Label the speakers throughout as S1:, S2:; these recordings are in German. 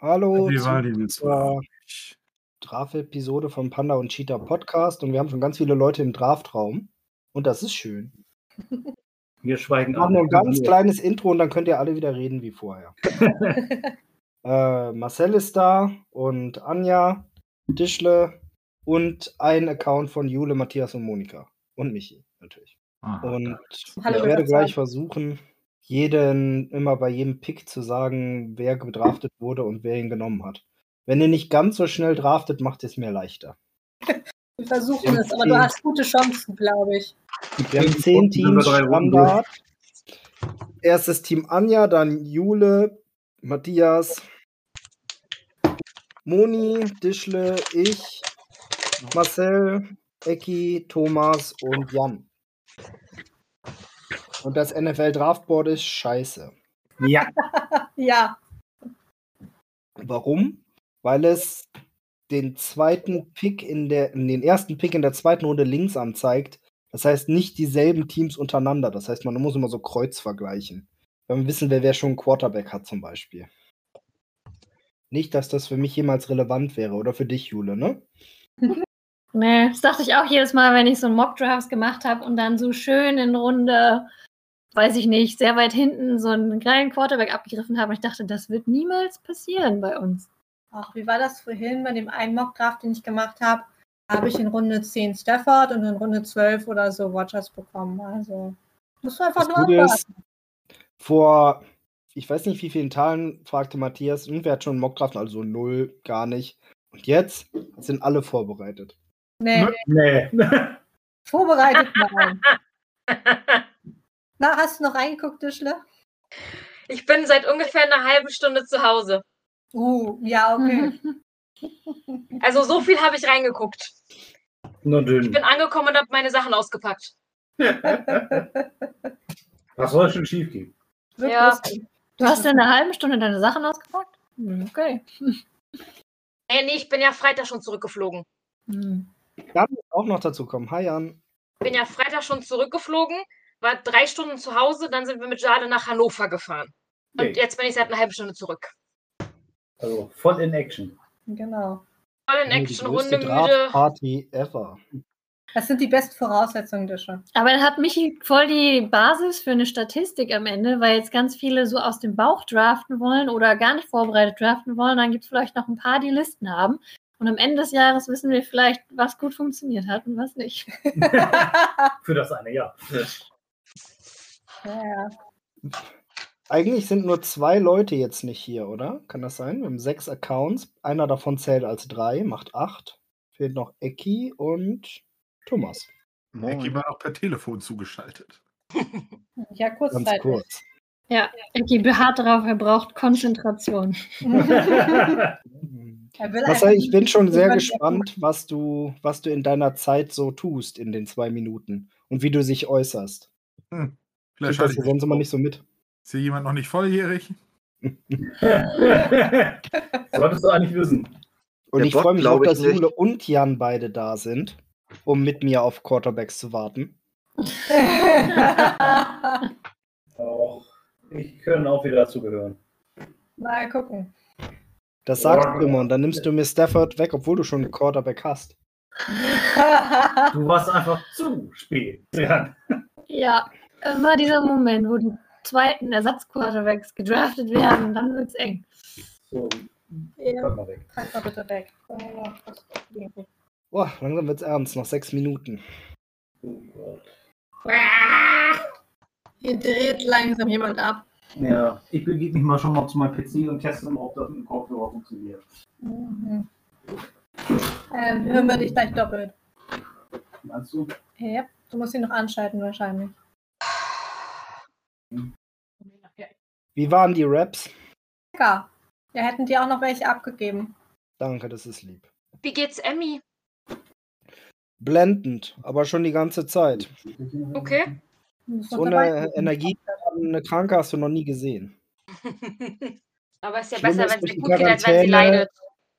S1: Hallo
S2: Wie
S1: zu
S2: war die letzte
S1: unserer
S2: eigentlich?
S1: Draft-Episode vom Panda und Cheetah Podcast und wir haben schon ganz viele Leute im Draftraum und das ist schön.
S3: Wir schweigen
S1: Wir machen nur
S3: alle.
S1: ein ganz kleines Intro und dann könnt ihr alle wieder reden wie vorher. äh, Marcel ist da und Anja, Tischle und ein Account von Jule, Matthias und Monika und Michi natürlich.
S2: Ah,
S1: Und
S4: Hallo,
S1: ich werde
S4: Leute.
S1: gleich versuchen, jeden immer bei jedem Pick zu sagen, wer gedraftet wurde und wer ihn genommen hat. Wenn ihr nicht ganz so schnell draftet, macht es mir leichter.
S4: Wir versuchen es, aber du hast gute Chancen, glaube ich.
S1: Wir haben zehn
S3: Runden über
S1: Teams
S3: drei Runden
S1: Standard. Erstes Team Anja, dann Jule, Matthias, Moni, Dischle, ich, Marcel, Ecki, Thomas und Jan. Und das NFL Draftboard ist scheiße.
S3: Ja,
S4: Ja,
S1: Warum? Weil es den zweiten Pick in der, den ersten Pick in der zweiten Runde links anzeigt. Das heißt nicht dieselben Teams untereinander. Das heißt, man muss immer so Kreuz vergleichen. Wenn man wissen will, wer schon einen Quarterback hat zum Beispiel. Nicht, dass das für mich jemals relevant wäre oder für dich, Jule, ne?
S5: Nee, Ne, das dachte ich auch jedes Mal, wenn ich so einen Mock-Drafts gemacht habe und dann so schön in Runde, weiß ich nicht, sehr weit hinten so einen geilen Quarterback abgegriffen habe. Und ich dachte, das wird niemals passieren bei uns.
S4: Ach, wie war das vorhin bei dem einen Mockdraft, den ich gemacht habe? Habe ich in Runde 10 Stafford und in Runde 12 oder so Watchers bekommen. Also musst du einfach
S1: Das
S4: nur
S1: Gute
S4: abwarten.
S1: ist, vor, ich weiß nicht wie vielen Tagen, fragte Matthias, und wer hat schon einen Mockdraft? Also null, gar nicht. Und jetzt sind alle vorbereitet.
S6: Äh.
S4: Nee,
S1: ne?
S3: nee.
S4: vorbereitet nein. Na, hast du noch reingeguckt, Tischle?
S7: Ich bin seit ungefähr einer halben Stunde zu Hause.
S4: Uh, ja, okay.
S7: Also so viel habe ich reingeguckt.
S3: Nur
S7: Ich
S3: dünn.
S7: bin angekommen und habe meine Sachen ausgepackt.
S3: Was soll schon schief gehen?
S4: Wird
S7: Ja.
S4: lustig.
S5: Du hast in einer halben Stunde deine Sachen ausgepackt? Hm, Okay.
S7: Äh, Nee, nee, ich bin ja Freitag schon zurückgeflogen.
S5: Hm.
S1: Jan muss auch noch dazu kommen. Hi Jan.
S7: Bin ja Freitag schon zurückgeflogen, war drei Stunden zu Hause, dann sind wir mit Jade nach Hannover gefahren. Und
S3: Nee.
S7: jetzt bin ich seit einer halben Stunde zurück.
S3: Also voll in Action.
S4: Genau.
S7: Voll in
S1: Nee, die
S7: Action,
S1: größte
S7: Runde müde.
S1: Draftparty ever.
S4: Das sind die besten Voraussetzungen, Tischle.
S5: Aber dann hat Michi voll die Basis für eine Statistik am Ende, weil jetzt ganz viele so aus dem Bauch draften wollen oder gar nicht vorbereitet draften wollen. Dann gibt es vielleicht noch ein paar, die Listen haben. Und am Ende des Jahres wissen wir vielleicht, was gut funktioniert hat und was nicht.
S3: Für das eine Jahr.
S4: ja, ja.
S1: Eigentlich sind nur zwei Leute jetzt nicht hier, oder? Kann das sein? Wir haben sechs Accounts. Einer davon zählt als drei, macht acht. Fehlt noch Ecki und Thomas.
S2: Ecki war auch per Telefon zugeschaltet.
S4: ja,
S1: Ganz
S4: kurzzeitig.
S1: kurz.
S5: Ja, Ecki beharrt darauf, er braucht Konzentration.
S4: Er will
S1: Marcel,
S4: einfach
S1: ich bin schon
S4: nicht
S1: sehr
S4: über-
S1: gespannt, was du, was du in deiner Zeit so tust in den zwei Minuten und wie du dich äußerst.
S2: Hm.
S1: Ich
S2: Vielleicht
S1: das
S2: halte
S1: hier
S2: ich
S1: sonst immer nicht so mit.
S2: ist hier jemand noch nicht volljährig.
S3: Solltest du eigentlich wissen.
S1: Und
S8: Der
S1: ich
S8: Bock
S1: freue mich auch,
S8: glaub ich
S1: dass
S8: nicht.
S1: Jule und Jan beide da sind, um mit mir auf Quarterbacks zu warten.
S3: Auch ich kann auch wieder dazugehören.
S4: Mal gucken.
S1: Das sagst du immer und dann nimmst du mir Stafford weg, obwohl du schon einen Quarterback hast.
S3: Du warst einfach zu spät. Ja.
S5: Ja, immer dieser Moment, wo die zweiten Ersatzquarterbacks gedraftet werden, dann wird's eng.
S3: So,
S4: ja,
S3: komm mal weg.
S4: pack mal bitte weg.
S1: Boah, langsam wird's ernst, noch sechs Minuten.
S3: Oh Gott.
S4: Hier dreht langsam jemand ab.
S3: Ja, ich begebe mich mal schon mal zu meinem PC und teste mal, ob das mit dem Kopfhörer funktioniert.
S4: Mhm. Ähm, hören wir dich gleich doppelt.
S3: Meinst du?
S4: Ja, du musst ihn noch anschalten wahrscheinlich.
S1: Wie waren die Raps?
S4: Lecker. Ja, hätten die auch noch welche abgegeben.
S1: Danke, das ist lieb.
S7: Wie geht's Emmy?
S1: Blendend, aber schon die ganze Zeit.
S7: Okay.
S4: Muss
S1: So
S4: noch dabei
S1: eine
S4: sein.
S1: Energie, eine Kranke hast du noch nie gesehen.
S7: Aber ist ja
S1: Schlimm
S7: besser,
S1: ist
S7: wenn es
S1: durch
S7: ihr
S1: die
S7: gut geht, als wenn sie
S1: Quarantäne.
S7: leidet.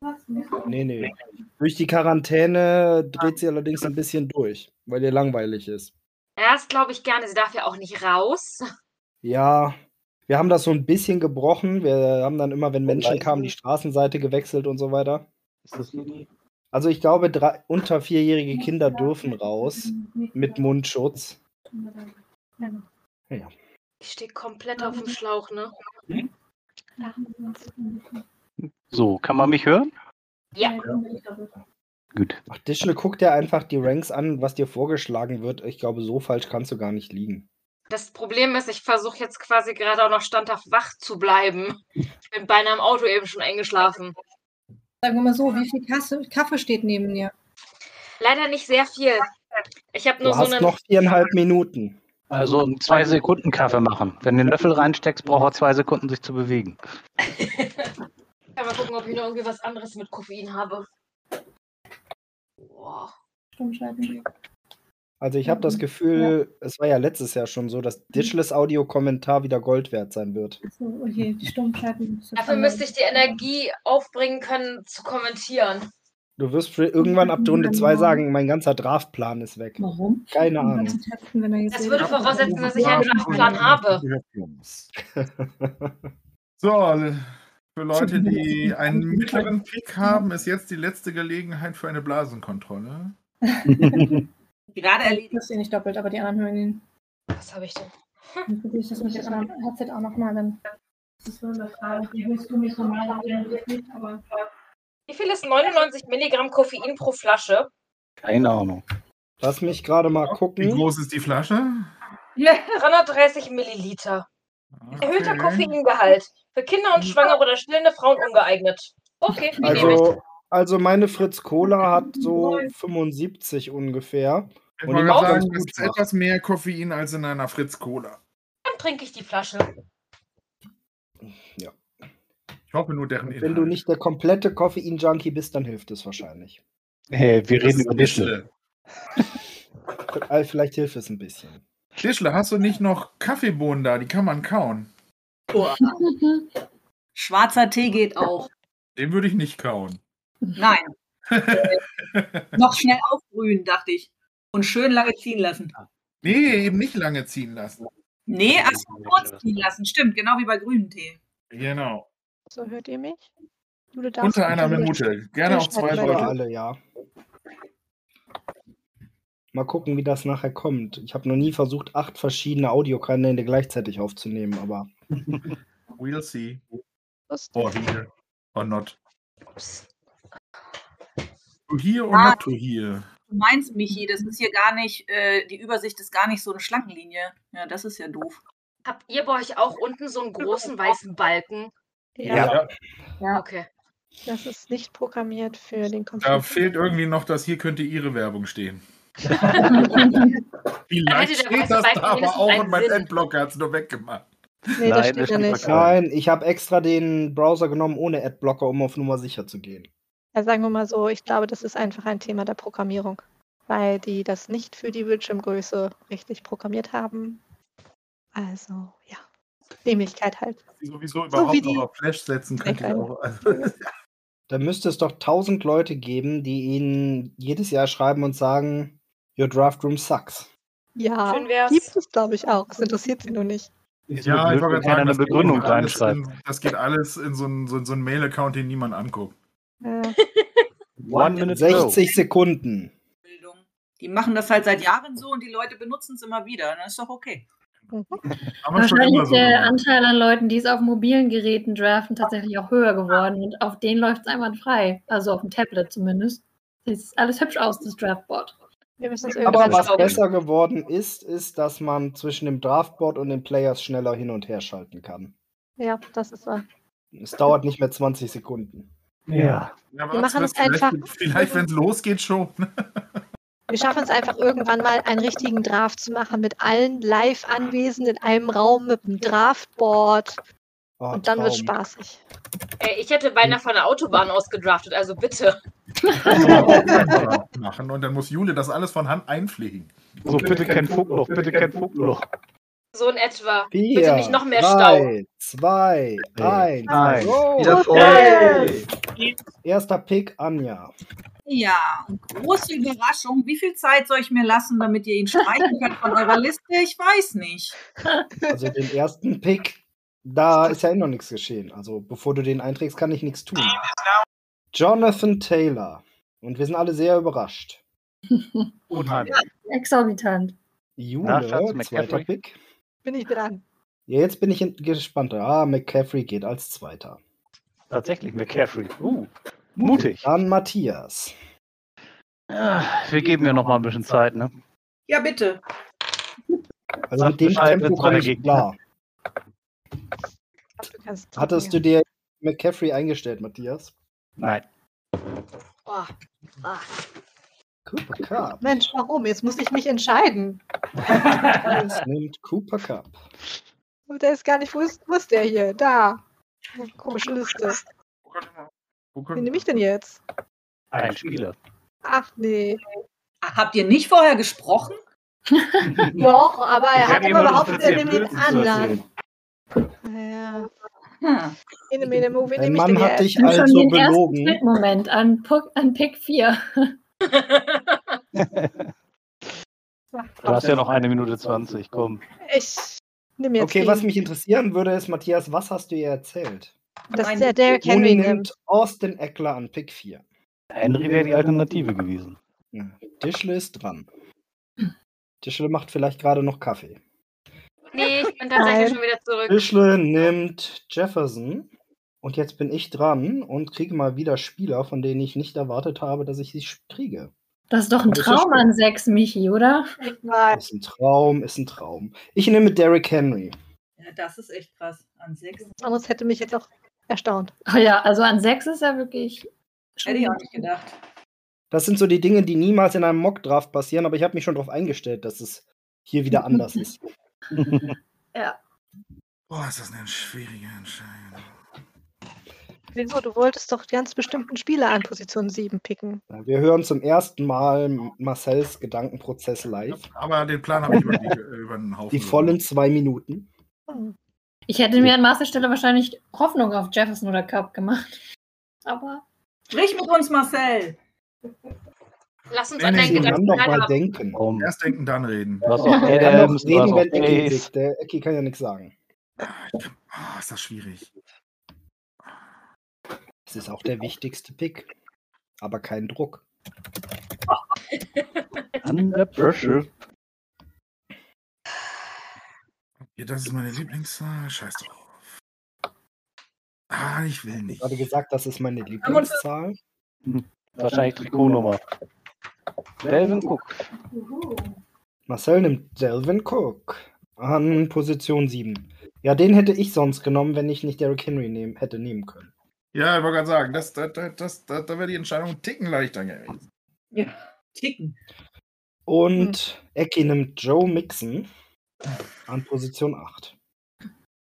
S4: Was? Nee.
S1: Nee, nee. Durch die Quarantäne dreht sie allerdings ein bisschen durch, weil ihr langweilig ist.
S7: Ja, das glaube ich gerne. Sie darf ja auch nicht raus.
S1: Ja, Wir haben das so ein bisschen gebrochen. Wir haben dann immer, wenn Menschen
S8: Online.
S1: kamen, die Straßenseite gewechselt und so weiter.
S8: Ist das Lilly?
S1: Also ich glaube, drei, unter vierjährige Kinder dürfen raus mit Mundschutz.
S7: Ich stehe komplett auf dem Schlauch, ne?
S8: So, kann man mich hören?
S7: Ja.
S8: Gut.
S1: Ach, Dischle, guck dir einfach die Ranks an, was dir vorgeschlagen wird. Ich glaube, so falsch kannst du gar nicht liegen.
S7: Das Problem ist, ich versuche jetzt quasi gerade auch noch standhaft wach zu bleiben. Ich bin beinahe im Auto eben schon eingeschlafen.
S9: Sagen wir mal so, wie viel Kasse, Kaffee steht neben dir?
S7: Leider nicht sehr viel. Ich habe
S1: Du
S7: nur so
S1: hast
S7: einen.
S1: noch viereinhalb Minuten.
S8: Also einen zwei Sekunden Kaffee machen. Wenn du den Löffel reinsteckst, braucht er zwei Sekunden, sich zu bewegen.
S7: Ich kann mal gucken, ob ich noch irgendwie was anderes mit Koffein habe. Boah.
S9: Stummschalten.
S1: Also ich
S7: Mhm.
S1: habe das Gefühl, es war ja letztes Jahr schon so, dass Dischles Audiokommentar wieder Gold wert sein wird.
S9: Achso, okay, die Stummschalten.
S7: Dafür müsste ich die Energie aufbringen können, zu kommentieren.
S1: Du wirst für irgendwann ab Runde 2 sagen, mein ganzer Draftplan ist weg.
S5: Warum?
S1: Keine
S9: Ahnung.
S1: Ahnung.
S7: Das würde voraussetzen, dass genau, ich einen Draftplan habe.
S2: So, für Leute, die einen mittleren Pick haben, ist jetzt die letzte Gelegenheit für eine
S1: Mhm.
S2: Blasenkontrolle.
S4: Gerade erledigt.
S9: Das ist eh nicht doppelt, aber die anderen hören ihn.
S7: Was habe ich denn?
S9: Dann probiere ich das mit dem anderen Headset auch nochmal. Dann das ist so eine Frage, wie hörst du mich normal reden? Aber
S7: Wie viel ist 99 Milligramm Koffein pro Flasche?
S8: Keine Ahnung.
S1: Lass mich gerade mal
S2: Wie
S1: gucken.
S2: groß ist die Flasche?
S7: 330 Milliliter. Erhöhter
S2: Okay.
S7: Koffeingehalt. Für Kinder und schwangere oder stillende Frauen ungeeignet. Okay, die nehme ich.
S1: Mhm. Also, also meine Fritz Cola hat so 75 ungefähr.
S2: Ich
S1: Und
S2: wollte
S1: die
S2: gerade
S1: Maus
S2: sagen,
S1: ist
S2: das
S1: gut
S2: ist etwas mehr Koffein als in einer Fritz Cola.
S7: Dann trinke ich die Flasche.
S2: Ich hoffe nur deren
S1: Wenn du nicht der komplette Koffein-Junkie bist, dann hilft es wahrscheinlich.
S8: Hey, wir reden über Dische.
S2: Dischle.
S1: Äh, Vielleicht hilft es ein bisschen.
S2: Dischle, hast du nicht noch Kaffeebohnen da? Die kann man kauen.
S4: Boah. Schwarzer Tee geht auch.
S2: Den würde ich nicht kauen.
S4: Nein. Noch schnell aufbrühen, dachte ich. Und schön lange ziehen lassen.
S2: Nee, eben nicht lange ziehen lassen.
S4: Nee, ach, so, kurz ziehen lassen. Stimmt, genau wie bei grünem Tee.
S2: Genau.
S6: So, hört ihr mich? Jule, darfst
S2: Unter
S6: du
S2: einer
S6: bitte-
S2: Minute. Gerne auf zwei
S6: Durchschnitt-
S1: Oder
S2: Leute.
S1: alle, ja. Mal gucken, wie das nachher kommt. Ich habe noch nie versucht, acht verschiedene Audiokanäle gleichzeitig aufzunehmen, aber
S2: We'll see.
S6: Lust?
S2: Or here. Or not.
S7: Ups.
S2: To here or
S4: Ah.
S2: not to here.
S4: Du meinst, Michi, das ist hier gar nicht, äh, die Übersicht ist gar nicht so eine Schlangenlinie. Ja, das ist ja doof.
S7: Habt ihr bei euch auch unten so einen großen weißen Balken?
S6: Ja,
S7: Okay.
S6: das ist nicht programmiert für den Computer.
S2: Da fehlt irgendwie noch, dass hier könnte ihre Werbung stehen. Vielleicht
S7: hätte der
S2: steht
S7: weiße
S2: das
S7: Balken
S2: da aber
S7: wenigstens
S2: auch und
S7: einen
S2: mein
S7: Sinn.
S2: Endblock hat es nur weggemacht.
S8: Nein,
S6: nee, das steht
S8: das
S6: da
S8: steht
S6: nicht.
S8: da
S1: nein, ich habe extra den Browser genommen ohne Adblocker, um auf Nummer sicher zu gehen.
S6: Ja, sagen wir mal so, ich glaube, das ist einfach ein Thema der Programmierung, weil die das nicht für die Bildschirmgröße richtig programmiert haben. Also, ja. Dämlichkeit halt.
S2: Die sowieso
S6: So
S2: überhaupt
S6: wie die-
S2: noch auf Flash setzen könnte ich
S6: Egal.
S2: auch. Also,
S1: Da müsste es doch tausend Leute geben, die ihnen jedes Jahr schreiben und sagen, Your draft room sucks.
S6: Ja,
S7: Schön wär's.
S6: gibt es, glaube ich, auch. Es interessiert sie nur nicht.
S8: Ist nur
S2: ja,
S8: blöd,
S2: ich wollte
S8: wenn
S2: gerade sagen,
S8: keiner eine
S2: das geht
S8: Begründung
S2: alles
S8: reinschreibt.
S2: in- Das geht alles in so einen so, einen- so einen Mail-Account, den niemand anguckt.
S6: Äh,
S8: One minute go.
S1: 60 Sekunden.
S4: Bildung. Die machen das halt seit Jahren so und die Leute benutzen es immer wieder. Dann ist doch okay.
S6: mhm.
S2: Haben wir schon
S5: Wahrscheinlich
S2: immer
S5: ist
S2: so
S5: der
S2: gemacht.
S5: Anteil an Leuten, die es auf mobilen Geräten draften, tatsächlich auch höher geworden. Und auf denen läuft es einwandfrei. Also auf dem Tablet zumindest. Sieht alles hübsch aus, das Draftboard.
S6: Wir müssen es
S1: Aber
S6: irgendwann.
S1: was
S4: glaub ich.
S1: besser geworden ist, ist, dass man zwischen dem Draftboard und den Players schneller hin und her schalten kann.
S6: Ja, das ist wahr.
S1: Es dauert nicht mehr 20 Sekunden.
S8: Ja.
S2: Ja, aber
S6: Wir machen
S2: das
S6: es einfach-
S2: Vielleicht, vielleicht wenn es losgeht, schon.
S6: Wir schaffen es einfach irgendwann mal, einen richtigen Draft zu machen mit allen live Anwesenden in einem Raum mit einem Draftboard.
S1: Oh,
S6: Und dann wird
S1: Traum.
S6: spaßig.
S7: Äh, ich hätte beinahe von der Autobahn aus gedraftet, also bitte.
S2: machen und dann muss Jule das alles von Hand einpflegen.
S8: So, bitte kein Funkloch, bitte kein Funkloch.
S7: So in etwa.
S1: Vier,
S7: Bitte nicht noch mehr
S1: drei, zwei, eins.
S8: Nein.
S1: go.
S8: Wieder vor.
S1: Erster Pick, Anja.
S4: Ja, und große Überraschung. Wie viel Zeit soll ich mir lassen, damit ihr ihn streichen könnt von eurer Liste? Ich weiß nicht.
S1: Also den ersten Pick. Da ist ja eh noch nichts geschehen. Also bevor du den einträgst, kann ich nichts tun. Jonathan Taylor. Und wir sind alle sehr überrascht.
S8: Unheimlich.
S5: Exorbitant.
S1: Jule,
S8: Na, Schatz,
S1: zweiter
S8: McCaffrey?
S1: Pick.
S6: Bin ich dran.
S1: Ja, jetzt bin ich in- gespannt. Ah, McCaffrey geht als zweiter.
S8: Tatsächlich, McCaffrey. Uh, mutig.
S1: Dann Matthias.
S8: Ja, wir geben mir noch mal ein bisschen Zeit, ne?
S4: Ja, bitte.
S1: Also
S8: Sag
S1: mit dem
S8: Bescheid,
S1: Tempo
S8: wenn's
S1: komme ich
S8: weitergeht. ne?
S1: klar.
S6: Ich glaub, du kannst
S1: Hattest du dir McCaffrey eingestellt, Matthias?
S8: Nein.
S6: Oh,
S1: Cooper Cup.
S6: Mensch, warum? Jetzt muss ich mich entscheiden.
S1: Matthias nimmt Cooper Cup.
S6: Und der ist gar nicht, wo ist, wo ist der hier? Da. Komische Liste.
S2: Wo könnte man- wo könnte-
S6: Wie nehme ich denn jetzt?
S8: Ein Spieler.
S6: Ach nee.
S4: Ach, Ah, habt ihr nicht vorher gesprochen?
S6: Doch, aber er
S8: Ich hab
S6: hat immer
S8: immer das
S6: behauptet, er
S8: Prinzip,
S6: nimmt ne? den
S8: Blödsinn zu
S6: anderen. Ja.
S4: Hm.
S6: Ene, mene, mo, wen
S1: Dein
S6: nehme ich
S1: Mann
S6: denn
S1: hat
S6: jetzt?
S1: dich
S5: Ich bin schon
S1: also
S5: den ersten
S1: belogen.
S5: Schnittmoment an, Puck- an Pick 4.
S8: Du hast ja noch eine Minute 20, komm.
S6: Ich nehme jetzt
S1: Okay,
S6: ihn.
S1: was mich interessieren würde, ist, Matthias, was hast du ihr erzählt?
S6: Das
S4: Nein,
S6: ist der Derrick
S1: Jule
S6: Henry ne? nimmt.
S1: nimmt Austin Eckler an Pick 4.
S8: Henry wäre die Alternative gewesen.
S1: Ja, Tischle ist dran. Tischle macht vielleicht gerade noch Kaffee.
S7: Nee, ich bin tatsächlich
S6: Nein.
S7: schon wieder zurück.
S1: Tischle nimmt Jefferson. Und jetzt bin ich dran und kriege mal wieder Spieler, von denen ich nicht erwartet habe, dass ich sie sch- kriege.
S5: Das ist doch ein
S1: Das ist ja
S5: Traum an 6, Michi, oder?
S6: Nein.
S1: Ist ein Traum, ist ein Traum. Ich nehme Derrick Henry.
S4: Ja, das ist echt krass. An sechs
S6: Anderes hätte mich jetzt auch erstaunt.
S5: Oh ja, also an 6 ist ja wirklich.
S4: hätte ich auch nicht gedacht.
S1: Das sind so die Dinge, die niemals in einem Mock-Draft passieren, aber ich habe mich schon darauf eingestellt, dass es hier wieder anders ist.
S2: Boah, ist das eine schwierige Entscheidung.
S6: Wieso? Du wolltest doch ganz bestimmten Spieler an Position 7 picken.
S1: Wir hören zum ersten Mal Marcells Gedankenprozess live.
S2: Aber den Plan habe ich über, die, äh, über den Haufen.
S1: Die
S2: geworfen.
S1: vollen zwei Minuten.
S6: Hm.
S5: Ich hätte mir an Marcels Stelle wahrscheinlich Hoffnung auf Jefferson oder Cup gemacht. Aber
S4: Sprich mit uns, Marcel.
S7: Lass uns
S2: Nee,
S7: an
S2: nee,
S7: deinen
S1: Sie kann
S7: Gedanken
S1: doch mal
S7: teilhaben.
S1: denken.
S8: Komm.
S2: Erst denken, dann reden.
S8: Du hast auch
S1: Er kann
S8: Adams,
S1: doch
S8: du hast
S1: reden,
S8: auch
S1: wenn Ecki
S8: Pace.
S1: sieht. Der Ecki kann ja nichts sagen.
S2: Ah, ist das schwierig.
S1: Es ist auch der wichtigste Pick. Aber kein Druck.
S8: Under pressure.
S2: Ja, das ist meine Lieblingszahl. Scheiß drauf. Ah, ich will
S1: Ich
S2: nicht.
S1: habe gesagt, das ist meine Lieblingszahl.
S8: Wahrscheinlich Trikotnummer. Delvin Cook.
S1: Marcel nimmt Delvin Cook an Position 7. Ja, den hätte ich sonst genommen, wenn ich nicht Derrick Henry nehm, hätte nehmen können.
S2: Ja, ich wollte gerade sagen, das, das, das, das, da, da wäre die Entscheidung einen Ticken leichter gewesen.
S4: Ticken.
S1: Und Ecki nimmt Joe Mixon an Position 8.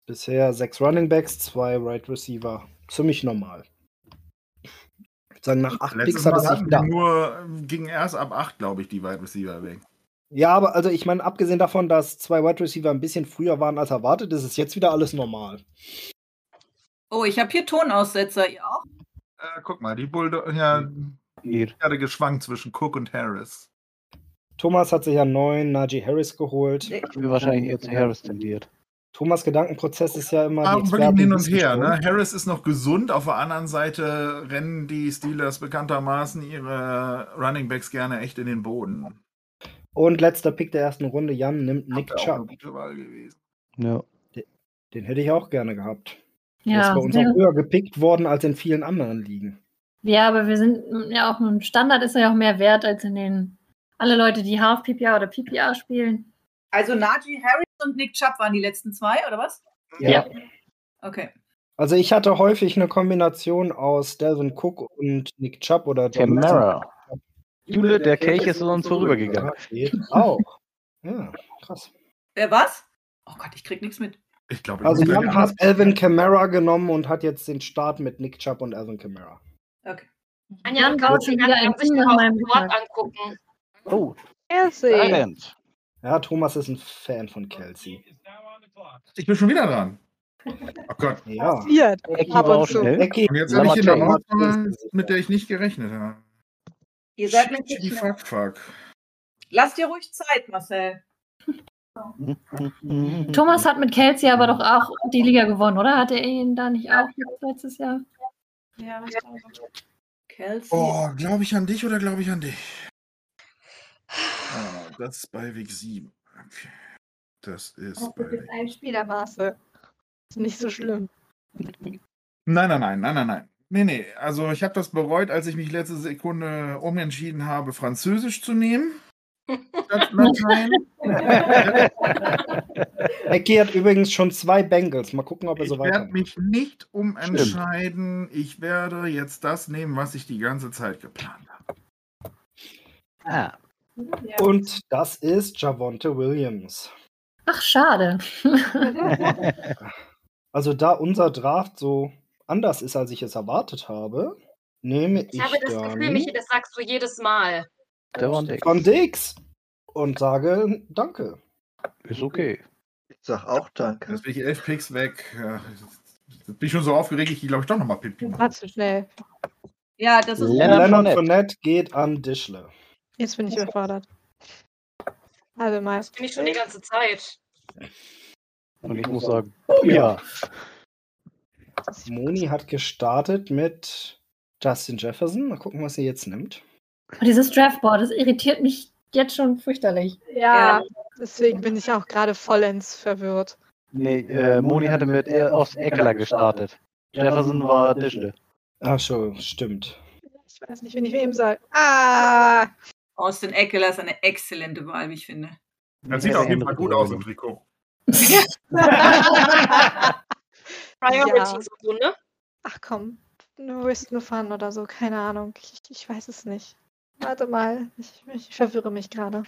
S1: Bisher sechs Running Backs, zwei Right Receiver. Ziemlich normal. Ich würde sagen, nach acht
S2: Letztes
S1: Picks hat
S2: Mal
S1: es sich
S2: hatten wir
S1: gedacht.
S2: nur, ähm, ging erst ab 8, glaube ich, die Wide Receiver weg.
S1: Ja, aber also ich meine, abgesehen davon, dass zwei Wide Receiver ein bisschen früher waren als erwartet, ist es jetzt wieder alles normal.
S4: Oh, ich habe hier Tonaussetzer. Ihr auch?
S2: Äh, guck mal, die Bulldog ja,
S8: Geht.
S2: hatte geschwankt zwischen Cook und Harris.
S1: Thomas hat sich ja neun Najee Harris geholt.
S4: Äh,
S8: Ich bin wahrscheinlich eher zu Harris tendiert.
S1: Thomas Gedankenprozess ist ja immer die
S2: Ah, wirklich
S1: Experten
S2: hin und
S1: wissen
S2: her.
S1: schon.
S2: Ne? Harris ist noch gesund. Auf der anderen Seite rennen die Steelers bekanntermaßen ihre Running Backs gerne echt in den Boden.
S1: Und letzter Pick der ersten Runde, Jan nimmt Nick
S2: Wäre auch eine
S1: Chubb.
S2: gute Wahl gewesen.
S8: Ja.
S1: Den hätte ich auch gerne gehabt. Der ist
S5: ja,
S1: bei uns auch höher gepickt worden als in vielen anderen Ligen.
S5: ja, aber wir sind ja auch im Standard ist er ja auch mehr wert als in den alle Leute, die Half PPA oder PPA spielen.
S4: Also Najee Harris und Nick Chubb waren die letzten zwei, oder was?
S1: Ja.
S4: Okay.
S1: Also ich hatte häufig eine Kombination aus Delvin Cook und Nick Chubb oder John
S8: Camara. Jule, der Kelch ist uns vorübergegangen.
S1: Ja, geht auch. Ja, krass.
S4: Wer was? Oh Gott, ich krieg nichts mit.
S2: Ich glaube, ich
S1: Also
S2: muss gleich
S1: Jan
S2: anders-
S1: hat Alvin Kamara genommen und hat jetzt den Start mit Nick Chubb und Alvin Kamara.
S4: Okay.
S7: Anja,
S5: Jan
S7: du
S5: baut
S7: kannst
S5: schon
S7: dir
S5: wieder ein
S7: ganz
S5: Ding
S7: sicher
S5: nach
S7: auf
S5: meinem
S7: dem Board
S5: Rücken.
S7: angucken.
S8: Oh, Tight
S6: Kelsey.
S8: End.
S1: Ja, Thomas ist ein Fan von Kelsey.
S2: Ich bin schon wieder dran. Oh Gott.
S1: Ja.
S6: Passiert.
S8: Ecki
S6: Ab
S8: war
S6: und
S8: auch
S6: zu.
S8: schnell.
S1: Ecki,
S2: Und jetzt
S8: Sag
S2: bin ich
S8: mal,
S2: in der
S8: Jay,
S2: Auswahl, mit der ich nicht gerechnet habe.
S4: Ihr seid mir
S2: Shit,
S4: nicht
S2: die
S4: schnell.
S2: fuck, fuck.
S4: Lass dir ruhig Zeit, Marcel.
S5: Thomas hat mit Kelsey aber doch auch die Liga gewonnen, oder? Hat er ihn da nicht auch letztes Jahr?
S9: Ja, ich glaube.
S4: Kelsey.
S2: Oh, glaube ich an dich oder glaube ich an dich? Ah, das ist bei Weg 7. Okay. Das
S4: Oh,
S2: ist bei Weg.
S6: Ein Spieler, Marcel. Ist nicht so schlimm.
S2: Nein, nein, nein, nein, nein, nein. Nee, nee. Also ich habe das bereut, als ich mich letzte Sekunde umentschieden habe, Französisch zu nehmen. Statt Latein.
S1: Eki hat übrigens schon zwei Bengals. Mal gucken, ob er
S2: Ich
S1: so
S2: werde
S1: weitermacht.
S2: mich nicht umentscheiden. Ich werde jetzt das nehmen, was ich die ganze Zeit geplant habe.
S8: Ah,
S1: Und das ist Javonte Williams.
S5: Ach, schade.
S1: Also da unser Draft so anders ist, als ich es erwartet habe, nehme ich,
S7: Ich habe das
S1: dann
S7: Gefühl, Michi, das sagst du jedes Mal.
S8: der war nix.
S1: Von Dix und sage danke.
S8: Ist okay.
S3: Ich sag auch danke.
S2: Jetzt bin ich elf Picks weg. Ja, Jetzt bin ich schon so aufgeregt, ich glaube, ich doch nochmal Pipi
S6: Das
S2: machen.
S6: war zu schnell.
S4: Ja, das ist.
S8: Lennart
S1: Leonard
S8: Fournette.
S1: Fournette geht an Dischle.
S6: Jetzt bin ich überfordert. Also mal.
S7: Das bin ich schon die ganze Zeit.
S8: Und ich muss sagen, Oh, ja.
S1: Moni hat gestartet mit Justin Jefferson. Mal gucken, was sie jetzt nimmt.
S5: Und dieses Draftboard, das irritiert mich jetzt schon fürchterlich.
S6: Ja, deswegen bin ich auch gerade vollends verwirrt.
S8: Nee, äh, Moni hatte mit äh, aus Eckler gestartet. Jefferson war Dischle.
S1: Ach so, stimmt.
S6: Ich weiß nicht, wen ich wem soll. Ah!
S4: Austin Eckler ist eine exzellente Wahl, wie ich finde.
S2: Das sieht auf jeden Fall gut aus im Trikot.
S7: Priorities und so, ne?
S6: Ach komm, nur Risk nur Fun oder so, keine Ahnung. Ich, ich weiß es nicht. Warte mal, ich, ich verwirre mich gerade.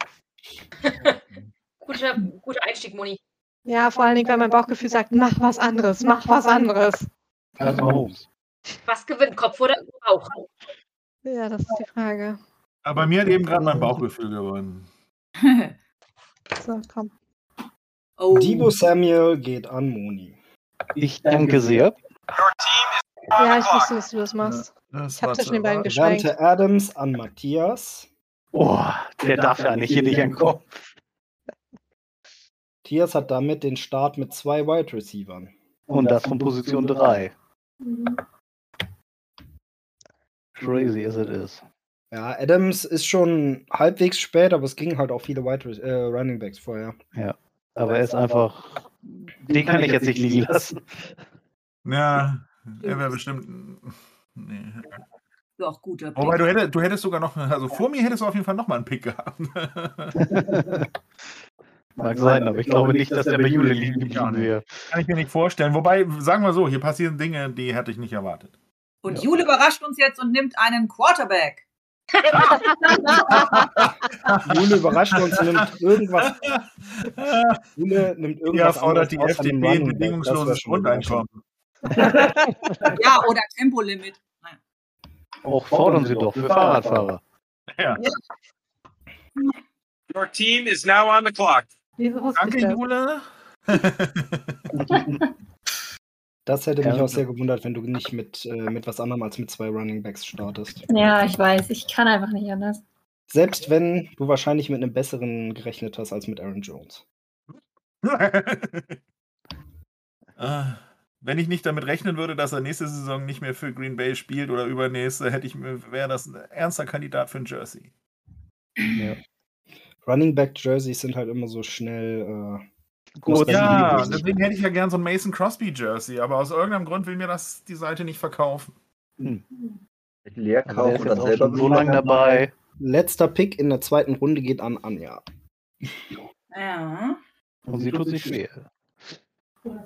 S7: Guter, guter Einstieg, Moni.
S6: Ja, vor allen Dingen, weil mein Bauchgefühl sagt, mach was anderes, mach was anderes.
S8: Also Mahomes.
S7: Was gewinnt, Kopf oder Bauch?
S6: Ja, das ist die Frage.
S2: Aber bei mir hat eben gerade mein Bauchgefühl gewonnen.
S6: So, komm.
S4: oh.
S1: Debo Samuel geht an Moni.
S8: Ich danke sehr.
S6: Ja, ich wusste, dass du das machst.
S2: Das
S6: Ich habe zwischen den beiden geschwenkt.
S1: Dante Adams an Matthias.
S8: Oh, der darf ja nicht hier nicht ankommen.
S1: Matthias hat damit den Start mit zwei Wide Receivern.
S8: Und das von Position 3.
S6: Mhm.
S8: Crazy as it is.
S1: Ja, Adams ist schon halbwegs spät, aber es gingen halt auch viele Wide Re- äh, Running Backs vorher.
S8: Aber er ist einfach. Den kann ich jetzt nicht liegen lassen.
S2: Ja, er wäre bestimmt. Nee.
S4: Doch, guter Pick.
S2: Wobei Oh, du hättest, du hättest sogar noch, also vor mir hättest du auf jeden Fall nochmal einen Pick gehabt. Kann
S8: Mag sein, aber ich glaube nicht, dass der bei Jule liegen geblieben wäre.
S2: ich mir nicht vorstellen. Wobei, sagen wir so, hier passieren Dinge, die hätte ich nicht erwartet.
S4: und
S8: Ja.
S4: Jule überrascht uns jetzt und nimmt einen Quarterback.
S1: Jule überrascht uns, nimmt irgendwas. Jule nimmt
S2: Ja,
S1: irgendwas.
S2: fordert die
S1: anderes außer dem
S2: FDP
S1: Running Back. Das
S2: ein
S1: wär
S2: bedingungsloses
S1: schon überraschend.
S2: Grundeinkommen.
S4: Ja, oder Tempolimit.
S8: Auch fordern sie doch für Fahrradfahrer.
S2: Ja.
S10: Your team is now on the clock.
S6: Wieso wusste ich
S2: Danke,
S6: das?
S2: Jule.
S1: Das hätte mich
S8: Ja.
S1: auch sehr gewundert, wenn du nicht mit, äh, mit was anderem als mit zwei Running Backs startest.
S5: Ja, ich weiß, ich kann einfach nicht anders.
S1: Selbst wenn du wahrscheinlich mit einem besseren gerechnet hast als mit Aaron Jones.
S2: Äh, Wenn ich nicht damit rechnen würde, dass er nächste Saison nicht mehr für Green Bay spielt oder übernächste, hätte ich mir- wäre das ein ernster Kandidat für ein Jersey.
S1: Running Back Jerseys sind halt immer so schnell. Äh,
S8: Gut,
S2: Ja,
S1: Jersey.
S2: deswegen hätte ich ja gern so ein Mason Crosby Jersey, aber aus irgendeinem Grund will mir das die Seite nicht verkaufen.
S3: Leer
S8: aber der ist
S3: kaufen und
S8: jetzt
S3: dann
S8: auch schon
S3: selber
S8: so lange
S3: bezahlen.
S8: dabei.
S1: letzter Pick in der zweiten Runde geht an Anja.
S4: Ja.
S8: Und sie tut sich schwer.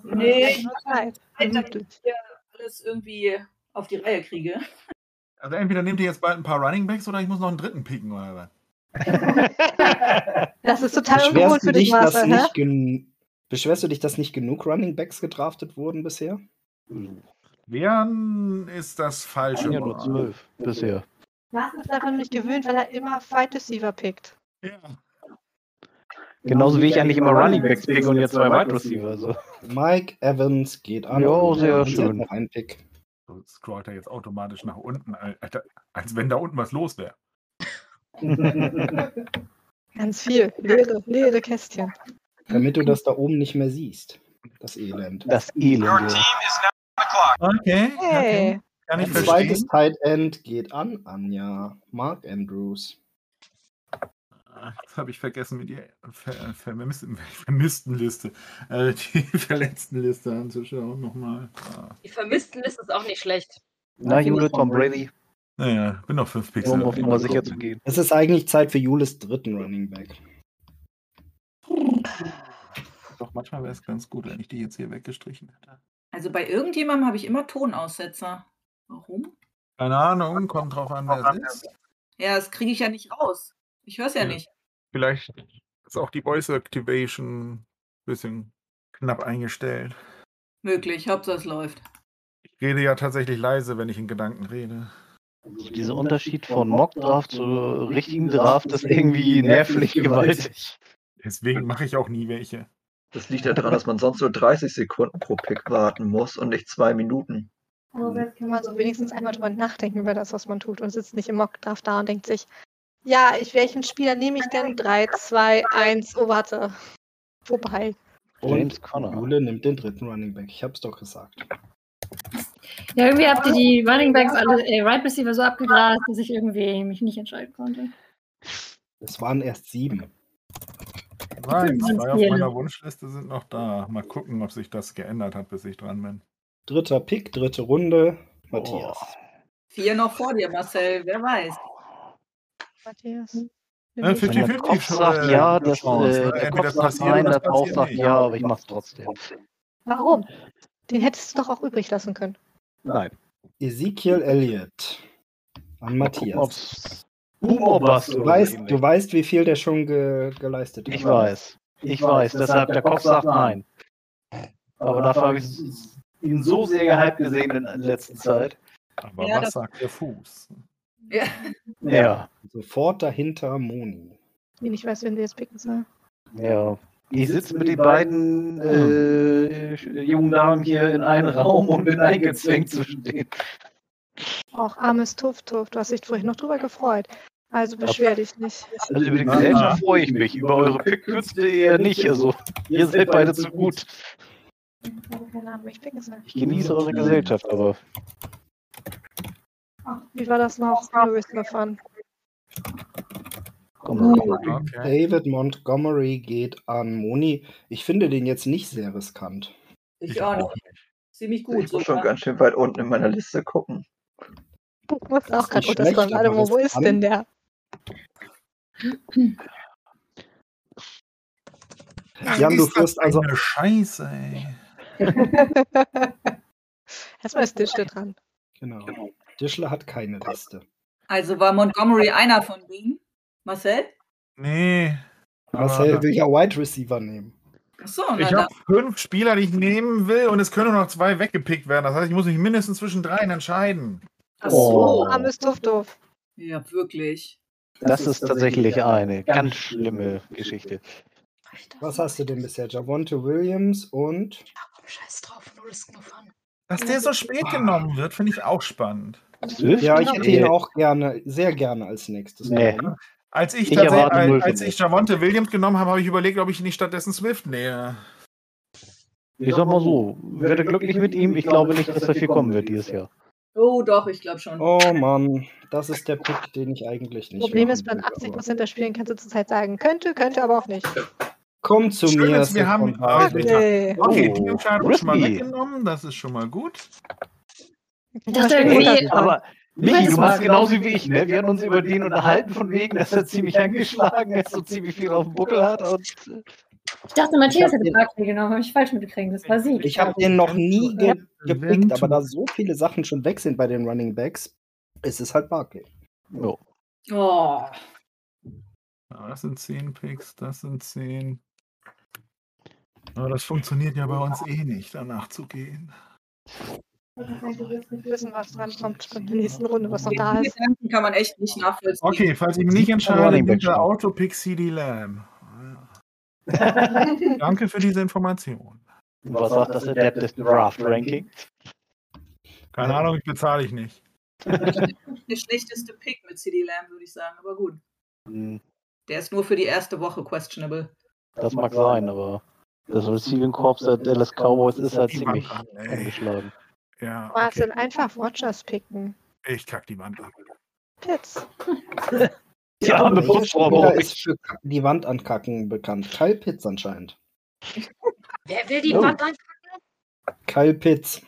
S4: Nee, ich
S6: Zeit.
S4: weiß, damit ich hier alles irgendwie auf die Reihe kriege.
S2: Also entweder nehmt ihr jetzt bald ein paar Running Backs oder ich muss noch einen dritten picken oder was.
S6: Das ist total ungewohnt
S1: Beschwerst du,
S6: für dich,
S1: dich, dass
S6: Marcel, hä?
S1: nicht gen- Beschwerst du dich, dass nicht genug Running Backs gedraftet wurden bisher?
S2: Wären ist das falsche
S8: Ja, nur
S2: Wort.
S8: zwölf bisher.
S6: Marcel ist daran nicht gewöhnt, weil er immer Fight Receiver pickt.
S2: Ja.
S8: Genauso wie ich eigentlich immer Running Backs picke und jetzt zwei Wide Receiver. Also.
S1: Mike Evans geht an.
S8: Jo, sehr
S1: Sie hat
S8: schön.
S1: Noch einen Pick.
S2: So scrollt er jetzt automatisch nach unten, Alter, als wenn da unten was los wäre.
S6: Ganz viel. Leere, leere Kästchen.
S1: Damit du das da oben nicht mehr siehst. Das Elend.
S8: Das Elend.
S2: Okay.
S1: Hey.
S2: Kann ich
S1: Ein
S2: verstehen.
S1: zweites Tight End geht an, Anja. Mark Andrews.
S2: Ah, Jetzt habe ich vergessen, mir die Ver Vermissten- Vermisstenliste, äh, die Verletztenliste anzuschauen nochmal. Ah.
S7: Die Vermisstenliste ist auch nicht schlecht.
S8: Na, Jule, Tom Brady.
S2: Naja, bin noch fünf Pixel.
S8: Um auf Nummer sicher zu gehen.
S1: Es ist eigentlich Zeit für Julis dritten Running Back.
S2: Doch, manchmal wäre es ganz gut, wenn ich die jetzt hier weggestrichen hätte.
S4: Also bei irgendjemandem habe ich immer Tonaussetzer. Warum?
S2: Keine Ahnung, kommt drauf an, wer es ist.
S4: Ja, das kriege ich ja nicht raus. Ich höre es ja,
S2: Ja.
S4: nicht.
S2: Vielleicht ist auch die Voice Activation ein bisschen knapp eingestellt.
S4: Möglich, Hauptsache es läuft.
S2: Ich rede ja tatsächlich leise, wenn ich in Gedanken rede.
S8: Also Dieser Unterschied von Mockdraft zu richtigen Draft ist irgendwie nervlich gewaltig.
S2: Deswegen mache ich auch nie welche.
S3: Das liegt daran, dass man sonst nur 30 Sekunden pro Pick warten muss und nicht zwei Minuten.
S6: Kann man so wenigstens einmal drüber nachdenken über das, was man tut und sitzt nicht im Mockdraft da und denkt sich, ja, ich, welchen Spieler nehme ich denn? 3, 2, 1, oh warte. Vorbei.
S1: James Conner. Jule nimmt den dritten Running Back. Ich hab's doch gesagt.
S5: Ja, irgendwie habt ihr die Running Backs alle, äh, Right Receiver so abgegrast, dass ich irgendwie mich nicht entscheiden konnte.
S1: Es waren erst sieben.
S2: Nein,
S5: Ganz
S2: zwei auf
S5: viele.
S2: meiner Wunschliste sind noch da. Mal gucken, ob sich das geändert hat, bis ich dran bin.
S1: Dritter Pick, dritte Runde. Matthias.
S4: Vier noch vor dir, Marcel, wer weiß.
S6: Matthias.
S2: Ne,
S8: Wenn der
S2: 50-50
S8: Kopf sagt
S2: Chance,
S8: ja, das,
S2: Chance,
S8: äh,
S2: ne?
S8: der
S2: Entweder
S8: Kopf
S2: das
S8: sagt
S2: passiert
S8: nein,
S2: oder
S8: der
S2: das
S8: Bauch
S2: passiert
S8: sagt
S2: nicht.
S8: ja, aber ich mach's trotzdem.
S6: Warum? Den hättest du doch auch übrig lassen können.
S8: Nein.
S1: Ezekiel Elliott. An
S8: Matthias.
S1: Du
S8: Boomerbust oder
S1: weißt,
S8: ähnlich.
S1: du weißt, wie viel der schon ge geleistet hat.
S8: Ich weiß. Ich weiß, deshalb der Kopf sagt nein. Aber dafür habe ich ihn so sehr gehypt gesehen in der letzten Zeit.
S2: Aber
S4: Ja,
S2: was
S4: das-
S2: sagt der Fuß?
S4: Ja.
S8: Ja.
S1: Also Sofort dahinter Moni.
S6: Wie ich weiß, wen wir jetzt picken sollen.
S8: Ja. Ich sitze mit den beiden äh, jungen Damen hier in einem Raum und bin eingezwängt zwischen denen.
S6: Auch armes Tuff Tuff, du hast dich vorhin noch drüber gefreut. Also beschwer dich nicht.
S8: Also über die Gesellschaft freue ich mich, über eure Pickkünste eher nicht. Also, ihr seid beide zu gut. Hm.
S6: Ich habe keine Ahnung, wie ich picken soll.
S8: Ich genieße eure Gesellschaft, aber
S6: Wie war das noch? Lewis Lefan.
S8: Hm.
S1: David Montgomery geht an Moni. Ich finde den jetzt nicht sehr riskant.
S4: Ich, auch nicht. Ziemlich gut.
S3: Ich muss schon
S4: sogar.
S3: ganz schön weit unten in meiner Liste gucken.
S6: Du musst auch gerade
S1: nicht schlecht,
S6: unterschreiben. Adamo,
S1: aber
S6: wo
S1: das
S6: ist
S1: kann-
S6: denn der?
S1: Jan, du
S2: ist das
S1: führst also-
S2: eine Scheiße, ey.
S6: Erstmal ist Dischte dran.
S1: Genau. Dischler hat keine Liste.
S4: Also war Montgomery einer von denen. Marcel?
S2: Nee.
S1: Marcel
S2: Aber-
S1: will ja Wide Receiver nehmen.
S4: Achso, na
S2: Ich
S4: dann.
S2: habe fünf Spieler, die ich nehmen will, und es können nur noch zwei weggepickt werden. Das heißt, ich muss mich mindestens zwischen dreien entscheiden.
S4: Ach so.
S6: Armes Tuff Tuff.
S4: Ja, wirklich.
S8: das ist tatsächlich eine ganz schlimme Geschichte.
S1: Was hast du denn bisher? Javonte Williams und.
S6: oh,
S7: Scheiß drauf, no risk, no fun.
S2: Dass der so spät
S1: Ah.
S2: genommen wird, finde ich auch spannend.
S8: Swift?
S1: Ja, ich hätte ihn
S8: Äh,
S1: auch gerne, sehr gerne als nächstes.
S8: Nee.
S1: genommen.
S2: Als ich,
S8: Ich
S2: tatsächlich,
S8: erwarte null
S2: als,
S8: von
S2: als
S8: dir.
S2: ich Javonte Williams genommen habe, habe ich überlegt, ob ich nicht stattdessen Swift nehme.
S8: Ich sag mal so, werde glücklich mit ihm. Ich glaube nicht, dass da viel kommen wird dieses Jahr.
S4: Oh, doch, ich glaube schon.
S1: Oh Mann, das ist der Pick, den ich eigentlich nicht.
S6: Problem
S1: machen
S6: ist, bei
S1: will, aber-
S6: 80% der Spielen kannst du zurzeit sagen, könnte, könnte, aber auch nicht.
S1: Komm zu
S2: Schön,
S1: mir.
S2: dass wir haben. Ah, ich-
S6: Nee.
S2: Okay,
S8: Oh,
S2: die Entscheidung ist schon mal
S8: risky.
S2: weggenommen. Das ist schon mal gut.
S5: Ich dachte irgendwie,
S8: aber Michi,
S5: Weißt
S8: du
S5: du
S8: machst
S5: was?
S8: genauso wie ich, ne? Wir hatten uns über den unterhalten, von wegen, dass er ziemlich angeschlagen ist und ziemlich viel auf dem Buckel hat. Und
S5: ich dachte, Matthias
S1: Ich hab
S5: hätte
S1: den-
S5: Barkley genommen, habe ich falsch mitgekriegt. Das war sie.
S1: Ich habe den noch nie ge gepickt,
S2: Eventuell.
S1: aber da so viele Sachen schon weg sind bei den Running Backs, ist es halt Barkley.
S8: Ja.
S4: Oh.
S2: Ah, Das sind 10 Picks, das sind 10. Aber das funktioniert ja bei uns eh nicht, danach zu gehen.
S6: Wir wissen, was dran kommt in der nächsten Runde, was noch da
S4: Die
S6: ist.
S4: Gedanken kann man echt nicht nachvollziehen.
S2: Okay, falls ich mich nicht entscheide,
S8: Running Back
S2: nimmt der
S8: schon.
S2: Autopick CD Lamb. Danke für diese Information.
S8: was sagt das Adaptive Draft Ranking?
S2: Keine Ahnung, ich bezahle ich nicht.
S4: Der schlechteste Pick mit CD Lamb, würde ich sagen, aber gut.
S8: Hm,
S4: Der ist nur für die erste Woche questionable.
S8: Das mag sein, aber das Receiving Corps der Dallas Cowboys ist halt
S2: Die
S8: ziemlich
S2: Wand an, ey.
S8: angeschlagen.
S2: Ja,
S6: Martin, einfach Watchers picken.
S2: ich kack die Wand an.
S6: Pitts.
S8: Die arme Putzfrau.
S1: Spieler ist für die Wand ankacken bekannt. Kyle Pitts anscheinend.
S7: Wer will die
S1: Oh.
S7: Wand anfangen?
S1: Kyle Pitts.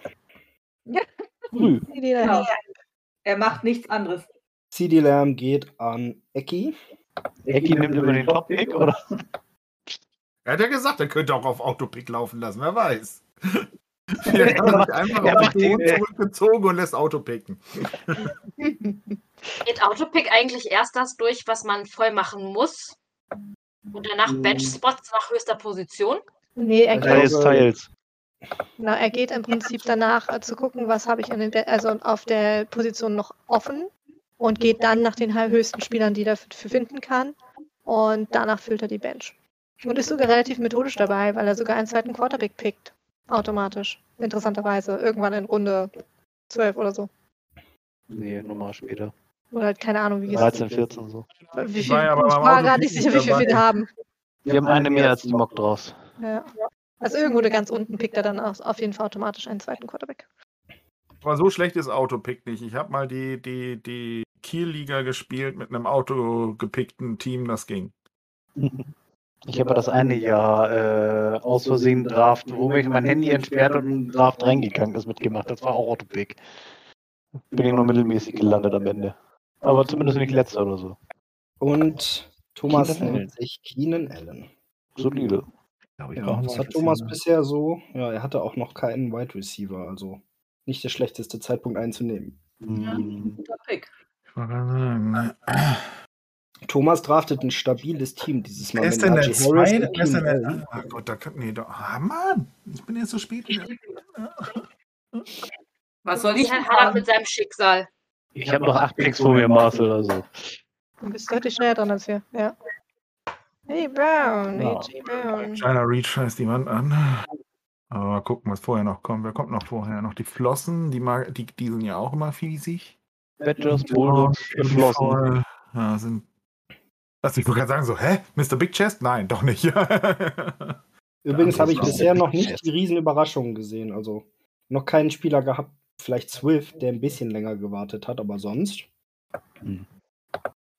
S4: Genau. Er macht nichts anderes.
S1: CD Lamb geht an Eki.
S8: Eki nimmt über den Top-Pick, oder?
S2: Er hat ja gesagt, er könnte auch auf Autopick laufen lassen, wer weiß. Vielleicht hat er sich einfach
S8: Er
S2: auf
S8: macht
S2: den Boden
S8: den-
S2: zurückgezogen und lässt Autopicken.
S7: Geht Autopick eigentlich erst das durch, was man voll machen muss? Und danach
S2: Hm.
S7: Batch-Spots nach höchster Position?
S6: Nee, er
S8: Er ist teils.
S6: Genau, er geht im Prinzip danach äh, zu gucken, was habe ich an den, Be- also auf der Position noch offen und geht dann nach den höchsten Spielern, die er dafür finden kann und danach füllt er die Bench. Und ist sogar relativ methodisch dabei, weil er sogar einen zweiten Quarterback pickt. Automatisch. Interessanterweise. Irgendwann in Runde 12 oder so.
S8: Nee, nochmal später.
S6: Oder halt keine Ahnung, wie es
S8: 13, 14 so.
S6: Wie
S8: Ich
S6: viel,
S8: war ja
S6: ich
S8: aber beim
S6: war gerade
S8: Autopick
S6: nicht
S8: nicht
S6: sicher, wie viel wir
S8: dabei.
S6: den haben.
S8: Wir haben eine mehr als die Mock draus.
S6: Ja. Also irgendwo da ganz unten pickt er dann aus, auf jeden Fall automatisch einen zweiten Quarterback.
S2: Aber so schlecht ist Autopick nicht. Ich habe mal die, die, die Kiel-Liga gespielt mit einem autogepickten Team, das ging.
S8: Ich habe das eine Jahr äh, aus Versehen Draft, wo mich mein Handy entsperrt und ein Draft reingegangen ist, mitgemacht. Das war auch Autopick. Bin ich nur mittelmäßig gelandet am Ende. Aber zumindest nicht letzter oder so.
S1: Und Thomas
S8: Keenan Allen.
S1: nennt sich Keenan Allen.
S8: Solide. Glaub ich, war
S1: Ja,
S8: ein
S1: das
S8: Wide
S1: hat Thomas
S8: Receiver.
S1: bisher so. Ja, er hatte auch noch keinen Wide Receiver, also nicht der schlechteste Zeitpunkt einzunehmen.
S4: Guter Pick.
S2: ne?
S1: Thomas draftet ein stabiles Team dieses Mal
S2: Wer ist denn der
S1: Najee Harris
S2: zweite?
S1: und
S2: Wer ist denn
S1: Keenan
S2: der.
S1: Allen.
S2: Ach Gott, da kann. Nee, da. Ah, Mann! Ich bin jetzt so spät.
S4: Was soll ich
S7: Herr
S4: denn
S7: Harald
S4: haben?
S7: mit seinem Schicksal.
S8: Ich habe noch acht Picks vor mir, Marcel, also. oder so.
S6: Du bist deutlich schneller dran als wir, ja. Hey Brown,
S2: Ja.
S6: AJ Brown.
S2: Kleiner Reach scheißt die Wand an. Aber mal gucken, was vorher noch kommt. Wer kommt noch vorher? Noch die Flossen, die, mag, die, die sind ja auch immer fiesig.
S8: Badgers, Bulldogs, Flossen.
S2: Voll. Ja, sind. Also, Lass mich sogar sagen, so, hä? Mr. Big Chest? Nein, doch nicht.
S1: Übrigens habe ich
S2: Andere
S1: bisher
S2: Sache.
S1: noch nicht die Riesenüberraschungen gesehen. Also noch keinen Spieler gehabt. Vielleicht Swift, der ein bisschen länger gewartet hat, aber sonst.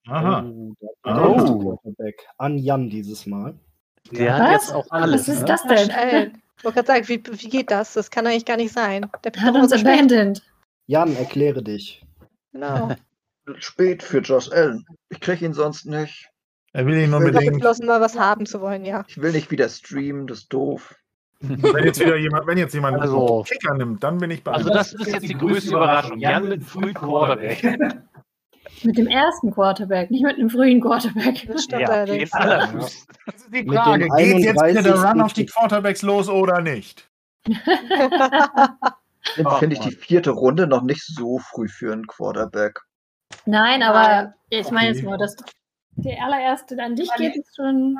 S2: Aha.
S1: Oh, der
S2: Oh.
S1: nächste Quarterback. An Jan dieses Mal.
S8: Der hat jetzt auch
S5: Was
S8: alles.
S5: ist
S8: ne?
S5: das denn?
S6: Schnell. Äh, Ich wollte gerade sagen, wie, wie geht das? Das kann eigentlich gar nicht sein. Der Pick
S5: Hat uns abandoned.
S1: Jan, erkläre dich.
S6: Genau.
S3: Spät für Josh Allen. Ich kriege ihn sonst nicht.
S2: Er will ihn
S6: Ich habe
S2: unbedingt.
S6: beschlossen, mal was haben zu wollen, ja.
S3: Ich will nicht wieder streamen, das ist doof.
S2: Wenn jetzt wieder jemand, wenn jetzt jemand
S8: Also-
S2: Kicker nimmt, dann bin ich bei.
S8: Also das ist jetzt die größte Überraschung. Jan mit frühen Quarterback.
S5: Mit dem ersten Quarterback, nicht mit einem frühen Quarterback.
S6: Das stimmt
S8: Ja,
S6: allerdings.
S8: den allerfrühsten.
S2: Das ist die
S1: Mit
S2: Frage.
S1: dem
S2: Geht jetzt wieder der
S1: 31.
S2: Run auf die Quarterbacks los oder nicht?
S3: Finde ich die vierte Runde noch nicht so früh für einen Quarterback.
S5: Nein, aber ich meine jetzt
S2: Okay.
S5: nur, dass der allererste an dich geht, ist schon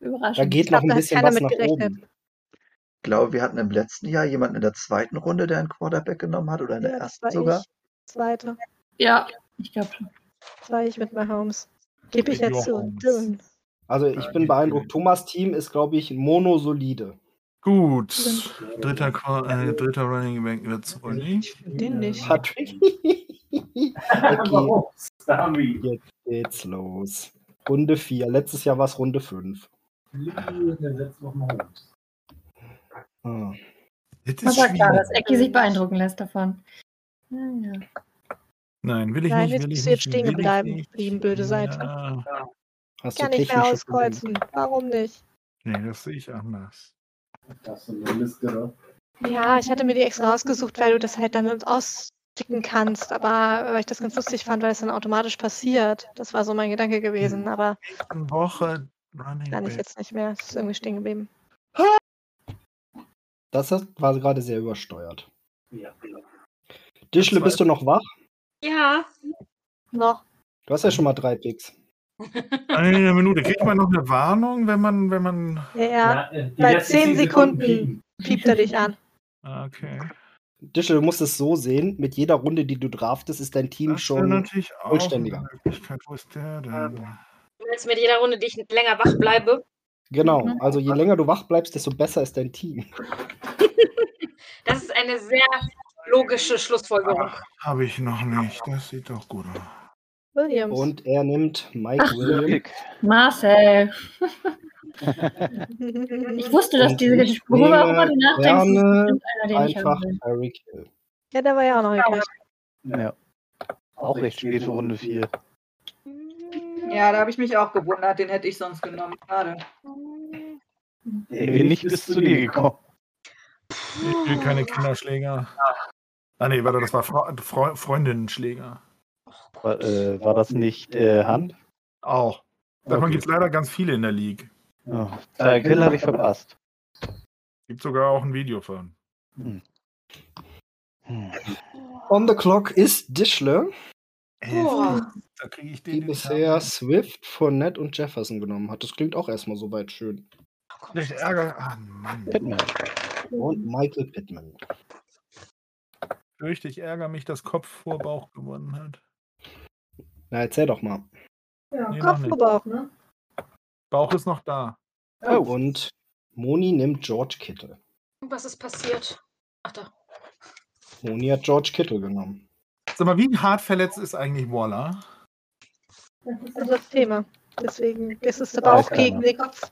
S5: überraschend.
S1: Da geht noch
S6: glaub, da
S1: ein
S6: hat
S1: bisschen
S6: keiner
S1: was
S6: mit
S1: nach
S6: gerechnet.
S1: oben.
S3: Ich glaube, wir hatten im letzten Jahr jemanden in der zweiten Runde, der einen Quarterback genommen hat oder in der
S6: Ja, das
S3: ersten
S6: war
S3: sogar.
S6: ich. Zweite.
S5: Ja, ich glaube schon.
S6: Das war ich mit Mahomes. Gebe ich jetzt zu.
S2: Mahomes.
S6: Dünn.
S1: Also ich bin beeindruckt. Thomas Team ist, glaube ich, monosolide.
S2: Gut. Dritter, Qua- äh, dritter Running Back wird es wohl nicht.
S6: Den nicht.
S1: Patrick. okay,
S11: Warum? Sami.
S1: jetzt geht's los. Runde 4. Letztes Jahr war es Runde 5.
S11: Der setzt noch mal hoch.
S1: Ah.
S2: Das ist
S5: Aber klar,
S2: schwierig.
S5: dass Ecki sich beeindrucken lässt davon. Ja, ja.
S2: Nein, will ich
S6: Nein,
S2: nicht.
S6: jetzt
S2: will ich
S6: bist du jetzt
S2: nicht,
S6: stehen
S2: will ich
S6: geblieben,
S2: nicht.
S6: lieben blöde Seite.
S2: Ja,
S1: Hast
S6: Kann
S1: du
S6: nicht mehr
S1: technische Probleme?
S6: auskreuzen. Warum nicht?
S2: nee, das sehe ich anders.
S11: Das ist eine Liste, oder?
S6: Ja, ich hatte mir die extra rausgesucht, weil du das halt dann austicken kannst. Aber weil ich das ganz lustig fand, weil es dann automatisch passiert. Das war so mein Gedanke gewesen. Aber
S2: Eine Woche Running
S6: kann ich
S2: Back.
S6: jetzt nicht mehr. Es ist irgendwie stehen geblieben.
S1: Das hat- war gerade sehr übersteuert.
S11: Ja, genau.
S1: Dischle, bist du noch wach?
S7: Ja.
S6: Noch.
S1: Du hast ja schon mal drei Picks.
S2: Ah, Eine Minute. Kriegt man noch eine Warnung, wenn man, wenn man.
S6: Ja, ja.
S11: äh, die
S6: Bei
S11: letzten
S6: 10 Sekunden.
S11: piepen.
S6: Piept er dich an.
S2: Ah, Okay.
S1: Dischle, du musst es so sehen, mit jeder Runde, die du draftest, ist dein Team
S2: Das wäre
S1: schon
S2: natürlich auch
S1: vollständiger.
S2: eine Möglichkeit. Wo ist der denn?
S7: Du willst mit jeder Runde, die ich länger wach bleibe,
S1: Genau, also je länger du wach bleibst, desto besser ist dein Team.
S7: Das ist eine sehr logische Schlussfolgerung.
S2: Habe Ah, ich noch nicht. Das sieht doch gut aus.
S1: Williams. Und er nimmt Mike Williams.
S5: Marcel. ich wusste, dass
S1: Und
S5: diese
S1: ich
S5: worüber auch immer du
S1: nehme
S5: nachdenkst, ist
S1: gerne
S5: bestimmt einer, den ich
S1: Einfach
S5: haben will.
S1: Eric Hill.
S6: Ja, der war ja auch noch egal.
S8: Ja. Auch recht spät für Runde 4.
S4: Ja, da habe ich mich auch gewundert, den hätte ich sonst genommen. Schade.
S8: Ich bin Äh, nicht bis zu dir gekommen.
S2: Ich will keine Kinderschläger. Ah, nee, warte, das war Fre Fre Freundinnenschläger.
S8: War, äh, war das nicht äh, Hand?
S2: Auch. Davon
S8: Okay.
S2: gibt es leider ganz viele in der League.
S8: Oh, äh, Grill habe ich verpasst.
S2: Gibt sogar auch ein Video von.
S8: Hm.
S1: On the clock ist Dischle,
S2: Boah. Da kriege ich
S1: Äh, die
S2: den.
S1: bisher Swift, Fournette und Jefferson genommen hat. Das klingt auch erstmal soweit schön.
S2: Ich ärgere. Ah, Mann.
S8: Pittman.
S1: Und Michael Pittman.
S2: Fürchte, ich ärgere mich, dass Kopf vor Bauch gewonnen hat.
S1: Na, erzähl doch mal.
S9: Ja,
S2: Nee, noch
S6: Kopf
S2: nicht.
S6: aber auch, ne?
S2: Bauch ist noch da.
S1: Oh. Und Moni nimmt George Kittle.
S7: Was ist passiert? Ach da.
S1: Moni hat George Kittle genommen.
S2: Sag mal, wie hart verletzt ist eigentlich Waller?
S6: Das ist das Thema. Deswegen ist es der
S2: Weiß
S6: Bauch
S2: keiner.
S6: gegen den Kopf.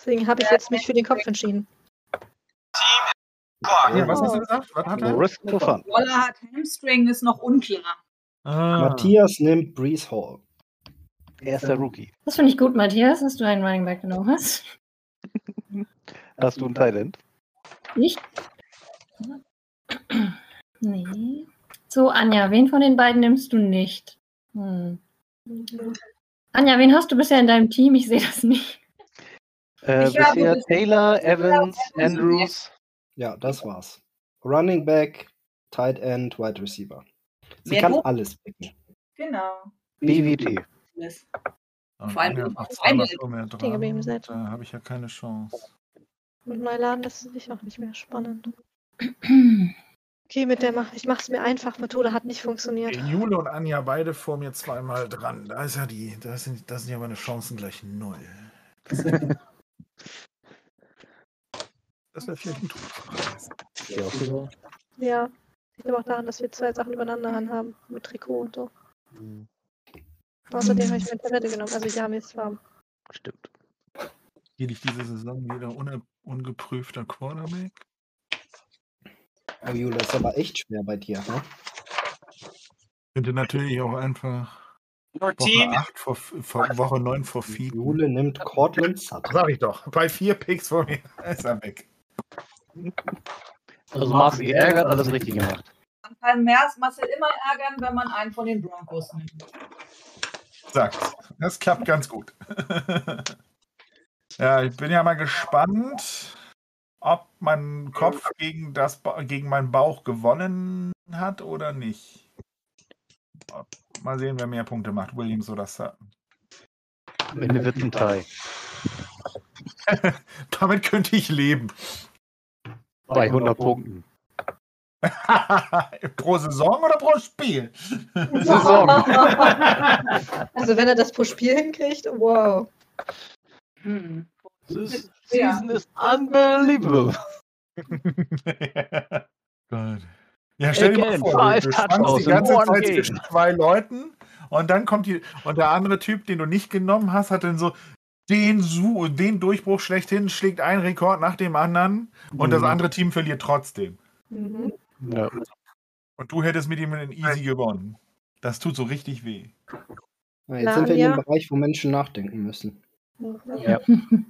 S6: Deswegen habe ich jetzt mich für den Kopf entschieden.
S2: Ja, was hast du gesagt? Was hat er?
S8: Risk to fun.
S4: Waller hat Hamstring, ist noch unklar.
S1: Ah.
S5: Ah.
S1: Matthias nimmt Brees Hall.
S8: Er ist der Rookie.
S5: Das finde ich gut, Matthias, dass du einen Running Back genommen hast.
S8: Hast du ein Talent?
S5: Ich? Nee. So, Anja, wen von den beiden nimmst du nicht? Hm. Anja, wen hast du bisher in deinem Team? Ich sehe das nicht.
S8: Äh,
S4: Ich habe
S8: bisher
S4: das-
S8: Taylor, Evans, Andrews.
S1: Ja, das war's. Running Back, Tight End, Wide Receiver. Sie
S4: Wer
S1: kann
S4: du?
S1: alles picken.
S4: Genau.
S8: BWT.
S4: Alles.
S2: Und
S4: Vor allem-
S2: Anja hat noch
S4: vor allem-
S2: zweimal vor mir
S6: Dinge bei ihm
S2: dran.
S6: selbst.
S2: Da habe ich ja keine Chance.
S6: Und neu laden, das ist sich auch nicht mehr spannend. Okay, mit der mach ich mach's mir einfach. Methode hat nicht funktioniert.
S2: Jule und Anja beide vor mir zweimal dran. Da ist ja die, da sind, da sind ja meine Chancen gleich null. Das wäre vielleicht ein Trugpreis.
S6: Ja. Liegt aber auch daran, dass wir zwei Sachen übereinander haben. Mit Trikot und so. Außerdem habe ich meine Tablette genommen. Also ja, mir ist warm.
S8: Stimmt.
S2: Jede diese Saison wieder une, ungeprüfter Quarterback.
S1: Oh, Jule, das ist aber echt schwer bei dir, ne?
S2: Könnte natürlich auch einfach
S10: Your
S2: Woche
S10: team
S2: 8 vor, vor Woche 9 vor Feed.
S1: Jule nimmt Cortland Sutton.
S2: Sag ich doch. Bei vier Picks vor mir ist er weg.
S8: Also Marx geärgert, alles richtig gemacht.
S4: Man kann Merz Marcel immer ärgern, wenn man einen von den Broncos nimmt.
S2: Sagt. Das klappt ganz gut. ja, ich bin ja mal gespannt, ob mein Kopf gegen, das, Ba- gegen meinen Bauch gewonnen hat oder nicht. Ob- Mal sehen, wer mehr Punkte macht, Williams oder Sutton.
S8: Am Ende wird's ein Teil.
S2: Damit könnte ich leben.
S8: Bei 100 Punkten.
S2: pro Saison oder pro Spiel?
S8: Saison.
S6: Also wenn er das pro Spiel hinkriegt, wow.
S4: Hm.
S8: This
S4: Ja.
S8: season is unbelievable.
S2: Gott. Ja, stell dir mal
S8: Again,
S2: vor, du, du
S8: five
S2: schwankst die
S8: touchdowns in
S2: ganze
S8: one
S2: Zeit
S8: game.
S2: zwischen zwei Leuten und dann kommt die und der andere Typ, den du nicht genommen hast, hat dann so den, Su den Durchbruch schlechthin, schlägt einen Rekord nach dem anderen und das
S8: Mhm.
S2: andere Team verliert trotzdem.
S6: Mhm.
S8: Ja.
S2: Und du hättest mit ihm einen Easy gewonnen. Das tut so richtig weh.
S1: Na, jetzt sind wir in
S6: Anja?
S1: dem Bereich, wo Menschen nachdenken müssen.
S8: Ja.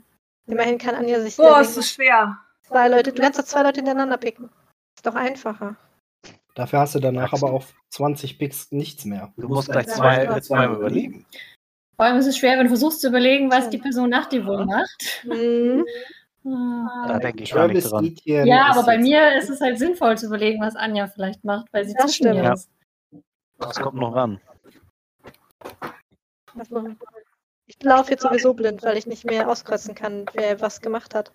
S6: Immerhin kann Anja sich
S4: Boah,
S6: deswegen
S4: es ist schwer.
S6: zwei Leute, du kannst doch zwei Leute hintereinander picken. Ist doch einfacher.
S1: Dafür hast du danach
S8: Axel.
S1: aber auf 20 Picks nichts mehr.
S8: Du musst gleich zwei, äh, zweimal überlegen.
S5: Vor allem ist es schwer, wenn du versuchst zu überlegen, was die Person nach dir wohl macht.
S6: Mhm.
S8: Da denke ich gar nicht
S1: Travis
S8: dran.
S1: Etienne
S5: Ja,
S1: Ah. ist
S5: aber bei
S1: jetzt-
S5: mir ist es halt sinnvoll zu überlegen, was Anja vielleicht macht, weil sie
S6: Das
S5: zwischen mir
S6: stimmt.
S5: ist.
S8: Das kommt noch ran.
S6: Was machen wir? Ich laufe jetzt sowieso blind, weil ich nicht mehr auskreisen kann, wer was gemacht hat.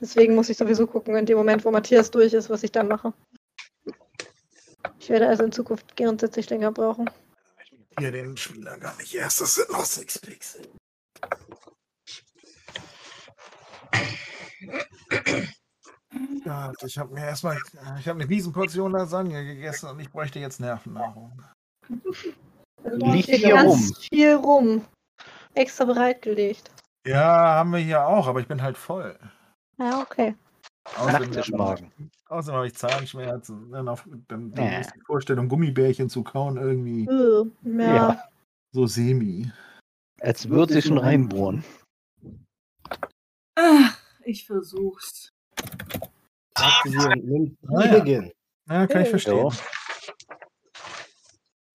S6: Deswegen muss ich sowieso gucken, in dem Moment, wo Matthias durch ist, was ich dann mache. Ich werde also in Zukunft grundsätzlich länger brauchen.
S2: Hier den Spieler gar nicht erst, das sind noch Six Picks. Gott, ich habe mir erstmal, ich habe eine Riesenportion Lasagne gegessen und ich bräuchte jetzt Nervennahrung.
S8: Liegt
S6: Steht
S8: hier
S6: Also ganz
S8: rum.
S6: viel rum. Extra bereitgelegt.
S2: Ja, haben wir hier auch, aber ich bin halt voll.
S6: Ja, okay.
S8: Nacktischmagen.
S2: Außerdem habe ich Zahnschmerzen. Dann, auf, dann, dann
S8: Äh.
S2: ist die Vorstellung, Gummibärchen zu kauen, irgendwie
S6: Äh, Ja.
S2: so semi.
S8: Als würde sich schon reinbohren.
S4: Ach, ich versuch's.
S1: Nimm
S2: Ah, ja.
S1: Picken.
S2: Ja, kann
S1: Hey.
S2: ich verstehen.
S1: Ja.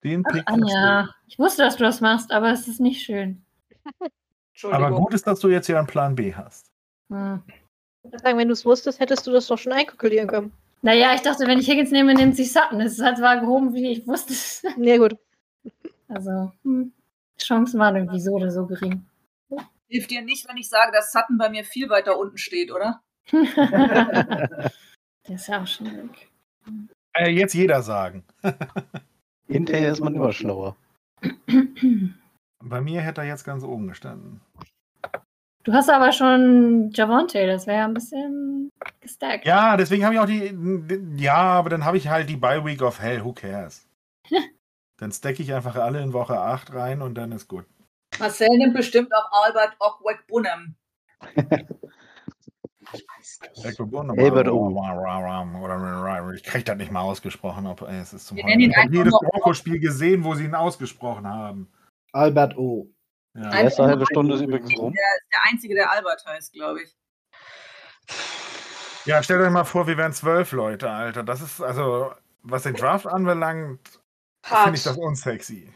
S2: Den Pick verstehe
S5: Anja, ich wusste, dass du das machst, aber es ist nicht schön.
S2: ich. Aber gut ist, dass du jetzt hier einen Plan B hast.
S5: Hm.
S6: Ich würd Sagen, wenn du es wusstest, hättest du das doch schon einkalkulieren können.
S5: Naja, ich dachte, wenn ich Higgins nehme, nimmt sich Sutton. Es hat zwar gehoben, wie ich wusste.
S6: Ja, gut.
S5: Also, hm. Chancen waren irgendwie so oder so gering.
S4: Hilft dir nicht, wenn ich sage, dass Sutton bei mir viel weiter unten steht, oder?
S5: Der ist ja auch schon weg.
S2: Äh, jetzt jeder sagen.
S8: Hinterher ist man immer schlauer.
S2: Bei mir hätte er jetzt ganz oben gestanden.
S5: Du hast aber schon Javonte, das wäre ja ein bisschen gestackt.
S2: Ja, deswegen habe ich auch die. Ja, aber dann habe ich halt die Bye Week of Hell, who cares? dann stecke ich einfach alle in Woche 8 rein und dann ist gut.
S4: Marcel nimmt bestimmt auch Albert Okwek Bunnem.
S8: Albert O.
S1: oh.
S2: Oder ich kriege das nicht mal ausgesprochen. Ob, ey, es ist zum
S4: Wir
S2: Heulen.
S4: nennen ihn
S2: Ich habe
S4: einfach
S2: jedes
S4: nur-
S2: Broncos-Spiel gesehen, wo sie ihn ausgesprochen haben.
S1: Albert O.
S2: Ja.
S8: Die erste halbe Stunde ist übrigens
S4: Der
S8: rum.
S4: ist der Einzige, der Albert heißt, glaube ich.
S2: Ja, stellt euch mal vor, wir wären zwölf Leute, Alter. Das ist also, was den Draft anbelangt, finde ich das
S7: Hart.
S2: unsexy.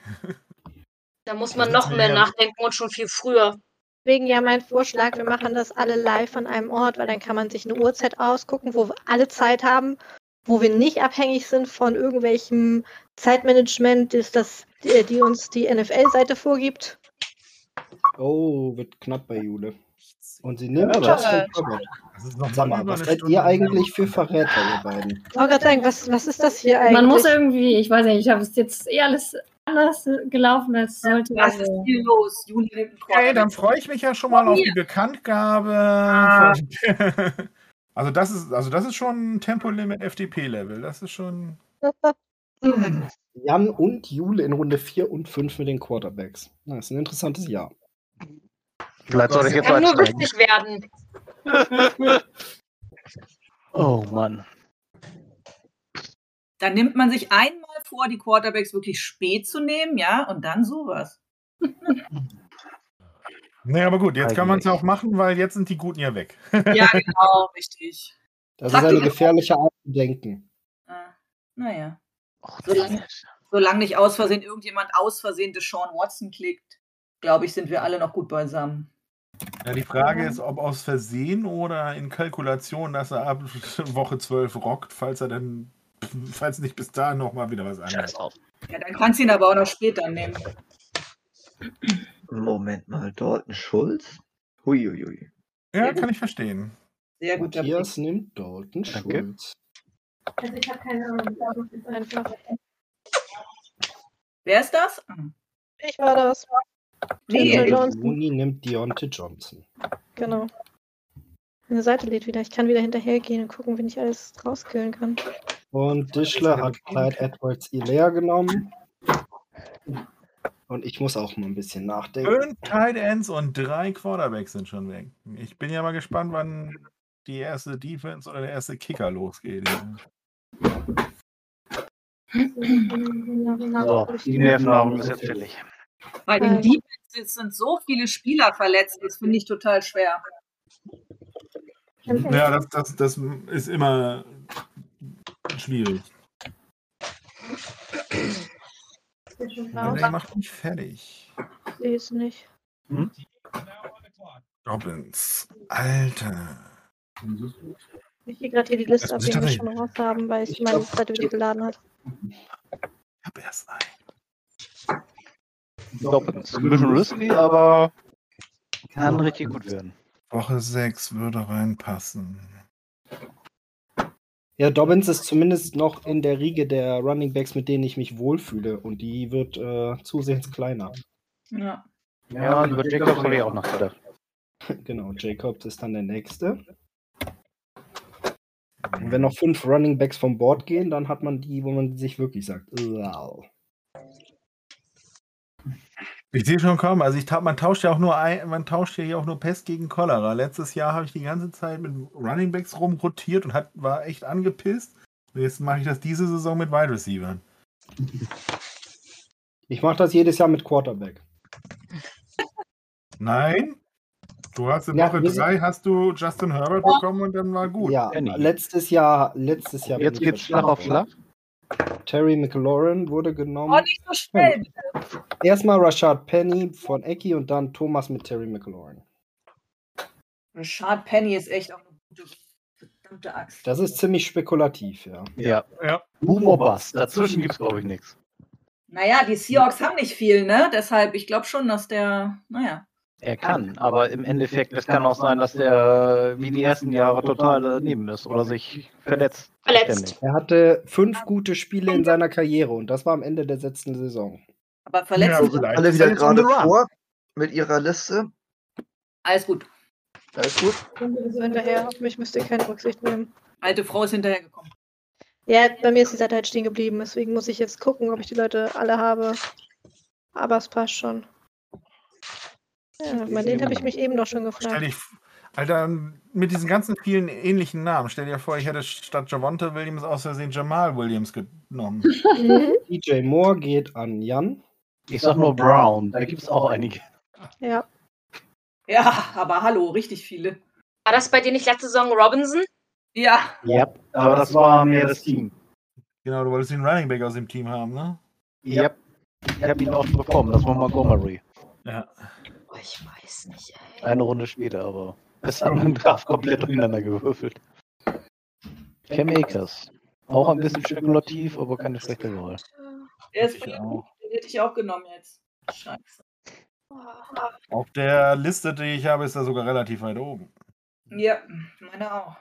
S7: Da muss man noch mehr nachdenken und schon viel früher.
S6: Deswegen ja mein Vorschlag, wir machen das alle live an einem Ort, weil dann kann man sich eine Uhrzeit ausgucken, wo wir alle Zeit haben, wo wir nicht abhängig sind von irgendwelchem Zeitmanagement, das, das, die die uns die NFL-Seite vorgibt.
S1: Oh, wird knapp bei Jule. Und sie nimmt
S8: Ja,
S1: das
S6: aber-
S1: für Herbert.
S2: Das ist noch
S1: Sag mal,
S2: über
S1: was
S2: eine
S1: seid
S2: Stunde
S1: ihr eigentlich für Verräter, ihr beiden?
S6: Ich wollte gerade sagen, was, was ist das hier eigentlich?
S5: Man muss irgendwie, ich weiß nicht, ich habe es jetzt eh alles anders gelaufen, als sollte.
S4: Was ist
S5: Also,
S4: hier los? Juni nimmt einen
S2: Hey, dann
S4: Quarterback.
S2: freue ich mich ja schon mal auf die Bekanntgabe. von- also das ist, also das ist schon ein Tempolimit FDP-Level. Das ist schon.
S1: Jan und Jule in Runde 4 und 5 mit den Quarterbacks. Na, ist ein interessantes Jahr.
S8: Vielleicht soll ich jetzt
S7: Kann nur
S8: einsteigen.
S7: wichtig werden.
S8: Oh Mann.
S4: Dann nimmt man sich einmal vor, die Quarterbacks wirklich spät zu nehmen, ja, und dann sowas.
S2: Nee, aber gut, jetzt kann man es auch machen, weil jetzt sind die Guten ja weg.
S4: Ja, genau, richtig.
S1: Das ist
S4: Sagt
S1: eine
S4: ihr-
S1: gefährliche Art zu denken.
S4: Ah, naja. Solange, solange nicht aus Versehen irgendjemand aus Versehen Deshaun Watson klickt, glaube ich, sind wir alle noch gut beisammen.
S2: Ja, die Frage ist, ob aus Versehen oder in Kalkulation, dass er ab Woche 12 rockt, falls er denn, falls nicht bis dahin nochmal wieder was anderes.
S4: Ja, dann kannst du ihn aber auch noch später nehmen.
S3: Moment mal, Dalton Schulz? Huiuiui.
S2: Ja, kann ich verstehen.
S4: Sehr guter
S1: Matthias nimmt Dalton Schulz.
S5: ich habe keine Ahnung.
S6: Einfach.
S4: Wer ist das? Ah,
S6: Ich war das.
S4: Nee.
S6: Johnson.
S1: Und Juni nimmt Deontay Johnson.
S6: Genau. Meine Seite lädt wieder. Ich kann wieder hinterhergehen und gucken, wenn ich alles rauskillen kann.
S1: Und Dischler hat Clyde Edwards Ilea genommen. Und ich muss auch mal ein bisschen nachdenken.
S2: Fünf Tight Ends und drei Quarterbacks sind schon weg. Ich bin ja mal gespannt, wann die erste Defense oder der erste Kicker losgeht.
S8: So, die Nervennahrung ist jetzt fällig.
S4: Bei den
S6: Ähm.
S4: Defenses sind so viele Spieler verletzt, das finde ich total schwer.
S2: Ja, das, das, das ist immer schwierig. Der macht mich fertig.
S6: Ich lese nicht.
S2: Dobbins. Alter.
S6: Ich gehe gerade hier die Liste
S2: Das
S6: ab,
S2: muss
S6: die
S2: ich
S6: wir schon
S2: tatsächlich-
S6: raus haben, weil ich meine Seite wieder geladen hat.
S2: Ich hab erst einen.
S8: Doppelt. Ein bisschen risky, aber kann richtig gut werden.
S2: Woche 6 würde reinpassen.
S1: Ja, Dobbins ist zumindest noch in der Riege der Running Backs, mit denen ich mich wohlfühle. Und die wird äh, zusehends kleiner.
S4: Ja.
S8: Ja, über Jacobs habe ich auch noch gedacht.
S1: Genau, Jacobs ist dann der nächste. Und wenn noch fünf Running Backs vom Board gehen, dann hat man die, wo man sich wirklich sagt, wow.
S2: Ich sehe schon kommen. Also ich ta man tauscht ja auch nur ein, man tauscht ja hier auch nur Pest gegen Cholera. Letztes Jahr habe ich die ganze Zeit mit Running Backs rumrotiert und hat, war echt angepisst. Und jetzt mache ich das diese Saison mit Wide Receivern.
S1: Ich mache das jedes Jahr mit Quarterback.
S2: Nein. Du hast in
S1: Ja,
S2: Woche
S1: wir sind-
S2: 3 hast du Justin Herbert bekommen und dann war gut.
S1: Ja, letztes Jahr, letztes Jahr.
S2: Jetzt geht's Schlag auf Schlag.
S1: Terry McLaurin wurde genommen.
S4: Oh, nicht so schnell, bitte.
S1: Erstmal Rashad Penny von Eki und dann Thomas mit Terry McLaurin.
S4: Rashad Penny ist echt auch eine gute verdammte Axt.
S1: Das ist ziemlich spekulativ, ja.
S8: Ja.
S2: ja.
S8: Boom or Bust. Dazwischen gibt es, glaube ich, nichts.
S4: Naja, die Seahawks haben nicht viel, ne? Deshalb, ich glaube schon, dass der, naja.
S8: Er kann, aber im Endeffekt, es kann auch sein, dass der wie die ersten Jahre total daneben ist oder sich verletzt. Ständig.
S1: Er hatte fünf gute Spiele in seiner Karriere und das war am Ende der letzten Saison.
S4: Aber verletzt
S3: sind alle wieder gerade vor mit ihrer Liste.
S4: Alles gut.
S3: Alles gut.
S6: So hinterher, auf mich müsst ihr keine Rücksicht nehmen.
S4: Alte Frau ist hinterhergekommen.
S6: Ja, bei mir ist die Seite halt stehen geblieben, deswegen muss ich jetzt gucken, ob ich die Leute alle habe. Aber es passt schon. Ja, bei denen habe ich mich eben doch schon
S2: Stell
S6: gefragt.
S2: dich, Alter, mit diesen ganzen vielen ähnlichen Namen, stell dir vor, ich hätte statt Javonte Williams aus Versehen Jamal Williams genommen.
S6: Mhm.
S1: DJ Moore geht an Jan.
S8: Ich sag nur Brown, da gibt es auch einige.
S6: Ja.
S4: Ja, aber hallo, richtig viele.
S7: War das bei dir nicht letzte Saison Robinson?
S4: Ja.
S8: Ja, aber das war mehr das Team.
S2: Genau, du wolltest den Running Back aus dem Team haben, ne?
S8: Ja. Ich habe ihn auch schon bekommen, das war Montgomery.
S2: Ja.
S7: Oh, Ich weiß nicht, ey.
S8: Eine Runde später, aber es hat meinen Draft komplett durcheinander gewürfelt. Cam Akers. Auch ein bisschen spekulativ, aber keine schlechte Wahl.
S4: Der ist von den den hätte ich auch genommen jetzt. Scheiße.
S2: Auf der Liste, die ich habe, ist er sogar relativ weit oben.
S4: Ja, meine auch.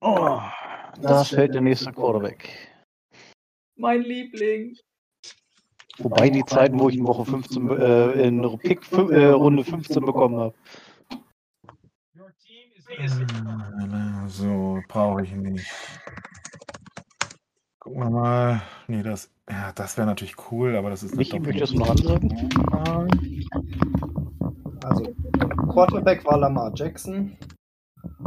S8: Oh, da fällt der nächste Quarterback.
S4: Mein Liebling.
S8: Wobei die Zeiten, wo ich in Woche 15, be- äh, in Pick, fün- äh, Runde 15 bekommen habe.
S2: So, brauche ich nicht. Gucken wir mal. Nee, das, ja, das wäre natürlich cool, aber das ist
S8: Michi,
S2: Doppel-
S8: möchtest du noch ansagen?
S1: Also, Quarterback war Lamar Jackson.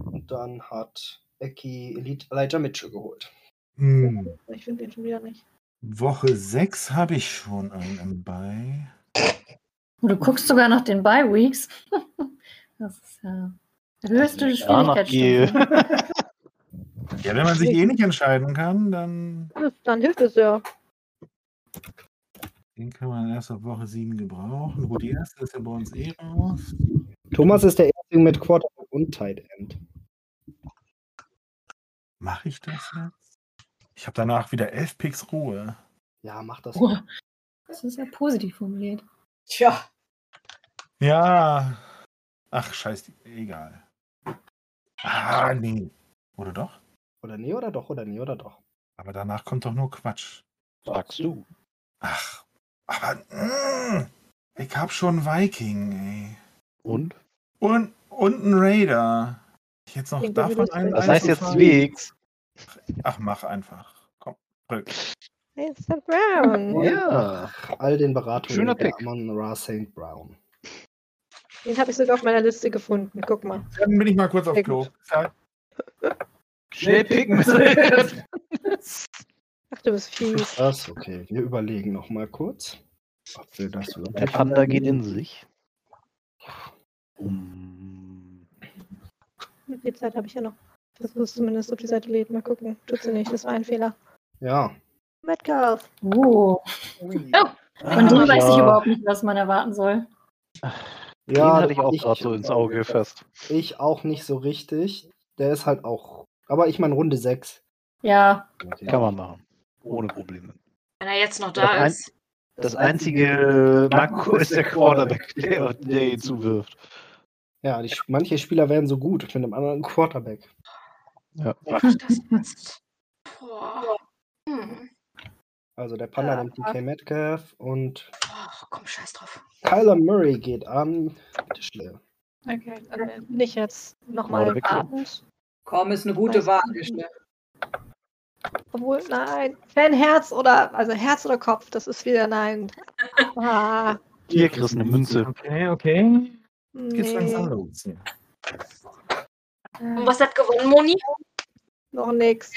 S1: Und dann hat Eki Elite Elijah Mitchell geholt.
S2: Hm.
S6: Ich finde den schon wieder nicht.
S2: Woche 6 habe ich schon einen bei.
S5: Und du guckst sogar noch den Bye Weeks. Das ist ja höchste Schwierigkeitsstufe.
S2: Ja, wenn man sich eh nicht entscheiden kann, dann
S6: Dann hilft es ja.
S2: den kann man erst auf Woche 7 gebrauchen. Gut, die erste ist ja bei uns eh raus.
S1: Thomas ist der Erste mit Quarterback und Tight End.
S2: Mache ich das jetzt? Ich habe danach wieder elf Picks Ruhe.
S1: Ja, mach das.
S5: Boah, Das ist ja positiv formuliert.
S4: Tja.
S2: Ja. Ach, scheiße, egal. Ah, nee. Oder doch?
S1: Oder nee, oder doch, oder nee, oder doch.
S2: Aber danach kommt doch nur Quatsch.
S8: Sagst du.
S2: Ach, aber mm, ich hab schon Viking, ey.
S8: Und?
S2: Und, und ein Raider. Ich jetzt noch
S6: Klingt
S2: davon
S6: irgendwie
S2: einen
S8: Das heißt jetzt
S2: einzufangen?
S8: Weeks.
S2: Ach, mach einfach. Komm, rück.
S6: It's the Brown.
S8: Ja.
S1: Nach all den Beratungen
S8: Schöner
S1: der
S8: Pick.
S1: Amon Ra St. Brown.
S6: Den habe ich sogar auf meiner Liste gefunden. Guck mal.
S2: Dann bin ich mal kurz auf
S6: Sehr
S2: Klo.
S6: gut.
S2: Ja,
S8: Schnell picken.
S6: Ach, du bist fies.
S1: Das, okay. Wir überlegen noch mal kurz, ob wir das wirklich...
S8: Der Panda geht in sich.
S6: Wie viel Zeit habe ich ja noch? Versuch's zumindest, ob die Seite lädt. Mal gucken. Tut sie nicht. Das war ein Fehler.
S1: Ja.
S6: Metcalf.
S5: Oh. Von dem weiß ich überhaupt nicht, was man erwarten soll.
S8: Den
S1: Ja,
S8: hatte ich auch
S1: ich-
S8: gerade so ins Auge gefasst.
S1: Ich auch nicht so richtig. Der ist halt auch... Aber ich meine Runde 6.
S5: Ja,
S8: Kann man machen. Ohne Probleme.
S7: Wenn er jetzt noch
S8: Das
S7: da
S8: ein-
S7: ist.
S8: Das einzige Manko ist der Quarterback, der, der ihn zuwirft.
S1: Ja, die, manche Spieler werden so gut mit einem anderen Quarterback.
S8: Ja.
S7: Das jetzt. Boah. Hm.
S1: Also der Panda
S7: Ja.
S1: nimmt DK Metcalf und
S7: Ach, komm, scheiß drauf.
S1: Kyler Murray geht an. Bitte schnell.
S6: Okay. Also nicht jetzt
S8: Mal
S6: nochmal
S8: wechseln.
S6: warten.
S4: Komm, ist eine gute
S6: Weiß
S4: Wahl.
S6: nicht.
S4: Stefan.
S6: Obwohl, nein. Fanherz oder, also Herz oder Kopf, das ist wieder nein. Ah,
S8: Hier, Chris, eine Münze.
S12: Okay, okay.
S6: nee.
S12: los.
S7: Und was hat gewonnen, Moni?
S6: Noch nix.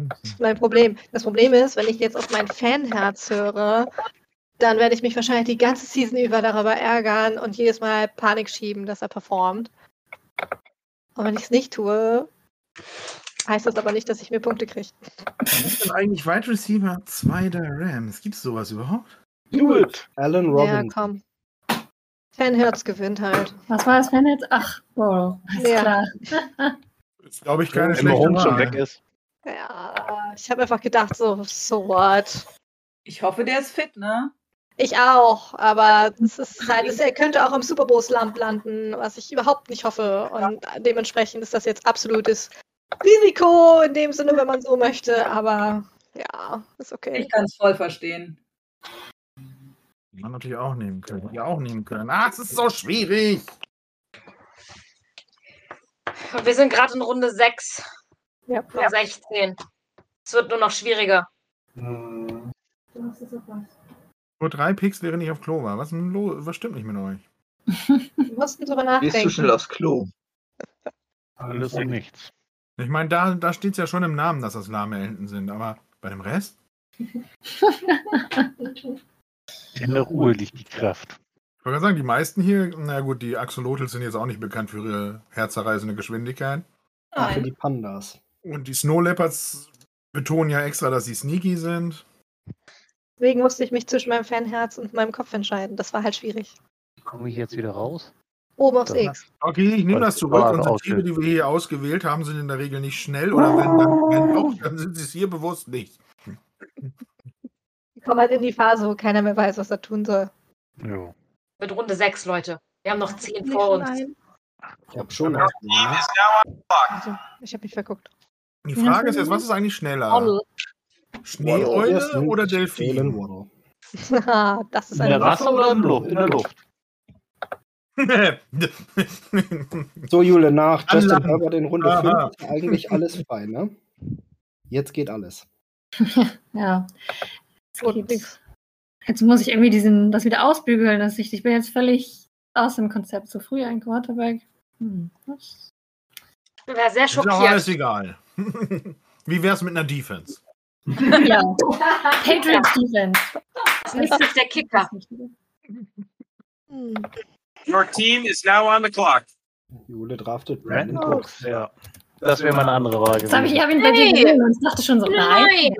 S6: Das ist mein Problem. Das Problem ist, wenn ich jetzt auf mein Fanherz höre, dann werde ich mich wahrscheinlich die ganze Season über darüber ärgern und jedes Mal Panik schieben, dass er performt. Und wenn ich es nicht tue, heißt das aber nicht, dass ich mir Punkte kriege.
S12: Ist denn eigentlich Wide Receiver 2 der Rams? Gibt es sowas überhaupt?
S1: Do it! Alan
S6: Ja,
S1: Robinson.
S6: komm. Fanherz gewinnt halt.
S5: Was war das Fanherz? Ach, wow. Alles
S6: Ja.
S5: klar.
S2: Ist, glaube ich, keine
S8: Wenn
S2: schlechte
S8: Mahomes schon
S2: Wahl.
S8: weg ist.
S6: Ja, ich habe einfach gedacht, so, so what?
S4: Ich hoffe, der ist fit, ne?
S6: Ich auch, aber es ist halt, es, er könnte auch im Super Bowl Slump landen, was ich überhaupt nicht hoffe. Und dementsprechend ist das jetzt absolutes Risiko in dem Sinne, wenn man so möchte. Aber ja, ist okay.
S4: Ich kann es voll verstehen.
S2: Man natürlich auch nehmen können. Ja, auch nehmen können. Ah, es ist so schwierig.
S7: Wir sind gerade in Runde 6
S6: ja.
S7: von 16. Es wird nur noch schwieriger.
S2: Nur drei Picks, während ich auf Klo war. Was, ist denn los? was stimmt nicht mit euch?
S6: Wir mussten drüber
S3: Gehst du schnell
S6: nachdenken.
S3: aufs Klo?
S8: Alles und nichts.
S2: Ich meine, da, da steht es ja schon im Namen, dass das lahme Enten sind, aber bei dem Rest?
S8: In der Ruhe liegt die Kraft.
S2: Ich wollte gerade sagen, die meisten hier, na gut, die Axolotls sind jetzt auch nicht bekannt für ihre herzerreißende Geschwindigkeit.
S1: Für die Pandas.
S2: Und die Snow Leopards betonen ja extra, dass sie sneaky sind.
S6: Deswegen musste ich mich zwischen meinem Fanherz und meinem Kopf entscheiden. Das war halt schwierig.
S8: Komme ich jetzt wieder raus?
S6: Oben aufs
S8: Das-
S6: X.
S2: Okay, ich nehme
S8: Weil
S2: das
S8: die
S2: zurück.
S8: Bahn
S2: Unsere
S8: ausgeht.
S2: Tiere, die wir hier ausgewählt haben, sind in der Regel nicht schnell oder wenn, dann, wenn
S8: Ah.
S2: doch, dann sind sie es hier bewusst nicht.
S6: Wir kommen halt in die Phase, wo keiner mehr weiß, was er tun soll.
S8: Jo.
S7: Mit Runde 6, Leute. Wir haben noch 10 vor uns.
S1: Ich habe schon ne? ausgewählt.
S6: Also, ich habe mich verguckt.
S2: Die Frage ist jetzt, was ist eigentlich schneller?
S6: Waddle.
S2: Schneeeule oder Delfin?
S6: Haha, das ist
S8: In
S6: eine
S8: der Wasser oder in der Luft? In der Luft.
S1: So, Jule, nach
S2: An
S1: Justin
S2: Land.
S1: Herbert in Runde
S2: Aha.
S1: 5 eigentlich alles frei, ne? Jetzt geht alles.
S5: Ja. Jetzt, geht's. jetzt muss ich irgendwie diesen, das wieder ausbügeln. Das ich, ich bin jetzt völlig aus dem Konzept. So früh ein Quarterback. Hm. was?
S7: Ich war sehr
S2: Ist auch alles
S7: schockiert.
S2: egal. Wie wär's mit einer Defense?
S5: Ja. Patriots Defense.
S7: Das ist nicht der Kicker.
S6: Hm.
S10: Your team is now on the clock.
S1: Jule draftet
S8: Brandon
S1: Brandon
S8: Cooks,
S1: Cooks.
S8: ja. Das wäre meine andere Wahl
S5: Jetzt habe ich, ich
S8: gewesen.
S5: hab ihn bei
S7: Hey.
S5: dir gesehen und dachte schon so, nein,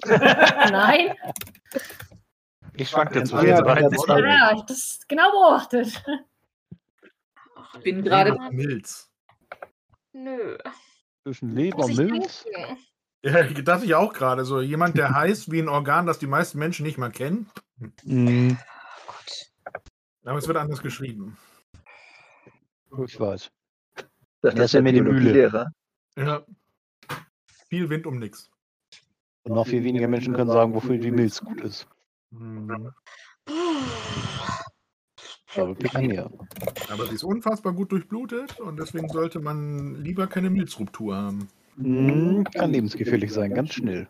S5: nein, nein.
S8: Ich schwankte
S2: Jetzt
S8: zwischen
S2: ja,
S8: beiden.
S2: jetzt-
S1: Also.
S8: oder?
S5: Ja, ich hab das genau beobachtet.
S4: Ich bin gerade.
S2: Leber, Milz.
S7: Nö.
S8: Zwischen Leber
S7: Muss
S8: und
S7: ich
S8: Milz?
S7: denken.
S2: Ja, dachte ich auch gerade. So jemand, der heißt wie ein Organ, das die meisten Menschen nicht mal kennen.
S8: Hm,
S2: Aber es wird anders geschrieben.
S8: ich weiß.
S3: Das,
S8: Ja, ist ja mir die Mühle.
S3: Lehrer.
S2: Ja. Viel Wind um nichts.
S8: Und noch viel weniger Menschen können sagen, wofür die Milz gut ist. Hm. Aber Picanha.
S2: Aber sie ist unfassbar gut durchblutet und deswegen sollte man lieber keine Milzruptur haben.
S8: Hm, kann lebensgefährlich sein, ganz schnell.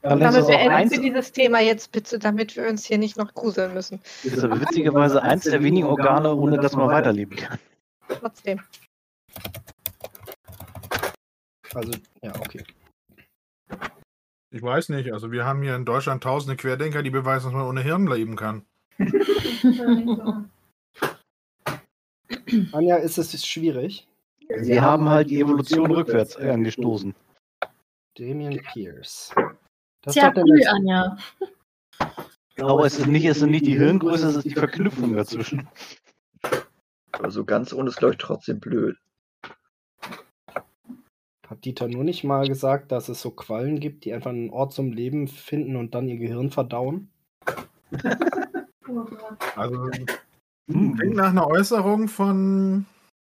S8: Dann ist
S6: Damit
S8: es auch
S6: beenden
S8: eins,
S6: wir dieses Thema jetzt bitte, damit wir uns hier nicht noch gruseln müssen.
S8: ist aber witzigerweise eins der wenigen Organe, ohne dass man weiterleben kann.
S6: Trotzdem.
S1: Also, ja, okay.
S2: Ich weiß nicht, also wir haben hier in Deutschland tausende Querdenker, die beweisen, dass man ohne Hirn leben kann.
S5: Oh
S1: Anja, ist es schwierig?
S8: Sie haben halt die Evolution rückwärts angestoßen.
S1: Damien Pierce. Das ist
S5: Tja,
S1: doch der
S5: cool,
S1: letzte.
S5: Anja.
S8: Aber Genau, es ist nicht, es sind nicht die Hirngröße, es ist die Verknüpfung dazwischen.
S3: Also ganz ohne ist, glaube ich, trotzdem blöd.
S1: Hat Dieter nur nicht mal gesagt, dass es so Quallen gibt, die einfach einen Ort zum Leben finden und dann ihr Gehirn verdauen?
S2: Also klingt
S8: Hm.
S2: nach einer Äußerung von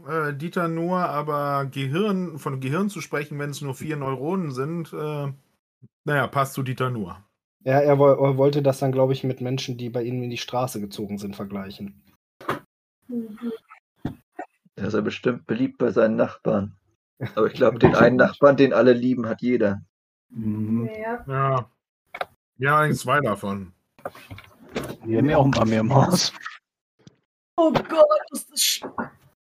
S2: äh, Dieter Nuhr, aber Gehirn, von Gehirn zu sprechen, wenn es nur vier Neuronen sind, äh, naja, passt zu Dieter Nuhr.
S1: Ja, er, woll- er wollte das dann, glaube ich, mit Menschen, die bei ihnen in die Straße gezogen sind, vergleichen.
S3: Er ist ja bestimmt beliebt bei seinen Nachbarn. Aber ich glaube, den einen Nachbarn, den alle lieben, hat jeder.
S8: Hm,
S2: Mhm.
S13: Ja.
S2: Ja. Wir haben allerdings zwei davon.
S8: Wir haben ja auch ein paar mehr im Haus.
S4: Oh Gott, ist das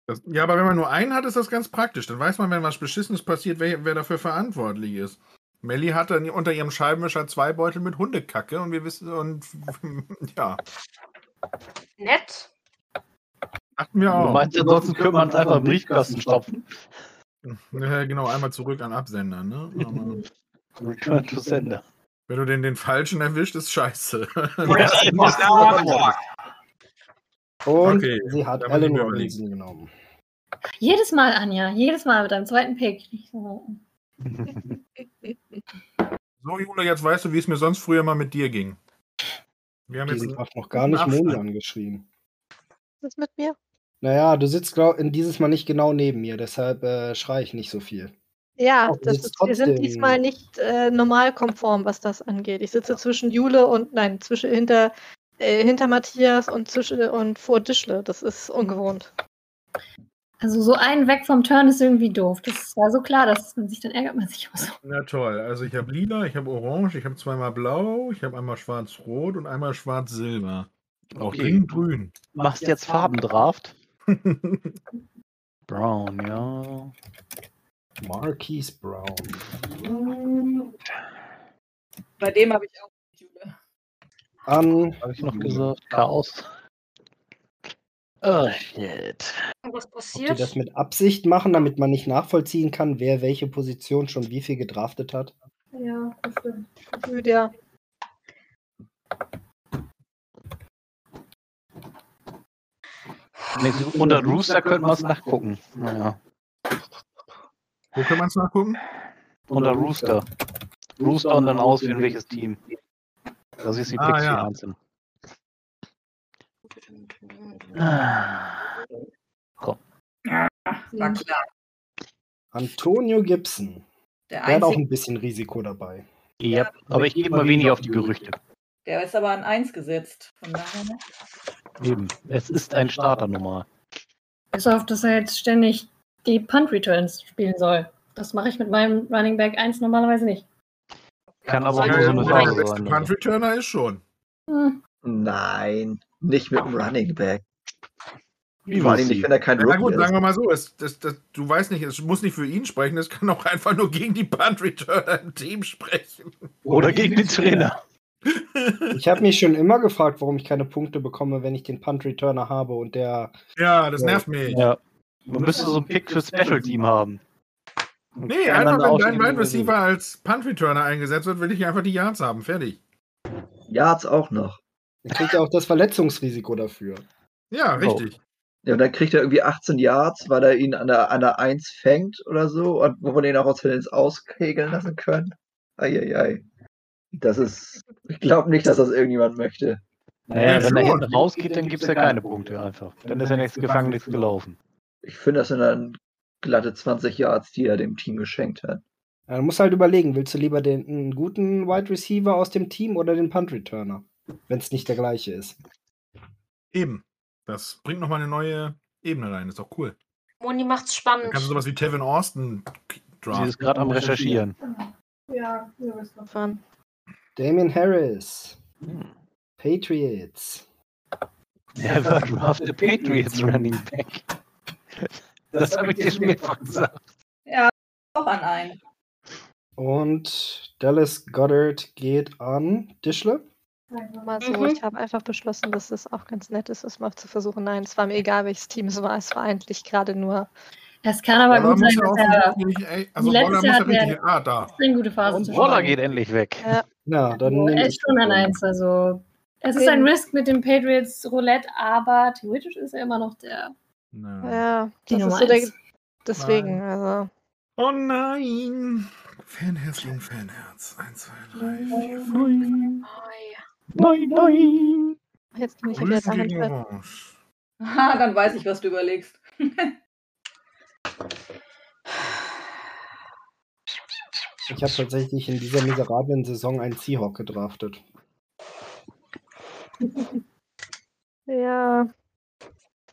S2: Das, ja, aber wenn man nur einen hat, ist das ganz praktisch. Dann weiß man, wenn was Beschissenes passiert, wer, wer dafür verantwortlich ist. Melly hat dann unter ihrem Scheibenwischer zwei Beutel mit Hundekacke und wir wissen, und ja,
S7: Nett.
S2: hatten wir auch.
S8: Du meinst, Genau. ansonsten könnte man es einfach im Briefkasten stopfen.
S2: Ja, genau, einmal zurück an Absender, ne? Aber-
S8: Return to sender.
S2: Wenn du den, den falschen erwischt, ist scheiße.
S1: Und
S2: Okay,
S1: sie hat
S2: dann müssen
S1: Alan
S2: wir
S1: Robinson genommen.
S5: Jedes Mal, Anja, jedes Mal mit deinem zweiten Pick. Nicht so.
S2: So, Jule, jetzt weißt du, wie es mir sonst früher mal mit dir ging. Wir haben
S1: Diesen
S2: jetzt
S1: Tag noch gar nicht
S2: Abstand.
S1: Moni angeschrieben.
S6: Was ist mit mir?
S1: Naja, du sitzt glaub, in dieses Mal nicht genau neben mir, deshalb äh, schreie ich nicht so viel.
S6: Ja,
S1: Oh,
S6: das
S1: sitzt
S6: ist, wir sind
S1: trotzdem.
S6: diesmal nicht äh, normalkonform, was das angeht. Ich sitze zwischen Jule und, nein, zwischen hinter, äh, hinter Matthias und zwischen und vor Dischle. Das ist ungewohnt.
S5: Also so einen weg vom Turn ist irgendwie doof. Das war so klar, dass man sich dann ärgert man sich auch so.
S2: Na toll, also ich habe lila, ich habe orange, ich habe zweimal blau, ich habe einmal schwarz-rot und einmal schwarz-silber. Auch
S8: Okay.
S2: dringend grün.
S8: Machst jetzt Farbendraft? Brown, ja.
S1: Marquise Brown.
S4: Bei dem habe ich auch Jule.
S1: An.
S8: Habe ich noch gesagt? Chaos. Oh shit.
S7: Was
S1: Ob die
S7: passiert?
S1: das mit Absicht machen, damit man nicht nachvollziehen kann, wer welche Position schon wie viel gedraftet hat?
S5: Ja, das stimmt.
S6: Gefühlt ja.
S8: Nee, so unter Rooster könnten wir es nachgucken. Naja.
S2: Wo kann man es nachgucken?
S8: Unter Rooster. Rooster und dann auswählen, welches Team. Da siehst du die
S2: Ah,
S8: Picks
S2: ja.
S8: hier einzeln. Komm.
S4: War klar.
S1: Antonio Gibson.
S4: Der
S1: Der hat auch
S4: einzige-
S1: ein bisschen Risiko dabei.
S8: Ja, aber ich gebe mal wenig auf die Gerüchte.
S4: Der ist aber an 1 gesetzt. Von daher.
S8: Eben. Es ist ein Starter normal.
S5: Bis auf, dass er jetzt ständig die Punt Returns spielen soll. Das mache ich mit meinem Running Back 1 normalerweise nicht.
S8: Kann aber auch
S2: Ja,
S8: nur so
S2: ja,
S8: eine
S2: wobei der
S8: Phase
S2: beste
S8: sein.
S2: Punt Returner ist schon.
S5: Hm.
S3: Nein, nicht mit dem Running Back.
S8: Wie
S3: Vor allem
S8: willst
S3: nicht,
S8: du?
S3: wenn er kein
S2: Na gut,
S3: Rookie
S2: sagen
S3: ist.
S2: wir mal so, es, das, das, du weißt nicht, es muss nicht für ihn sprechen, es kann auch einfach nur gegen die Punt Returner im Team sprechen.
S8: Oder gegen den Trainer.
S1: Ich habe mich schon immer gefragt, warum ich keine Punkte bekomme, wenn ich den Punt Returner habe und der.
S2: Ja, das nervt mich.
S8: Ja. Man müsste so einen Pick für Special Team haben.
S2: Nee,
S8: Kann
S2: einfach
S8: dann
S2: wenn
S8: auch
S2: dein
S8: irgendwie
S2: Wide Receiver als Punt Returner eingesetzt wird, will ich einfach die Yards haben. Fertig.
S3: Yards auch noch.
S1: Der kriegt ja auch das Verletzungsrisiko dafür.
S8: Oh.
S2: Ja,
S3: So.
S2: richtig.
S3: Ja, und dann kriegt er irgendwie 18 Yards, weil er ihn an der, an der 1 fängt oder so. Und wo wir den auch aus Fans auskegeln lassen können. Eieiei. Das ist. Ich glaube nicht, dass das irgendjemand möchte.
S8: Naja,
S3: Ja,
S8: wenn er
S3: schon.
S8: hinten rausgeht, dann gibt es ja keine Punkte einfach. Dann ist ja nichts gefangen, nichts gelaufen.
S3: Ich finde, das sind dann glatte 20 Yards, die er dem Team geschenkt hat.
S1: Ja, Du musst halt überlegen, willst du lieber den einen guten Wide Receiver aus dem Team oder den Punt Returner, wenn es nicht der gleiche ist.
S2: Eben. Das bringt nochmal eine neue Ebene rein. Ist doch cool.
S7: Moni macht's
S2: Dann
S7: spannend.
S2: kannst du sowas wie Tevin Austin draften.
S8: Sie ist gerade am Recherchieren.
S13: Ja, wir wissen.
S6: Fahren.
S1: Damien Harris,
S8: Hm.
S1: Patriots.
S8: Never draft a Patriots running back. Das habe ich dir schon mehrfach gesagt.
S4: Ja, auch an 1.
S1: Und Dallas Goddard geht an Dischle.
S6: Mal so,
S4: Mhm.
S6: ich habe einfach beschlossen, dass es auch ganz nett ist, es mal zu versuchen. Nein, es war mir egal, welches Team es war. Es war eigentlich gerade nur.
S5: Es kann aber
S2: Waller
S5: gut sein,
S2: muss ja
S5: dass er
S2: offensichtlich, ey, also
S5: letztes
S2: Waller muss
S5: Jahr
S2: ja
S5: hat er-
S2: richtig. Ah, da.
S5: eine gute Phase
S8: Und
S5: zu
S8: Waller
S5: spielen.
S8: geht endlich weg.
S6: Ja,
S1: Ja, dann
S5: Also,
S1: nehme ich.
S5: Er ist schon an 1, also es ist ein Risk mit dem Patriots Roulette, aber theoretisch ist er immer noch der.
S6: ja
S5: Die
S6: das ist
S5: Nummer
S6: so der,
S5: eins.
S6: deswegen. Also,
S2: Oh nein! Fanherz gegen Fanherz. 1, 2, 3, 4, 5.
S8: Nein, nein!
S6: jetzt bin ich wieder
S2: Grün
S6: damit.
S2: gegen Orange.
S4: Ha, dann weiß ich, was du überlegst.
S1: Ich habe tatsächlich in dieser miserablen Saison einen Seahawk gedraftet.
S6: Ja.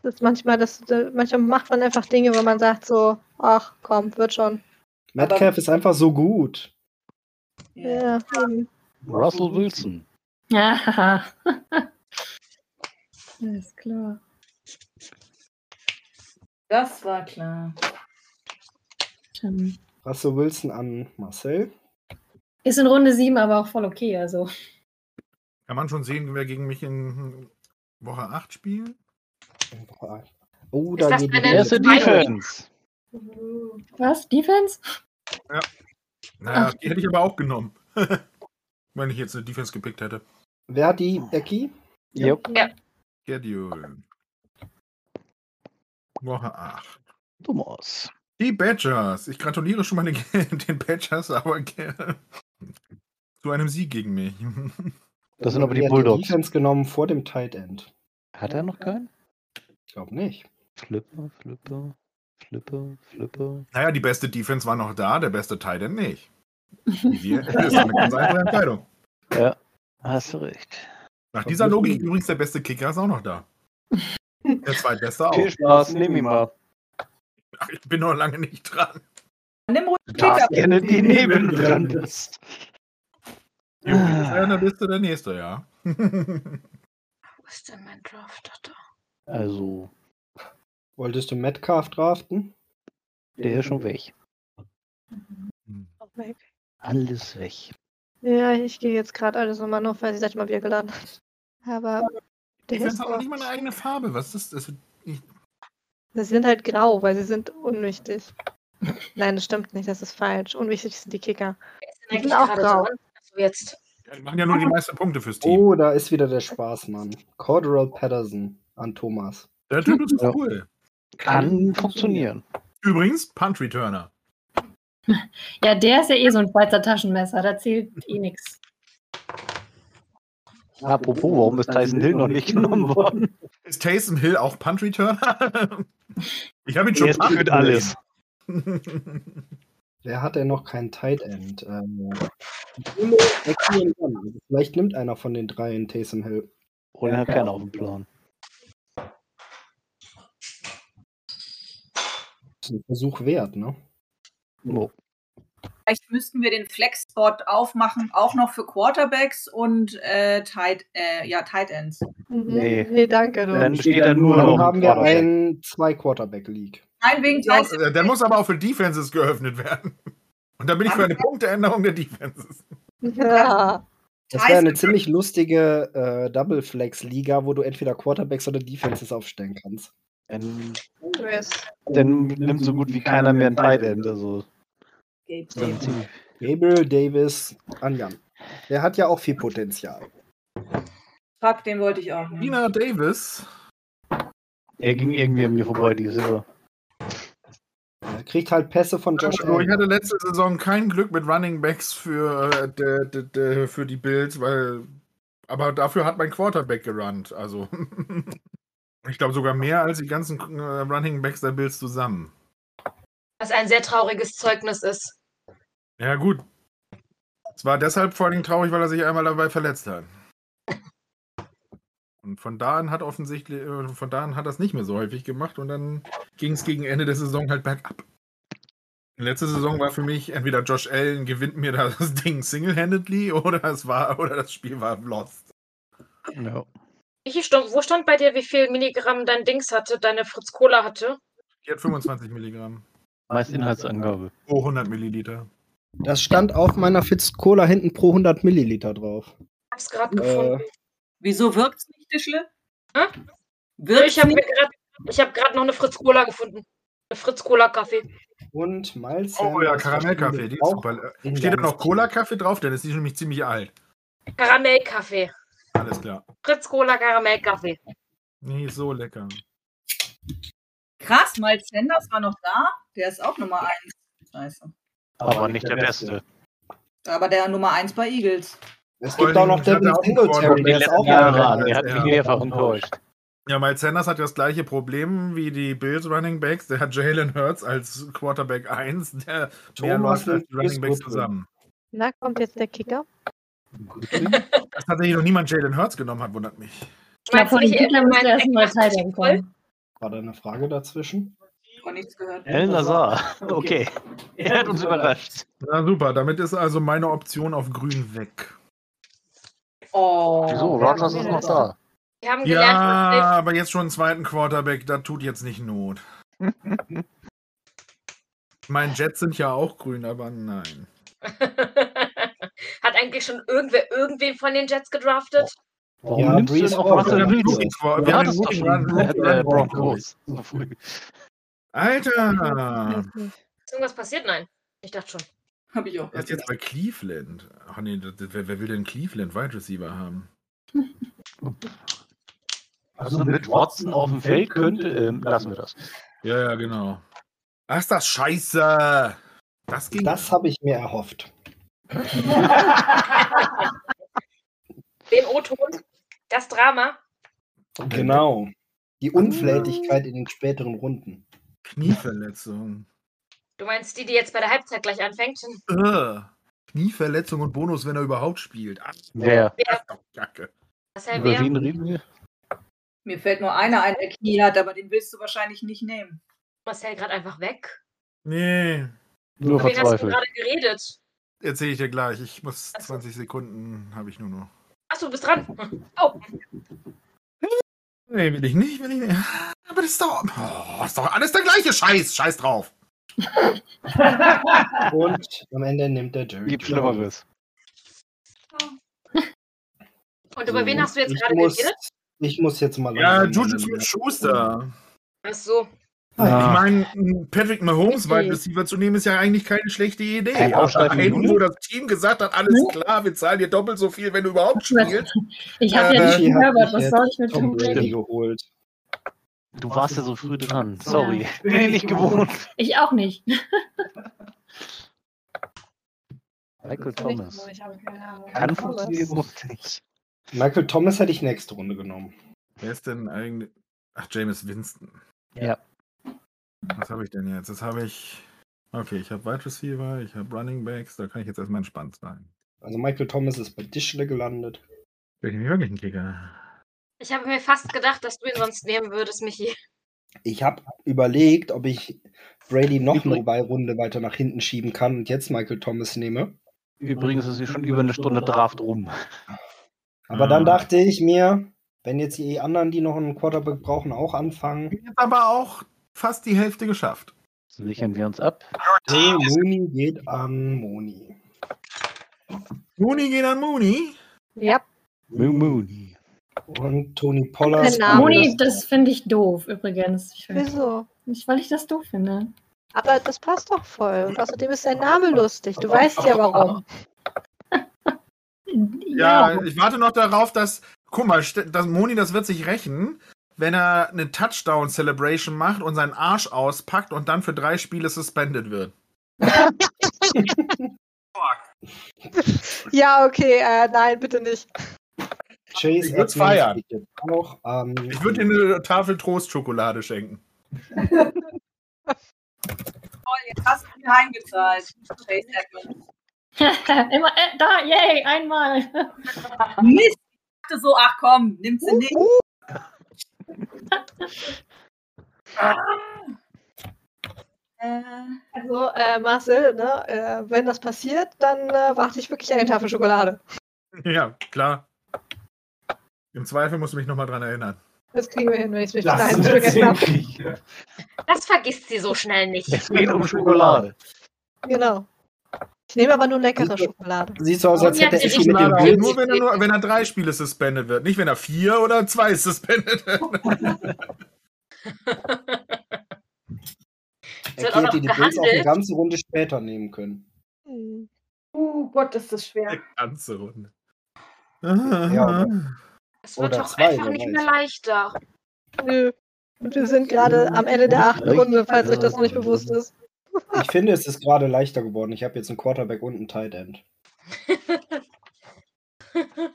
S6: Das ist manchmal, das, da- manchmal macht man einfach Dinge, wo man sagt so, ach komm, wird schon.
S1: Metcalf ist einfach so gut.
S6: Ja.
S8: Russell Wilson.
S5: Ja. Alles klar.
S4: Das war klar.
S1: Russell Wilson an Marcel.
S5: Ist in Runde 7 aber auch voll okay, also.
S2: Kann man schon sehen, wer gegen mich in Woche 8 spielt?
S1: Oh,
S5: Ist
S1: da
S5: das
S1: geht
S5: deine
S1: die
S5: erste
S2: Defense?
S7: Oh.
S5: Was? Defense?
S2: Ja. Naja, die hätte ich aber auch genommen. Wenn ich jetzt eine Defense gepickt hätte.
S1: Wer hat die Becky?
S8: Jupp.
S7: Ja.
S2: Schedule. Woche 8.
S8: Thomas.
S2: Die Badgers. Ich gratuliere schon mal den, den Badgers, aber ge- zu einem Sieg gegen mich.
S8: Das sind aber die
S1: Wer hat
S8: Bulldogs.
S1: Defense genommen vor dem Tight End.
S8: Hat er noch keinen?
S1: Ich glaube nicht.
S8: Flipper, Flipper, Flipper, Flipper.
S2: Naja, die beste Defense war noch da, der beste Teil denn nicht. Wir, das ist eine ganz einfache Entscheidung.
S8: Ja, hast du recht.
S2: Nach dieser Logik übrigens der beste Kicker ist auch noch da. Der zweitbeste auch.
S8: Viel Spaß, nehm ihn mal.
S2: Ach, ich bin noch lange nicht dran.
S4: Nimm ruhig
S8: Das gerne die neben dran bist. Ah.
S2: Julius wäre in der Liste der nächste, ja.
S7: Wo ist denn mein Draft?
S8: Also,
S1: Wolltest du Metcalf draften?
S8: der ist schon weg.
S6: weg.
S8: Alles weg.
S6: Ja, ich gehe jetzt gerade alles nochmal noch, weil sie seit mal wieder geladen hat. Aber der
S2: Ich
S6: ist
S2: finde auch
S6: auch,
S2: nicht mal eine eigene Farbe. Was ist das?
S6: sie sind halt grau, weil sie sind unwichtig. Nein, das stimmt nicht, das ist falsch. Unwichtig sind die Kicker. Die sind auch grau.
S7: Also jetzt.
S2: Die machen ja nur die meisten Punkte fürs Team.
S1: Oh, da ist wieder der Spaßmann. Cordero Patterson an Thomas.
S2: Der Typ ist cool.
S8: Kann funktionieren.
S2: Übrigens, Punt Returner.
S5: Ja, der ist ja eh so ein Schweizer Taschenmesser, da zählt eh nichts.
S8: Apropos, warum ist Tyson Hill also noch nicht genommen worden?
S2: Ist Taysom Hill auch Punt Returner? ich habe ihn
S8: Der
S2: schon
S8: ist gut mit alles.
S1: Wer hat denn noch kein Tight End? Ähm, Bruno, Becky und Jan. Also vielleicht nimmt einer von den dreien Taysom Hill.
S8: Oder hat keiner auf dem Plan.
S1: Ist ein Versuch wert, ne?
S4: Vielleicht müssten wir den Flex-Spot aufmachen, auch noch für Quarterbacks und äh, tight, äh, ja, tight Ends.
S6: Nee. Nee, danke. Du.
S8: Dann steht da nur
S1: Dann
S8: noch
S1: haben
S8: ein
S1: wir
S8: Quarterback.
S1: ein Zwei-Quarterback-League.
S4: Nein, wegen
S2: Ja,
S4: Tyson.
S2: der muss aber auch für Defenses geöffnet werden. Und da bin ich für eine Punkteänderung der Defenses.
S6: Ja.
S1: Das wäre eine ziemlich lustige äh, Double-Flex-Liga, wo du entweder Quarterbacks oder Defenses aufstellen kannst.
S8: Dann, nimmt so gut wie keiner mehr ein Tight End. Also, dann ziemlich
S1: Gabriel Davis Anjan. Der hat ja auch viel Potenzial.
S4: Fuck, den wollte ich auch. nehmen.
S2: Nina Davis.
S8: Er ging irgendwie an mir vorbei, die Silber.
S1: Er kriegt halt Pässe von Josh
S2: Also, ich
S1: Allen.
S2: hatte letzte Saison kein Glück mit Running Backs für, äh, de, de, de, für die Bills, weil. Aber dafür hat mein Quarterback gerannt. Also. ich glaube sogar mehr als die ganzen äh, Running Backs der Bills zusammen.
S7: Was ein sehr trauriges Zeugnis ist.
S2: Ja, gut. Es war deshalb vor allen Dingen traurig, weil er sich einmal dabei verletzt hat. Und von da an hat offensichtlich, äh, von da an hat er es nicht mehr so häufig gemacht und dann ging es gegen Ende der Saison halt bergab. Letzte Saison war für mich entweder Josh Allen gewinnt mir das Ding single-handedly oder es war oder das Spiel war lost.
S8: Ja.
S7: Michi, stand- wo stand bei dir, wie viel Milligramm dein Dings hatte, deine Fritz Cola hatte?
S2: Die hat 25 Milligramm.
S8: Meist Inhaltsangabe.
S2: Oh, 100 Milliliter.
S1: Das stand auf meiner Fitz Cola hinten pro 100 Milliliter drauf.
S7: Hab's gerade
S1: Äh,
S7: gefunden.
S4: Wieso wirkt's nicht, Tischle?
S7: Hä?
S4: Wirkt's
S7: ich habe
S4: nicht?
S7: gerade hab grad noch eine Fritz Cola gefunden. Eine Fritz Cola Kaffee.
S1: und Miles.
S2: Oh ja,
S1: Sanders
S2: Karamellkaffee, die ist
S1: auch
S2: super.
S1: in
S2: Steht da
S1: deinem
S2: noch Cola-Kaffee drauf? Denn ist die nämlich ziemlich alt.
S7: Karamellkaffee.
S2: Alles klar.
S7: Fritz Cola Karamellkaffee.
S2: Nee, ist so lecker.
S4: Krass, Miles Sanders war noch da. Der ist auch Nummer 1. Scheiße.
S8: Aber nicht der Beste.
S4: Aber der Nummer 1 bei Eagles.
S1: Es
S2: Vor
S1: gibt auch
S2: allen
S1: noch
S2: Dingen hat er
S1: Devin
S2: auch einen
S1: Singletary,
S2: Quarterback
S1: der ist auch
S2: letzten
S1: noch
S2: Jahre.
S8: Jahre, der hat mich mehrfach enttäuscht.
S2: Ja, Miles Sanders hat das gleiche Problem wie die Bills Running Backs. Der hat Jalen Hurts als Quarterback 1, der mehr
S1: Thomas
S2: läuft als die
S1: und Chris
S2: Running Backs
S1: Goodwin.
S2: zusammen.
S6: Na, kommt jetzt der Kicker?
S2: Dass tatsächlich noch niemand Jalen Hurts genommen hat, wundert mich.
S5: Ich glaube, von den Kickern müsste erst ein neuer Tight End kommen.
S1: War da eine Frage dazwischen?
S4: auch nichts gehört.
S8: El Nazar. Okay. Er hat uns überrascht.
S2: Na super, damit ist also meine Option auf grün weg.
S4: Oh.
S8: Wieso? Rogers ist noch da.
S7: Wir haben gelernt, was
S2: Ja, aber jetzt schon einen zweiten Quarterback, das tut jetzt nicht Not. Mein Jets sind ja auch grün, aber nein.
S7: Hat eigentlich schon irgendwer irgendwen von den Jets gedraftet?
S2: Warum ja, nimmst
S8: Breeze auch was in den Rookie-
S2: Wir
S8: Ja,
S2: haben
S8: das
S2: den
S8: ist doch
S2: Rookie-
S8: schon-
S2: Rookie-
S8: äh, Broncos.
S2: Alter!
S7: Ist irgendwas passiert? Nein. Ich dachte schon.
S4: Hab ich auch.
S2: Er ist jetzt bei Cleveland. Ach nee, das- das- wer, wer will denn Cleveland Wide Receiver haben?
S8: Also mit Watson auf dem Feld könnte, ähm, lassen wir das.
S2: Ja, ja, genau. Ach, ist das scheiße! Das ging.
S1: Das habe ich mir erhofft.
S7: Den O-Ton, das Drama.
S1: Genau. Die Unflätigkeit in den späteren Runden.
S2: Knieverletzung.
S7: Du meinst die, die jetzt bei der Halbzeit gleich anfängt?
S2: Äh, Knieverletzung und Bonus, wenn er überhaupt spielt. Ach,
S8: Wer?
S2: Ach, doch, Kacke.
S7: Marcel
S8: Über
S7: Wehr.
S8: wen reden wir?
S4: Mir fällt nur einer ein, der Knie hat, aber den willst du wahrscheinlich nicht nehmen.
S7: Marcel gerade einfach weg.
S2: Nee.
S8: Nur
S7: Über wen hast du gerade geredet?
S2: Erzähle ich dir gleich. Ich muss 20 Sekunden habe ich nur noch.
S7: Achso, du bist dran. Oh,
S2: Nee, will ich nicht, will ich nicht. Aber das ist doch. Oh, ist doch alles der gleiche Scheiß. Scheiß drauf.
S1: Und am Ende nimmt der Jerry.
S8: Gibt
S1: Jones.
S8: Schlimmeres.
S7: und über wen hast du jetzt
S1: ich
S7: gerade
S1: muss,
S7: geredet?
S1: Ich muss jetzt mal.
S2: Ja,
S1: langsam-
S2: Juju Smith Schuster.
S7: Achso.
S8: Ah.
S2: Ich meine, einen Patrick Mahomes Wide Receiver zu nehmen, ist ja eigentlich keine schlechte Idee.
S8: Kein
S2: Aber
S8: Ausschlag
S2: dahin,
S8: genug.
S2: wo das Team gesagt hat, alles klar, wir zahlen dir doppelt so viel, wenn du überhaupt spielst.
S5: Ich habe ja
S2: Äh,
S5: nicht
S2: die hat
S5: gehört,
S2: mich
S5: was
S2: jetzt
S5: soll ich mit
S2: vom
S5: Tom Brady?
S1: geholt.
S8: Du warst ja so früh dran. Sorry. Bin ich nicht gewohnt.
S5: Ich auch nicht.
S8: Michael Thomas.
S5: Ich habe keine Ahnung.
S8: Kann funktionieren, muss nicht.
S1: Michael Thomas hätte ich nächste Runde genommen.
S2: Wer ist denn eigentlich. Ach, James Winston.
S8: Ja.
S2: Was habe ich denn jetzt? Jetzt habe ich. Okay, ich habe Wide Receiver, ich habe Running Backs, da kann ich jetzt erstmal entspannt sein.
S1: Also Michael Thomas ist bei Dischle gelandet.
S2: Will ich nämlich wirklich einen Kicker?
S7: Ich habe mir fast gedacht, dass du ihn sonst nehmen würdest, Michi.
S1: Ich habe überlegt, ob ich Brady noch eine Runde weiter nach hinten schieben kann und jetzt Michael Thomas nehme.
S8: Übrigens ist hier schon über eine Stunde Draft rum.
S1: Aber dann
S8: Ah.
S1: dachte ich mir, wenn jetzt die anderen, die noch einen Quarterback brauchen, auch anfangen.
S2: Jetzt aber auch fast die Hälfte geschafft.
S8: Sichern wir uns ab.
S1: Hey, Moni geht an Moni.
S2: Mooney geht an Mooney.
S6: Ja,
S8: Moon Moon.
S1: Und Tony Pollard.
S5: Moni, das finde ich doof übrigens. Ich find-
S6: wieso?
S5: Nicht, weil ich das doof finde.
S6: Aber das passt doch voll. Und außerdem ist sein Name lustig. Du weißt ja warum.
S2: Ja, ich warte noch darauf, dass. Guck mal, st- dass Moni, das wird sich rächen, wenn er eine Touchdown-Celebration macht und seinen Arsch auspackt und dann für drei Spiele suspended wird.
S6: Ja, okay, äh, nein, bitte nicht.
S1: Chase
S2: Ich würd's
S1: Edmonds
S2: feiern.
S1: geht jetzt Auch, ähm,
S2: Ich würde dir eine Tafel Trostschokolade schenken.
S4: Toll, jetzt hast du ihn heimgezahlt. Chase Edmonds.
S5: Immer, äh, da, yay, einmal.
S4: Mist! Uh-huh. Ich dachte so, ach komm, nimm sie nicht. Ah. Äh,
S6: Also, äh, Marcel, ne, äh, wenn das passiert, dann äh, warte ich wirklich eine Tafel Schokolade.
S2: Ja, klar. Im Zweifel musst du mich nochmal dran erinnern.
S6: Das kriegen wir hin, wenn ich es mich
S2: Das
S6: bis dahin
S2: ist
S6: vergessen habe.
S7: Das vergisst sie so schnell nicht.
S8: Es geht um Schokolade.
S6: Genau. Ich nehme aber nur leckere Schokolade.
S1: Sieht so aus, als
S7: Ja,
S1: hätte
S7: sie
S1: ich
S7: riecht
S1: mit dem
S2: Schokolade auch nur,
S1: Bild.
S2: wenn er, nur, wenn er drei Spiele suspended wird. Nicht, wenn er vier oder zwei suspended wird.
S7: Es wird auch
S1: Erklärt,
S7: noch
S1: die die Bills auch eine
S7: gehandelt.
S1: ganze Runde später nehmen können.
S6: Hm.
S4: oh Gott, ist das schwer.
S2: Ganze Runde.
S1: Ja,
S7: Es wird
S1: Oder
S7: doch
S1: zwei,
S7: einfach
S1: wer
S7: nicht
S1: weiß.
S7: mehr leichter.
S6: Nö. Und wir sind gerade am Ende der achten Runde, falls euch das noch nicht bewusst ist.
S1: Ich finde, es ist gerade leichter geworden. Ich habe jetzt einen Quarterback und einen Tight End.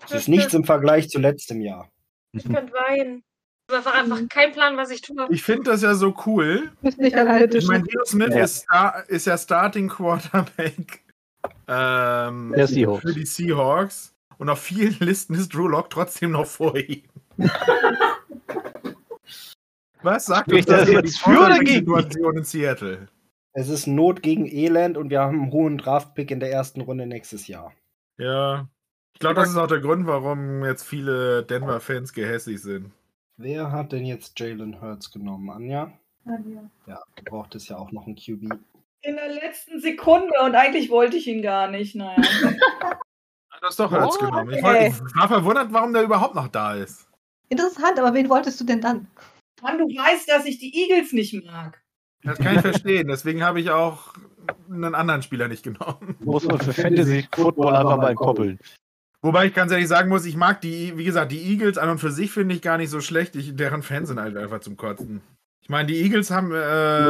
S1: Es ist nichts im Vergleich zu letztem Jahr.
S7: Ich könnte weinen. Ich habe
S1: Mhm.
S7: einfach keinen Plan, was ich tue.
S2: Ich finde das ja so cool.
S6: Müssen nicht alleine
S2: Ich meine,
S6: duschen.
S2: Geno Smith
S8: Ja.
S2: ist, Star, ist ja Starting Quarterback ähm,
S8: Der Seahawks.
S2: für die Seahawks. Und auf vielen Listen ist Drew Lock trotzdem noch vor ihm. Was sagt
S1: Spricht das
S2: über
S1: jetzt
S2: die
S1: für oder
S2: Quarterback-
S1: gegen?
S2: Situation in Seattle?
S1: Es ist Not gegen Elend und wir haben einen hohen Draftpick in der ersten Runde nächstes Jahr.
S2: Ja. Ich glaube, das ist auch der Grund, warum jetzt viele Denver-Fans gehässig sind.
S1: Wer hat denn jetzt Jalen Hurts genommen? Anja? Ja, du brauchtest ja auch noch einen QB.
S4: In der letzten Sekunde und eigentlich wollte ich ihn gar nicht. Naja.
S2: Das ist doch Hurts
S4: Oh,
S2: genommen. Ich,
S4: okay.
S2: wollte- ich war verwundert, warum der überhaupt noch da ist.
S4: Interessant, aber wen wolltest du denn dann? Mann, du weißt, dass ich die Eagles nicht mag.
S2: Das kann ich verstehen. Deswegen habe ich auch einen anderen Spieler nicht genommen.
S8: Muss man für Fantasy Football einfach mal koppeln.
S2: Wobei ich ganz ehrlich sagen muss, ich mag die, wie gesagt, die Eagles an und für sich finde ich gar nicht so schlecht. Ich, deren Fans sind halt einfach zum Kotzen. Ich meine, die Eagles haben äh,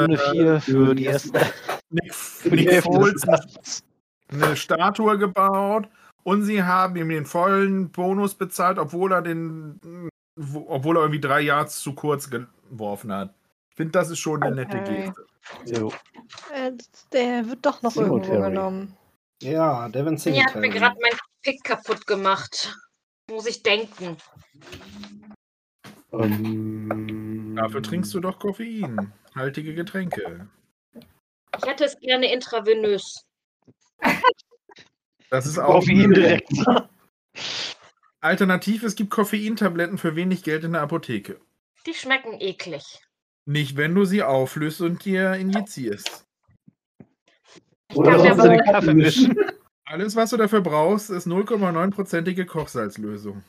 S8: Runde 4 für die ersten.
S2: Nick,
S8: die
S2: Nick
S8: Hälfte des
S2: Foles eine Statue gebaut und sie haben ihm den vollen Bonus bezahlt, obwohl er den, wo- obwohl er irgendwie drei Yards zu kurz geworfen hat. Ich finde, das ist schon eine nette
S6: Okay.
S2: Geste.
S6: Äh, der wird doch noch irgendwo
S2: Singletary.
S6: genommen.
S1: Ja, Devin
S7: Ihr habt mir
S1: Singletary.
S7: gerade meinen Pick kaputt gemacht. Muss ich denken.
S8: ähm,
S2: Dafür trinkst du doch Koffein, haltige Getränke.
S7: Ich hätte es gerne intravenös.
S2: Das ist auch
S8: Koffein direkt.
S2: Alternativ, es gibt Koffeintabletten für wenig Geld in der Apotheke.
S7: Die schmecken eklig.
S2: Nicht, wenn du sie auflöst und dir injizierst.
S7: Oder glaub, sonst wir in den brauchen-
S8: Kaffee mischen.
S2: Alles, was du dafür brauchst, ist 0,9%ige Kochsalzlösung.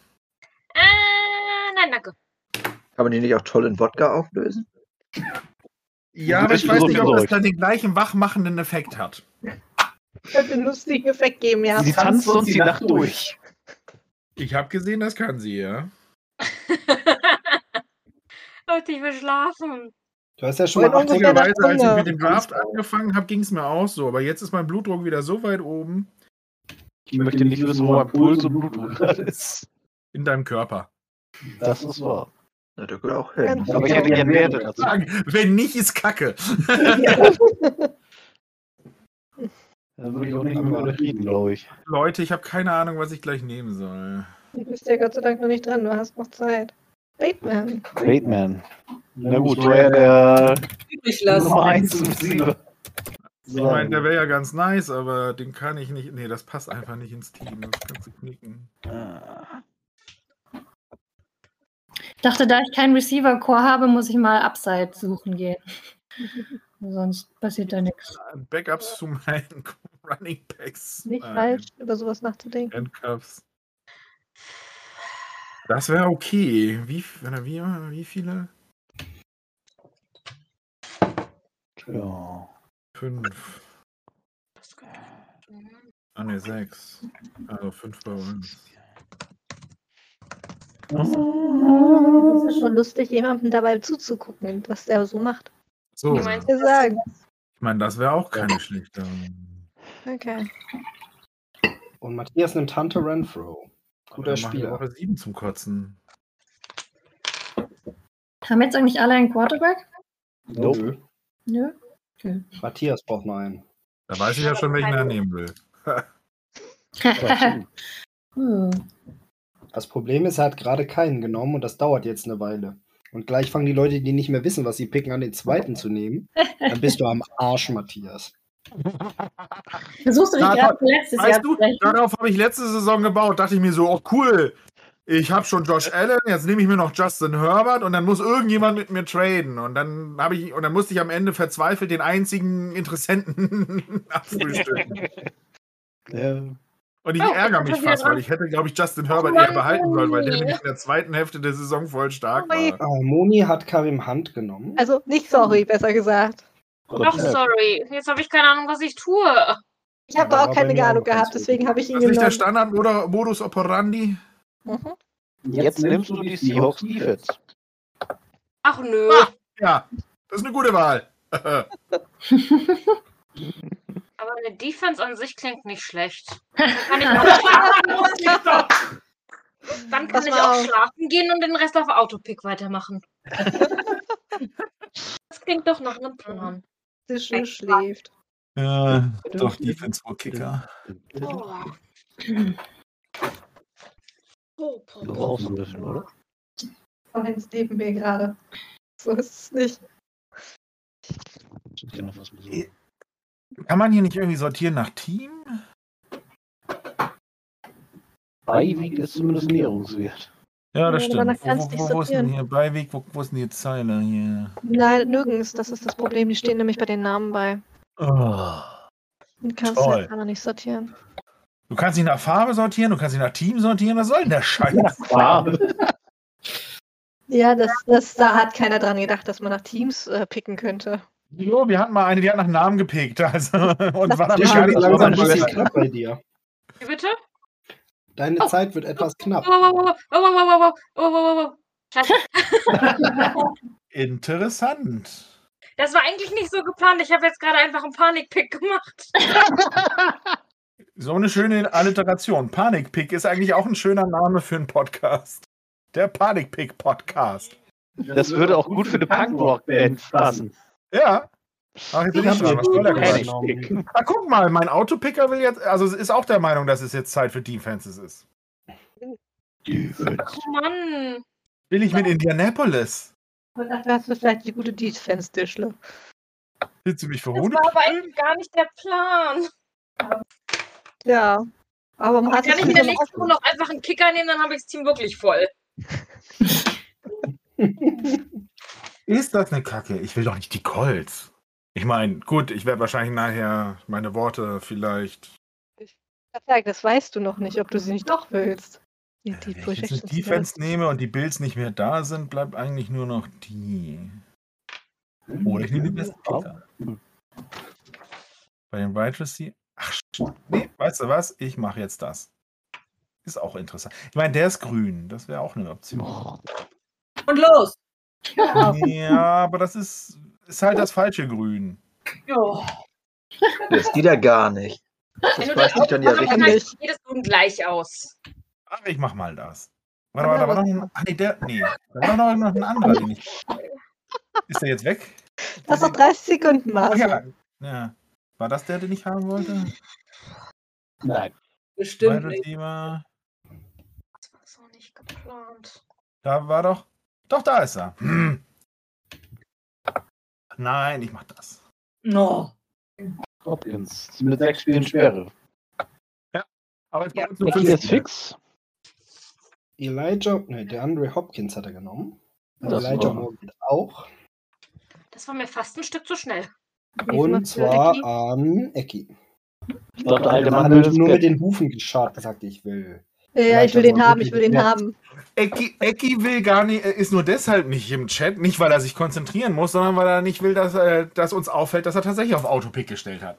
S7: Ah, nein, danke.
S14: Kann man die nicht auch toll in Wodka auflösen?
S2: Ja,
S14: Du
S2: aber
S14: bist
S2: ich weiß
S14: so
S2: nicht, ob das
S14: verrückt.
S2: dann den gleichen wachmachenden Effekt hat.
S6: Könnte einen lustigen Effekt geben, ja.
S2: Ich habe gesehen, das kann sie, ja.
S7: Leute, ich will schlafen.
S1: Du hast ja
S7: schon mal Vorhin ungefähr
S2: Lustigerweise, als ich
S7: eine
S2: mit dem Draft angefangen habe, ging es mir auch so. Aber jetzt ist mein Blutdruck wieder so weit oben.
S8: Ich möchte nicht wissen, wo mein Puls und Blutdruck gerade ist.
S2: In deinem Körper.
S8: Das ist wahr.
S14: Na, du gehst auch
S8: hin. Aber ich hätte gerne Werte dazu.
S2: Wenn nicht, ist Kacke.
S8: Dann würde ich auch nicht mehr reden, glaube ich.
S2: Leute, ich habe keine Ahnung, was ich gleich nehmen soll.
S6: Du bist ja Gott sei Dank noch nicht dran, du hast noch Zeit. Bateman.
S8: Bateman. Na gut, der, der Nummer 1 Receiver.
S2: Ich meine, der wäre ja ganz nice, aber den kann ich nicht. Nee, das passt einfach nicht ins Team. Das kannst du knicken.
S5: dachte, da ich keinen Receiver-Core habe, muss ich mal Upside suchen gehen. Sonst passiert da nichts.
S2: Äh, Backups zu meinen Running Backs.
S6: Nicht
S2: äh,
S6: falsch, über sowas nachzudenken.
S2: Handcuffs. Das wäre okay. Wie, warte, wie, wie viele?
S8: Ja.
S2: Fünf. Ah ne, sechs. Also fünf bei uns.
S6: Es ist schon lustig, jemandem dabei zuzugucken, was der so macht.
S2: So.
S6: Wie meinst du sagen?
S2: Ich meine, das wäre auch keine schlechte.
S6: Okay.
S1: Und Matthias nimmt Hunter Renfro. Guter
S2: Dann machen wir
S1: Spieler.
S2: Woche sieben zum Kotzen.
S5: Haben jetzt eigentlich alle einen Quarterback?
S1: Nö.
S5: Nö. Okay.
S1: Matthias braucht noch einen.
S2: Da weiß ich ja schon, welchen er nehmen will.
S5: Hm.
S1: Das Problem ist, er hat gerade keinen genommen und das dauert jetzt eine Weile. Und gleich fangen die Leute, die nicht mehr wissen, was sie picken, an den zweiten zu nehmen. Dann bist du am Arsch, Matthias.
S5: Versuchst du dich
S2: Darauf-
S5: gerade für letztes
S2: weißt
S5: Jahr
S2: du, darauf habe ich letzte Saison gebaut. Dachte ich mir so, oh cool, ich habe schon Josh Allen, jetzt nehme ich mir noch Justin Herbert und dann muss irgendjemand mit mir traden. Und dann habe ich, und dann musste ich am Ende verzweifelt den einzigen Interessenten abfrühstücken. Und ich
S15: Oh,
S2: ärgere
S15: das
S2: mich
S15: ist wieder
S2: fast, weil
S15: dran.
S2: ich hätte, glaube ich, Justin Herbert
S1: Mann,
S2: eher behalten sollen, weil der
S1: Toni.
S2: nämlich in der zweiten Hälfte der Saison voll stark war.
S1: Äh, Moni hat Karim Hand genommen.
S6: Also nicht sorry, besser gesagt.
S7: Doch, sorry. Jetzt habe ich keine Ahnung, was ich tue.
S6: Ich habe da auch keine Ahnung gehabt, deswegen habe ich ihn
S2: Das ist nicht der
S6: genommen.
S2: Standard-Modus operandi.
S6: Mhm.
S8: Jetzt nimmst du die Seahawks Defense.
S7: Ach nö.
S2: Ja, das ist eine gute Wahl.
S7: Aber eine Defense an sich klingt nicht schlecht. Dann kann ich auch
S6: schlafen.
S7: Dann kann
S6: Pass
S7: ich
S6: mal
S7: auch
S6: auf.
S7: schlafen gehen und den Rest auf Autopick weitermachen. das klingt doch nach einem Plan.
S6: Sischu schläft.
S15: Ja,
S2: Äh,
S15: doch, Defense for Kicker.
S7: Oh. Oh,
S8: Das war auch so ein bisschen, oder?
S6: Vorhin neben mir gerade. So ist es nicht.
S2: Kann man hier nicht irgendwie sortieren nach Team?
S8: Beiwieg ist zumindest Näherungswert.
S2: Ja, das
S6: Ja, aber
S2: stimmt.
S6: man kann's
S2: wo,
S6: nicht
S2: wo, wo ist denn
S6: sortieren.
S2: hier Beiweg? Wo, wo ist denn die Zeile hier?
S6: Nein, nirgends. Das ist das Problem. Die stehen nämlich bei den Namen bei.
S2: Oh.
S6: Und kannst du
S2: Toll.
S6: halt gar nicht sortieren.
S2: Du kannst nicht nach Farbe sortieren, du kannst nicht nach Team sortieren. Was soll denn der Scheiß? Farbe.
S6: Ja, das, das, da hat keiner dran gedacht, dass man nach Teams äh, picken könnte.
S2: Jo, wir hatten mal eine, die hat nach Namen gepickt. Also, und war
S1: Das
S2: dann
S1: ist
S2: wahrscheinlich
S1: langsam ein
S2: langsam
S1: bisschen
S2: besser. Oh.
S1: knapp bei dir.
S7: Wie bitte?
S1: Deine Zeit wird etwas
S7: Wow,
S1: knapp.
S7: wow, wow, wow, wow, wow, wow, wow, wow, wow, wow. Scheiße.
S2: Interessant.
S7: Das war eigentlich nicht so geplant. Ich habe jetzt gerade einfach einen Panikpick gemacht.
S2: So eine schöne Alliteration. Panikpick ist eigentlich auch ein schöner Name für einen Podcast. Der Panikpick-Podcast.
S8: Das würde auch gut für eine Punkrock-Band passen.
S2: Ja. Ach, jetzt bin ich dran. Was soll der
S8: Panic
S2: Quatsch? Ah, guck mal, mein Autopicker will jetzt, also es ist auch der Meinung, dass es jetzt Zeit für Defenses ist.
S7: Oh Mann.
S2: Will ich mit Indianapolis?
S6: Das ist vielleicht die gute Defense-Dischle.
S2: Willst du mich
S7: Das
S2: verholen?
S7: war aber eigentlich gar nicht der Plan.
S6: Ja. Aber man hat
S7: Kann
S6: es
S7: ich in der
S6: wieder
S7: nächsten Runde auch einfach einen Kicker nehmen, dann habe ich das Team wirklich voll.
S2: Ist das eine Kacke? Ich will doch nicht die Colts. Ich meine, gut, ich werde wahrscheinlich nachher meine Worte vielleicht.
S6: Verzeih, das weißt du noch nicht, ob du sie nicht doch willst. Die, die
S2: Wenn ich jetzt
S6: Projection-
S2: eine Defense nehme und die Bills nicht mehr da sind, bleibt eigentlich nur noch die. Oder ich nehme den besten Kicker. Bei den Wide Receiver. Ach, st- nee, weißt du was? Ich mache jetzt das. Ist auch interessant. Ich meine, der ist grün. Das wäre auch eine Option.
S4: Und los!
S2: Ja, aber das ist, ist halt das falsche Grün.
S4: Jo.
S3: Das geht ja gar nicht.
S7: Wenn du
S3: weiß
S7: das
S3: ich dann ja
S7: aufmachst,
S3: richtig.
S7: reicht jedes Blumen gleich aus.
S2: Ach, ich mach mal das. Warte, warte, da war noch ein. Ach nee, der. Nee. Da war noch, noch ein anderer, den ich. Ist der jetzt weg?
S6: Lass doch 30 Sekunden
S2: Oh
S6: machen.
S2: ja. ja. War das der, den ich haben wollte?
S8: Nein.
S4: Bestimmt
S2: Wide
S4: nicht.
S2: Receiver.
S7: So nicht geplant.
S2: Da war doch. Doch, da ist er. Hm. Nein, ich mach das.
S4: No.
S8: Hopkins. Mit sechs Spielen Sperre.
S2: Aber jetzt
S4: ja.
S8: Becky ist fix.
S1: Elijah, ne, der Andre Hopkins hat er genommen.
S8: Das
S1: Elijah
S8: war-
S1: Moore geht auch.
S7: Das war mir fast ein Stück zu schnell.
S1: Und zwar an Ecki.
S8: Ich glaube, der alte
S1: Der Mann
S8: Mann
S1: hat
S8: will
S1: nämlich
S8: das
S1: nur mit
S8: Geld.
S1: den Hufen geschart, gesagt, ich will.
S6: Ja, ich
S1: Elijah
S6: will den
S1: Moore
S6: haben, ich will den
S1: wirklich. Ja.
S6: haben.
S2: Ecki, Ecki will gar nicht, er ist nur deshalb nicht im Chat, nicht weil er sich konzentrieren muss, sondern weil er nicht will, dass, äh, dass uns auffällt, dass er tatsächlich auf Autopick gestellt hat.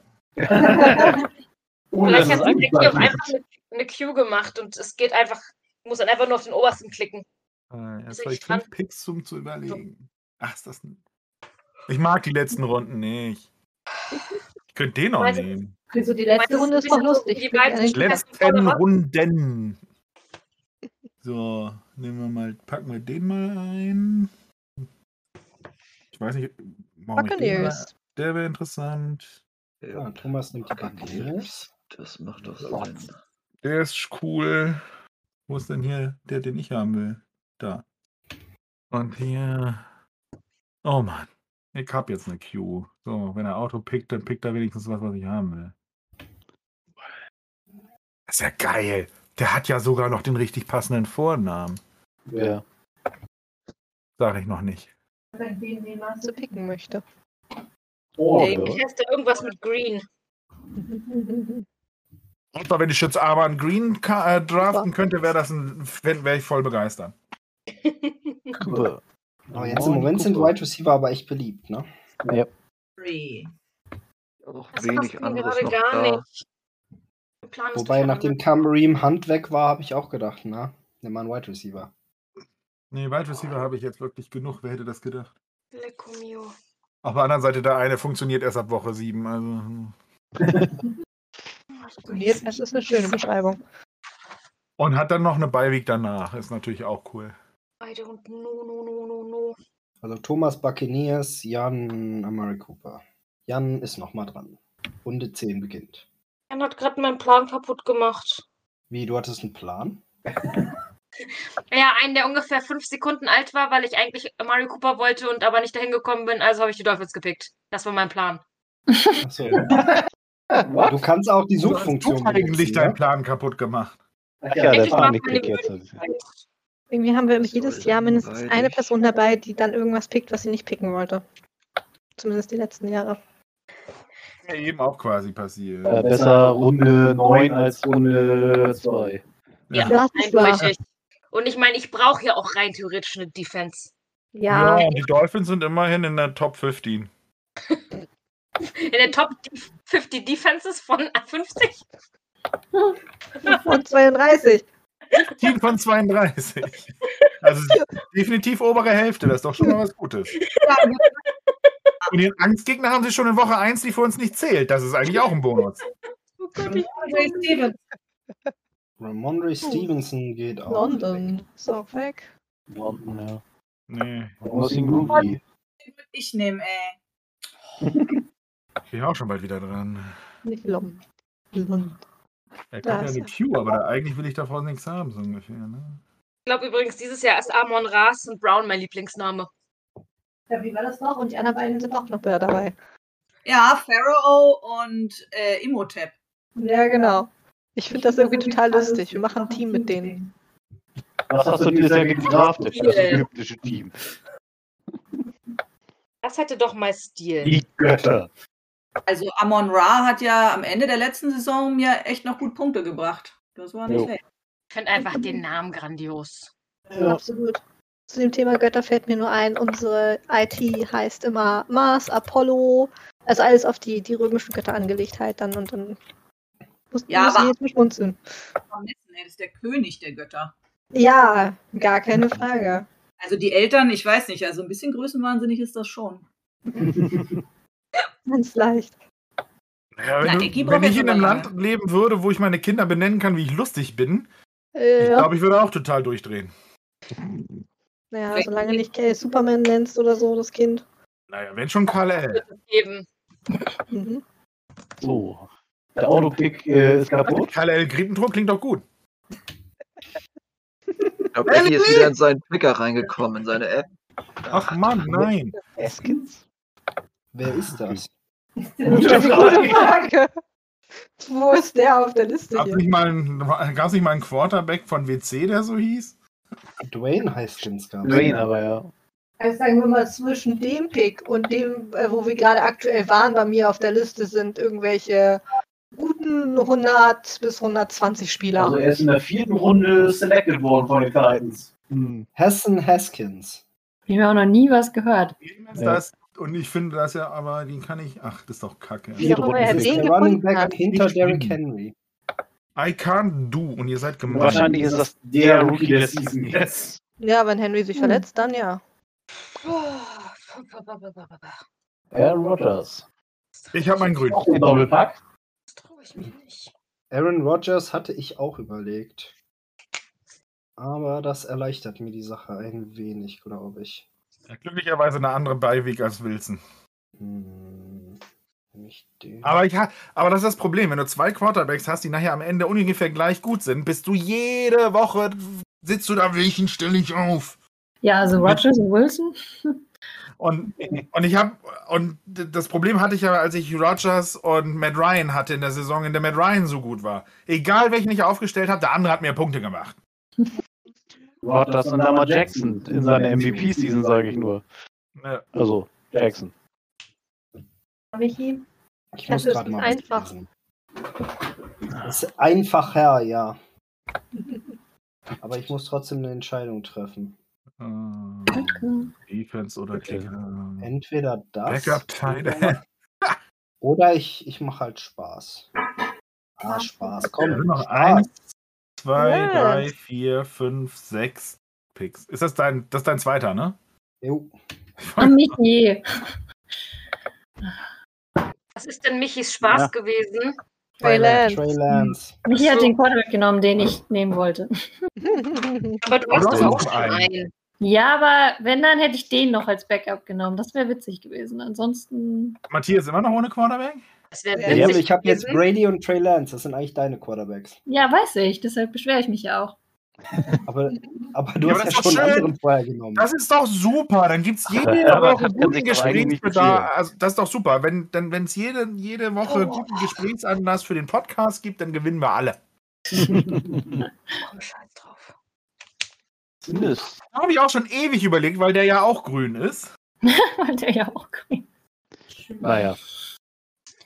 S3: Oh,
S7: Vielleicht hat der Jackie auch einfach eine, eine Q gemacht und es geht einfach, muss dann einfach nur auf den obersten klicken.
S2: Äh, Jetzt
S7: ich
S2: habe ich
S7: dran?
S2: fünf Picks zum zu überlegen. Ach, ist das ein... Ich mag die letzten Runden nicht. Ich könnte den noch
S7: Weiß ich-
S2: nehmen.
S6: Also die letzte Runde ist doch lustig.
S7: Die
S6: bin
S7: beiden
S6: ehrlich.
S7: Spiele- das ist
S2: Letzten
S7: volle Rock-
S2: Runden. So, nehmen wir mal, packen wir den mal ein. Ich weiß nicht, warum ich den mal,
S6: Buccaneers.
S2: Der wäre interessant.
S1: Ja, Thomas nimmt die Buccaneers.
S3: Das macht doch Sinn.
S2: Der ist cool. Wo ist denn hier der, den ich haben will? Da. Und hier. Oh Mann. Ich hab jetzt eine Q. So, wenn er Auto pickt, dann pickt er wenigstens was, was ich haben will. Das ist ja geil. Der hat ja sogar noch den richtig passenden Vornamen.
S8: Ja.
S2: Sag ich noch nicht.
S6: So picken möchte.
S7: Ich heißt da irgendwas mit Green.
S2: Aber wenn ich jetzt aber einen Green ka- äh, draften könnte, wäre das ein, wäre ich voll begeistert.
S8: Cooper.
S1: Aber jetzt im Moment sind Wide Receiver aber echt beliebt, ne?
S8: Ja.
S4: Free.
S3: Auch
S7: Das passt
S3: wenig
S7: mir
S3: anderes
S7: gerade
S3: noch
S7: gar
S3: da.
S7: nicht. Der Plan ist
S1: Wobei, nachdem Camareem Hunt weg war, habe ich auch gedacht, na, nimm mal einen Wide Receiver.
S2: Nee, Wide Receiver habe ich jetzt wirklich genug. Wer hätte das gedacht?
S7: total- Lecco mio.
S2: Auf der anderen Seite, der eine funktioniert erst ab Woche 7. Also, hm.
S6: Jetzt, das ist eine schöne Beschreibung.
S2: und hat dann noch eine Beiweg danach. Ist natürlich auch cool.
S7: Beide und no, no, no, no, no.
S1: Also Thomas Buccaneers, Jan Amari Cooper. Jan ist nochmal dran. Runde 10 beginnt.
S7: Jan hat gerade meinen Plan kaputt gemacht.
S1: Wie, du hattest einen Plan?
S7: Ja, einen, der ungefähr fünf Sekunden alt war, weil ich eigentlich Mario Cooper wollte und aber nicht dahin gekommen bin, also habe ich die Dolphins gepickt. Das war mein Plan.
S1: Achso. du kannst auch die Suchfunktion ne?
S2: Also, Du hast eigentlich
S1: benutzen,
S2: deinen
S1: ja?
S2: Plan kaputt gemacht.
S1: Ach ja, der Ich war
S6: nicht
S8: also.
S6: Irgendwie haben wir jedes Jahr mindestens eine Person dabei, die dann irgendwas pickt, was sie nicht picken wollte. Zumindest die letzten Jahre.
S2: Ja, eben auch quasi passiert.
S8: Äh, besser Runde 9 Äh, als Runde 2.
S7: Ja,
S6: Das ist wahr.
S7: eindeutig. Und ich meine, ich brauche ja auch rein theoretisch eine Defense.
S2: ja, und die Dolphins sind immerhin in der Top 15.
S7: In der Top 50 Defenses von 50?
S6: Und 32.
S2: Team von 32. Also definitiv obere Hälfte, das ist doch schon mal was Gutes. Und den Angstgegner haben sie schon in Woche 1, die für uns nicht zählt. Das ist eigentlich auch ein Bonus.
S1: Ramondre Stevenson geht auch.
S6: London. Ist auch weg.
S8: London, ja.
S2: Nee.
S8: Austin Groovy.
S4: Ich äh. nehme, ey.
S2: Ich bin auch schon bald wieder dran.
S6: Nicht Lom. Lom.
S2: Er kommt ja
S7: Das-
S2: eine Q, aber da, eigentlich will ich davon nichts haben, so ungefähr. Ne?
S7: Ich glaube übrigens, dieses Jahr ist Amon Ras und Brown mein Lieblingsname.
S6: Ja, wie war das noch? Und die anderen beiden sind auch noch dabei.
S4: Ja, Pharaoh und äh, Imhotep.
S6: Ja, genau. Ich finde das irgendwie total lustig. Wir machen ein Team mit denen.
S8: Was hast du dieses Jahr gedraftet für das
S7: Stil.
S8: ägyptische Team?
S7: Das hätte doch mal Stil.
S8: Die Götter.
S4: Also Amon Ra hat ja am Ende der letzten Saison mir echt noch gut Punkte gebracht. Das war nicht
S8: Jo.
S4: schlecht.
S7: Ich finde einfach den Namen grandios.
S8: Ja.
S6: Absolut. Zu dem Thema Götter fällt mir nur ein, unsere IT heißt immer Mars, Apollo, also alles auf die, die römischen Götter angelegt halt dann und dann muss,
S4: Ja,
S6: müssen
S4: aber-
S6: jetzt nicht schmunzeln.
S4: Vermessen, ey, Das ist der König der Götter.
S6: Ja, gar keine Frage.
S4: Also die Eltern, ich weiß nicht, also ein bisschen größenwahnsinnig ist das schon.
S6: Ganz leicht.
S2: Naja, wenn,
S4: Na,
S2: du,
S4: Iggy braucht
S2: wenn ich
S4: jetzt
S2: in einem
S4: aber
S2: Land leben würde, wo ich meine Kinder benennen kann, wie ich lustig bin,
S6: Äh,
S2: ich glaube, ich würde auch total durchdrehen.
S6: naja, solange nicht äh, Superman nennst oder so, das Kind.
S2: Naja, wenn schon Karl L.
S7: Eben.
S6: Mhm.
S8: So. Der Autopick äh, ist kaputt.
S2: Karl L. Griebentrupp klingt doch gut.
S16: Ich glaube, Eddie ist wieder in seinen Picker reingekommen, in seine App.
S2: Ach Mann, nein.
S8: Eskins?
S1: Wer ist das?
S6: Gute Frage. Wo ist der auf der Liste
S2: Gab
S6: hier?
S2: es nicht, mal einen- gab's nicht mal einen Quarterback von WC, der so hieß?
S1: Dwayne heißt Jens gar
S8: Dwayne aber, ja.
S6: Also sagen wir mal, zwischen dem Pick und dem, äh, wo wir gerade aktuell waren, bei mir auf der Liste sind irgendwelche guten 100 bis 120 Spieler.
S8: Also er ist in der vierten Runde selected worden von den Titans.
S1: Hessen Haskins.
S5: Ich habe auch noch nie was gehört.
S2: Das, und ich finde das ja, aber den kann ich. Ach, das ist doch kacke.
S5: Wie auch immer er
S1: Das ist
S5: den
S1: der Running
S5: gefunden
S1: Back
S5: hat.
S1: hinter
S2: Nicht
S1: Derrick
S2: schlimm.
S1: Henry.
S2: I can't do und ihr seid gemein.
S8: Wahrscheinlich ist das der Rookie der Season jetzt.
S6: ja, wenn Henry sich verletzt, dann ja.
S8: Aaron Rodgers.
S2: Ich habe mein Grün.
S8: Auch den Doppelpack.
S1: Aaron Rodgers hatte ich auch überlegt. Aber das erleichtert mir die Sache ein wenig, glaube ich.
S2: Glücklicherweise eine andere Beiweg als Wilson.
S1: Hm, Nicht den.
S2: Aber, ich ha aber das ist das Problem. Wenn du zwei Quarterbacks hast, die nachher am Ende ungefähr gleich gut sind, bist du jede Woche, sitzt du da, welchen stelle ich auf?
S5: Ja, also Rogers und Wilson.
S2: Und, und ich habe und d- das Problem hatte ich ja, als ich Rogers und Matt Ryan hatte in der Saison, in der Matt Ryan so gut war. Egal welchen ich aufgestellt habe, der andere hat mir Punkte gemacht.
S8: Rodgers und Lamar Jackson in seiner MVP-Season, sage ich nur.
S2: Ja.
S8: Also, Jackson.
S6: Michi,
S1: Ich
S6: das
S1: muss
S6: ist
S1: gerade mal.
S6: einfach.
S1: Das ist einfacher, ja. Aber ich muss trotzdem eine Entscheidung treffen.
S2: Defense oder Kicker.
S1: Entweder das.
S2: Backup Tight
S1: Oder ich, ich mache halt Spaß. Ah, Spaß. Komm,
S2: Wir haben noch
S1: Spaß.
S2: eins, zwei,
S1: Ja.
S2: drei, vier, fünf, sechs Picks. Ist das dein, das ist dein zweiter, ne?
S1: Jo.
S5: Oh, Michi.
S7: Was ist denn Michis Spaß
S2: Ja.
S7: gewesen?
S6: Trey Lance.
S1: Trey Lance.
S5: Michi hat den Quarterback genommen, den ich nehmen wollte.
S7: Aber du hast
S2: Aber du hast
S7: doch auch
S2: noch
S7: schon
S2: einen.
S7: einen.
S5: Ja, aber wenn, dann hätte ich den noch als Backup genommen. Das wäre witzig gewesen. Ansonsten.
S2: Matthias immer noch ohne Quarterback?
S7: Das wäre
S1: Ja, aber ich habe jetzt
S5: gewesen.
S1: Brady und Trey Lance. Das sind eigentlich deine Quarterbacks.
S5: Ja, weiß ich. Deshalb beschwere ich mich ja auch.
S1: Aber, aber du
S2: Ja,
S1: hast ja
S2: aber das ist doch
S1: schon einen
S2: schön.
S1: anderen vorher genommen.
S2: Das ist doch super. Dann gibt es jede
S1: Ja, aber
S2: Woche
S1: kann
S2: guten
S1: sich doch eigentlich nicht
S2: Gesprächsbedarf.
S1: fehlen.
S2: Also, das ist doch super. Wenn dann, es jede, jede Woche guten Gesprächsanlass für den Podcast gibt, dann gewinnen wir alle.
S7: Scheiß drauf.
S2: Habe ich auch schon ewig überlegt, weil der ja auch grün ist.
S5: Weil der ja auch grün.
S8: Naja.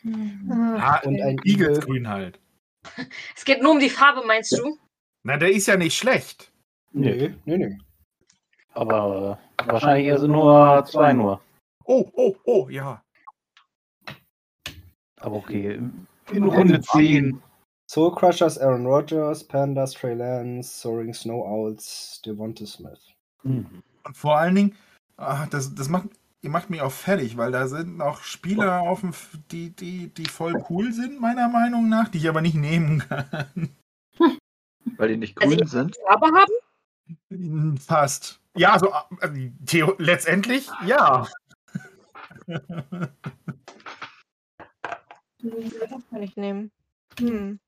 S2: Ja, und ein Ah, Igel ist grün halt.
S7: Es geht nur um die Farbe, meinst du?
S2: Na, der ist ja nicht schlecht.
S8: Nee,
S1: nee, nee.
S8: Aber äh, wahrscheinlich ist es nur zwei nur.
S2: Oh, oh, oh, ja.
S8: Aber okay. In Runde 10.
S1: Soul Crushers, Aaron Rodgers, Pandas, Trey Lance, Soaring Snow Owls, Devonta Smith.
S2: Und vor allen Dingen, ah, das, das macht, ihr macht mich auch fertig, weil da sind noch Spieler auf dem, F- die, die, die voll cool sind, meiner Meinung nach, die ich aber nicht nehmen kann.
S3: Weil die nicht
S8: Also
S2: grün
S3: sind?
S7: Farbe haben?
S2: Fast. Ja, so also, theo- letztendlich, ja.
S6: Kann ich nehmen. Hm.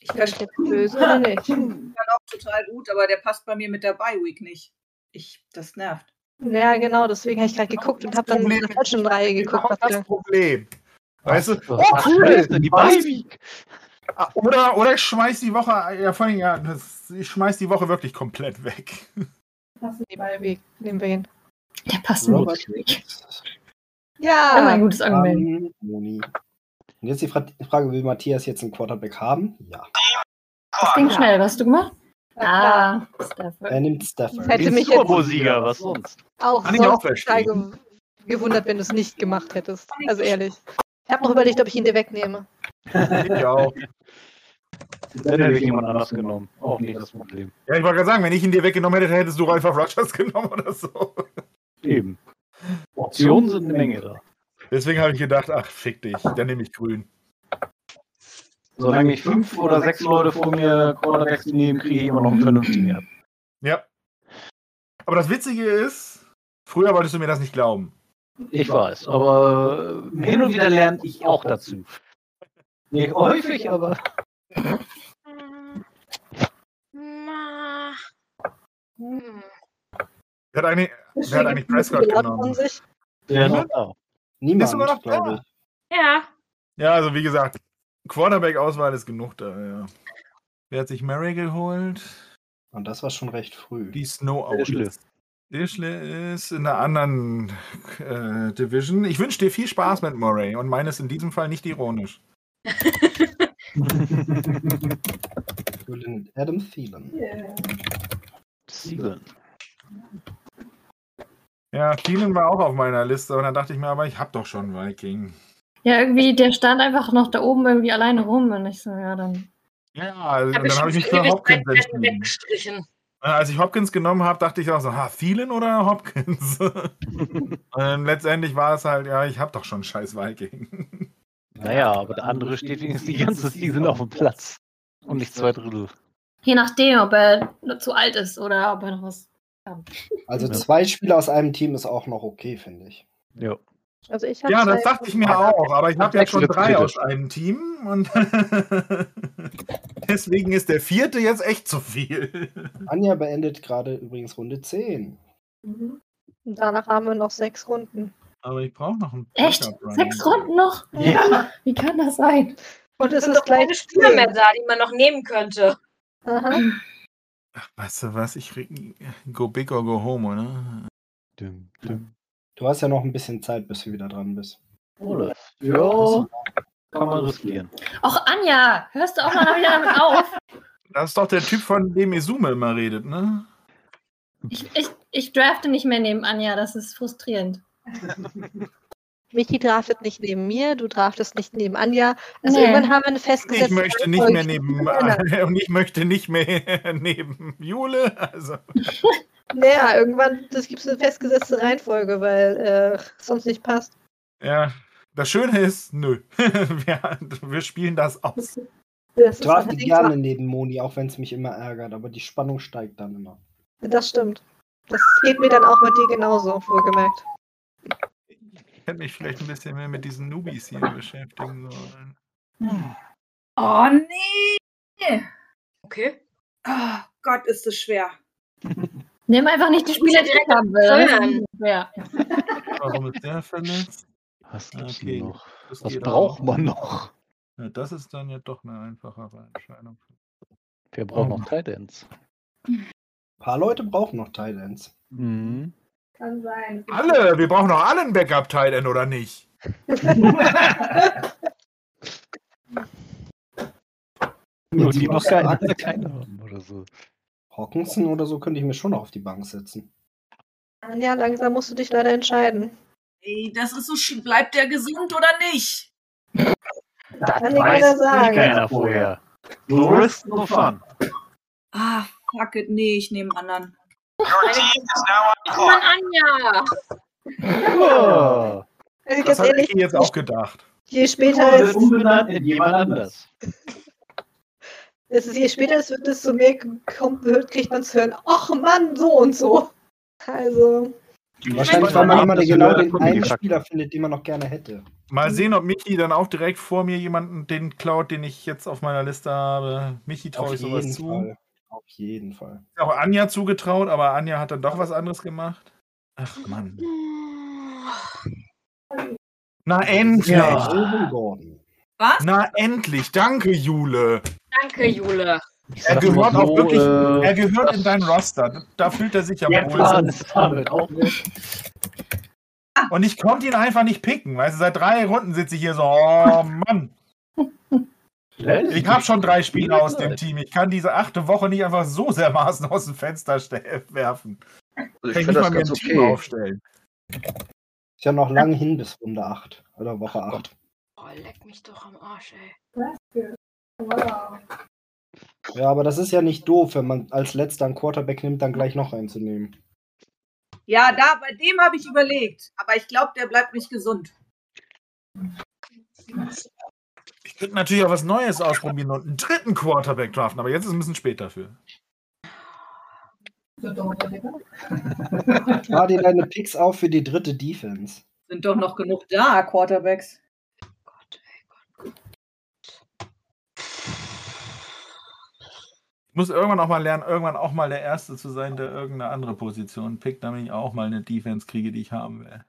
S4: Ich kann
S6: ich jetzt böse oder nicht?
S4: Kann auch total gut, aber der passt bei mir mit der Bye Week nicht. Ich, das nervt.
S6: Ja, genau, deswegen habe ich gerade geguckt und habe dann in der falschen Reihe geguckt. Was
S2: Genau das Problem. Weißt du, oh
S8: was
S2: cool,
S8: heißt denn die
S2: weißt-
S8: Bye
S2: Ah, Oder, oder ich schmeiß die Woche, ja, vor allem, ja, das, ich schmeiß die Woche wirklich komplett weg.
S6: Nebenweg. Nehmen wir hin.
S5: Der passt
S1: Robert
S5: Oh,
S6: Ja.
S5: Immer ein gutes Argument.
S1: Armin, Moni. Und jetzt die Fra Frage, will Matthias jetzt einen Quarterback haben? Ja.
S5: Das ging schnell. Was hast du gemacht? Ah, Stafford.
S1: Er nimmt Stafford.
S8: halt
S6: Hätte Den mich jetzt- Super Bowl-Sieger,
S1: was sonst?
S6: Auch
S1: Kann ich auch
S6: sonst total
S1: verstehen.
S6: gew gewundert, wenn du es nicht gemacht hättest. Also ehrlich. Ich habe noch überlegt, ob ich ihn dir wegnehme.
S2: Ich auch.
S8: Dann hätte ich jemand anders genommen. Auch nicht das Problem.
S2: Ja, ich wollte gerade sagen, wenn ich ihn dir weggenommen hätte, hättest du Ralph Rogers genommen oder so.
S8: Eben. Optionen sind eine Menge da.
S2: Deswegen habe ich gedacht, ach, fick dich, dann nehme ich grün.
S8: Solange ich fünf oder sechs Leute vor mir Quarterbacks nehmen, kriege ich immer noch einen vernünftigen ab.
S2: Ja. Aber das Witzige ist, früher wolltest du mir das nicht glauben.
S8: Ich weiß, aber äh, hin und wieder lerne ich auch dazu. Nicht häufig, aber.
S7: Ma. Mm, ah. Hm.
S2: Wer hat eigentlich, wer hat eigentlich Prescott genommen?
S8: Der
S2: ist
S8: noch
S2: Niemand, Bist du noch da?
S7: Ja.
S2: Ja, also wie gesagt, Quarterback-Auswahl ist genug da, ja. Wer hat sich Mary geholt?
S1: Und das war schon recht früh.
S2: Die Snow
S1: Dischle.
S2: Owls. Dischle ist in einer anderen äh, Division. Ich wünsche dir viel Spaß mit Murray und meine ist in diesem Fall nicht ironisch.
S1: Julian Adam Thielen.
S8: Thielen.
S2: Ja, Thielen war auch auf meiner Liste, aber dann dachte ich mir, aber ich habe doch schon Viking.
S5: Ja, irgendwie, der stand einfach noch da oben irgendwie alleine rum. Und ich so, ja, dann.
S2: Ja, also,
S7: Hab
S2: dann habe ich mich für
S7: schon
S2: Hopkins
S7: Ewigkeiten
S2: entschieden.
S7: weggestrichen.
S2: Äh, Als ich Hopkins genommen habe, dachte ich auch so, ha, Thielen oder Hopkins? ähm, letztendlich war es halt, ja, ich habe doch schon scheiß Viking.
S8: Naja, aber der andere steht wenigstens die ganze Season auf dem Platz. Und nicht zwei Drittel.
S5: Je nachdem, ob er nur zu alt ist oder ob er noch was kann.
S1: Also zwei Spieler aus einem Team ist auch noch okay, finde ich.
S8: Ja.
S6: Also ich hab
S2: Ja, das
S6: zwei-
S2: dachte ich mir auch, aber ich habe ja
S1: Jetzt
S2: schon
S1: wird's
S2: drei
S1: kritisch.
S2: aus einem Team und deswegen ist der vierte jetzt echt zu viel.
S1: Anja beendet gerade übrigens Runde 10.
S6: Mhm. Und danach haben wir noch sechs Runden.
S2: Aber ich brauche noch einen
S5: Echt?
S2: Backup, Ryan.
S5: Sechs Runden noch?
S8: Ja.
S5: Wie kann das sein?
S6: Und
S7: Es sind doch keine Spieler mehr da, die man noch nehmen könnte.
S6: Aha.
S2: Weißt du was, ich krieg- go big or go home, oder?
S1: Du hast ja noch ein bisschen Zeit, bis du wieder dran bist.
S8: Oder? Ja, kann man riskieren.
S5: Auch Anja, hörst du auch mal wieder damit auf?
S2: Das ist doch der Typ, von dem Izume immer redet, ne?
S5: Ich, ich, ich drafte nicht mehr neben Anja, das ist frustrierend.
S6: Michi draftet nicht neben mir, du draftest nicht neben Anja. Also
S5: Nee.
S6: irgendwann haben wir eine festgesetzte
S2: Ich möchte nicht mehr
S6: Reihenfolge.
S2: neben äh, und ich möchte nicht mehr neben Jule. Also.
S6: Naja, irgendwann das gibt es eine festgesetzte Reihenfolge, weil äh, sonst nicht passt.
S2: Ja, das Schöne ist, nö. wir, wir spielen das aus.
S6: Das,
S1: Ich
S6: ist halt
S1: drafte
S6: allerdings
S1: gerne neben Moni, auch wenn es mich immer ärgert, aber die Spannung steigt dann immer.
S6: Auch, das stimmt. Das geht mir dann auch mit dir genauso, wohlgemerkt.
S2: Ich hätte mich vielleicht ein bisschen mehr mit diesen Newbies hier beschäftigen sollen.
S4: Oh nee!
S7: Okay.
S4: Oh Gott, ist das schwer.
S5: Nimm einfach nicht die
S4: Ich muss ja
S5: Spieler direkt
S4: direkt
S5: haben will. Das ist
S4: steuern.
S5: schwer.
S2: Warum ist der verletzt?
S8: Was
S2: gibt's noch?
S8: Was braucht man noch?
S2: Ja, das ist dann ja doch eine einfachere Entscheidung.
S8: Wir brauchen
S1: Oh.
S8: noch Titans.
S1: Ein paar Leute brauchen noch Thailands.
S9: Kann sein.
S12: Alle, wir brauchen doch alle einen Backup-Tight End, oder nicht?
S8: Nur die noch keine,
S1: Jetzt-
S8: keine haben oder so.
S1: Hawkinson oder so könnte ich mir schon noch auf die Bank setzen.
S6: Ja, langsam musst du dich leider entscheiden.
S4: Ey, das ist so schlimm. Bleibt der gesund oder nicht?
S8: Das
S6: Kann dir keiner sagen.
S8: eh vorher. No risk, no fun.
S4: Ah, fuck it. Nee, ich nehme einen anderen.
S7: Mann, Anja!
S8: Ja.
S6: Also
S2: Das
S6: ganz
S2: habe ich
S6: ehrlich,
S2: mir jetzt auch gedacht.
S6: je später es,
S11: umbenannt
S8: in jemand anders.
S6: es ist, je später es wird, desto mehr kommt, hört, kriegt man zu hören, ach Mann, so und so. Also,
S1: Wahrscheinlich, weil man immer den- genau den einen Spieler findet, den man noch gerne hätte.
S2: Mal sehen, ob Michi dann auch direkt vor mir jemanden den klaut, den ich jetzt auf meiner Liste habe. Michi traue ich sowas zu.
S1: Fall. Auf jeden Fall.
S2: Ist auch Anja zugetraut, aber Anja hat dann doch was anderes gemacht. Ach Mann. Na endlich!
S1: Ja. Melvin Gordon.
S4: Was?
S2: Na endlich! Danke, Jule!
S7: Danke, Jule.
S2: Er
S8: sag mal
S2: gehört auch
S8: so,
S2: wirklich,
S8: äh,
S2: er gehört in dein Roster. Da fühlt er sich am
S8: Der Plan ist damit auch
S2: Und ich konnte ihn einfach nicht picken. Weißt du, seit drei Runden sitze ich hier so, oh Mann. Ich habe schon drei Spieler aus dem Team. Ich kann diese achte Woche nicht einfach so dermaßen aus dem Fenster ste- werfen.
S3: Also ich
S2: Kann ich
S3: finde
S2: nicht mal
S3: das
S2: mir ein
S3: ganz
S2: Team
S3: okay.
S2: aufstellen.
S1: Ist ja noch lang hin bis Runde 8 oder Woche 8.
S7: Oh, leck mich doch am Arsch, ey.
S1: Ja, aber das ist ja nicht doof, wenn man als letzter einen Quarterback nimmt, dann gleich noch einen zu nehmen.
S4: Ja, da, bei dem habe ich überlegt. Aber ich glaube, der bleibt nicht gesund.
S2: Ich könnte natürlich auch was Neues ausprobieren und einen dritten Quarterback draften, aber jetzt ist ein bisschen spät dafür.
S1: Fahr dir deine Picks auf für die dritte Defense.
S4: Sind doch noch genug da, Quarterbacks.
S2: Ich muss irgendwann auch mal lernen, irgendwann auch mal der Erste zu sein, der irgendeine andere Position pickt, damit ich auch mal eine Defense kriege, die ich haben will.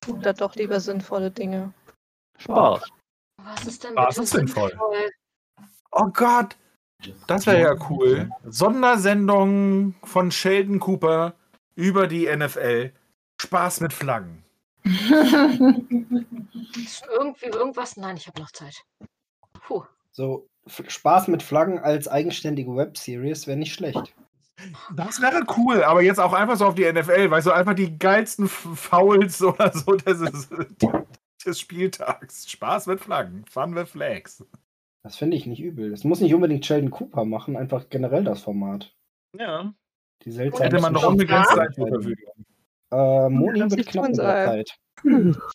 S6: tut da doch lieber sinnvolle Dinge.
S8: Spaß.
S7: Was ist denn
S2: Was ist sinnvoll? Oh Gott, das wäre ja cool. Sondersendung von Sheldon Cooper über die NFL. Spaß mit Flaggen.
S7: Ist Irgendwie irgendwas? Nein, ich habe noch Zeit. Puh.
S1: So, F- Spaß mit Flaggen als eigenständige Webseries wäre nicht schlecht.
S2: Das wäre cool, aber jetzt auch einfach so auf die NFL, weißt du, einfach die geilsten F- Fouls oder so des, des Spieltags. Spaß mit Flaggen, Fun with Flags.
S1: Das finde ich nicht übel. Das muss nicht unbedingt Sheldon Cooper machen, einfach generell das Format.
S2: Ja.
S1: Die seltsame
S2: Hätte man noch unbegrenzt Zeit zur Verfügung.
S1: Äh, Moni
S6: Kannst
S1: wird
S6: nicht
S1: knapp
S6: tun
S1: mit der
S6: sein.
S1: Zeit.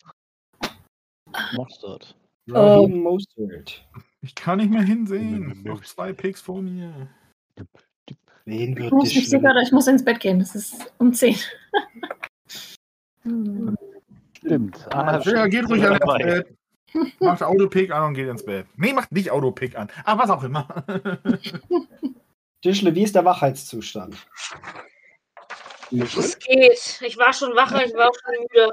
S8: Macht das.
S1: Raheem
S5: Ähm.
S1: Mostert.
S2: Ich kann nicht mehr hinsehen. Noch zwei Picks vor mir.
S1: Wen
S5: Ich
S1: wird
S5: muss mich
S1: dich schlimm?
S5: sicher, ich muss ins Bett gehen. Es ist um 10.
S8: Stimmt.
S2: Ja, geht ruhig alle ins
S8: Ah, dabei.
S2: Bett. Macht Autopick an und geht ins Bett. Nee, macht nicht Autopick an. Aber was auch immer.
S1: Tischle, wie ist der Wachheitszustand?
S7: Es geht. Ich war schon wach, ich war auch schon müde.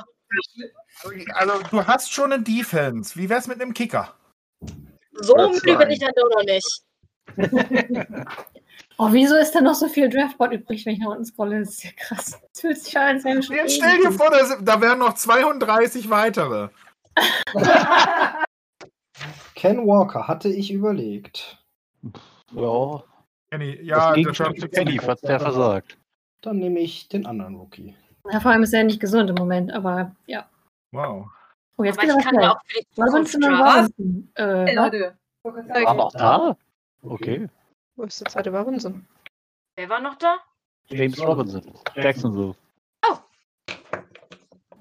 S2: Also, du hast schon eine Defense. Wie wär's mit einem Kicker?
S7: So
S2: Oder
S7: müde bin
S2: zwei.
S7: ich dann doch noch nicht.
S5: Oh, wieso ist da noch so viel Draftboard übrig, wenn ich nach unten scrolle? Das ist ja krass. Das fühlt sich an, als wäre schon.
S2: Jetzt stell dir vor, da, sind- da wären noch 32 weitere.
S1: Ken Walker hatte ich überlegt.
S8: Ja.
S2: Kenny,
S8: das
S2: ja, der
S8: Gegenstück
S2: Schaft-
S8: zu Kenny hat der versagt.
S1: Dann nehme ich den anderen Rookie.
S5: Ja, vor allem ist er nicht gesund im Moment, aber ja.
S2: Wow.
S5: Oh, jetzt
S7: Aber
S5: geht
S7: ich
S5: er
S7: kann ja
S5: was
S7: auch für die
S5: Robinson und
S7: Zukunft
S5: Robinson. Äh,
S7: genau.
S5: was?
S8: War Ah, noch da? Okay.
S6: Wo ist der zweite Wahnsinn?
S7: Wer war noch da?
S8: James Robinson. Jacksonville.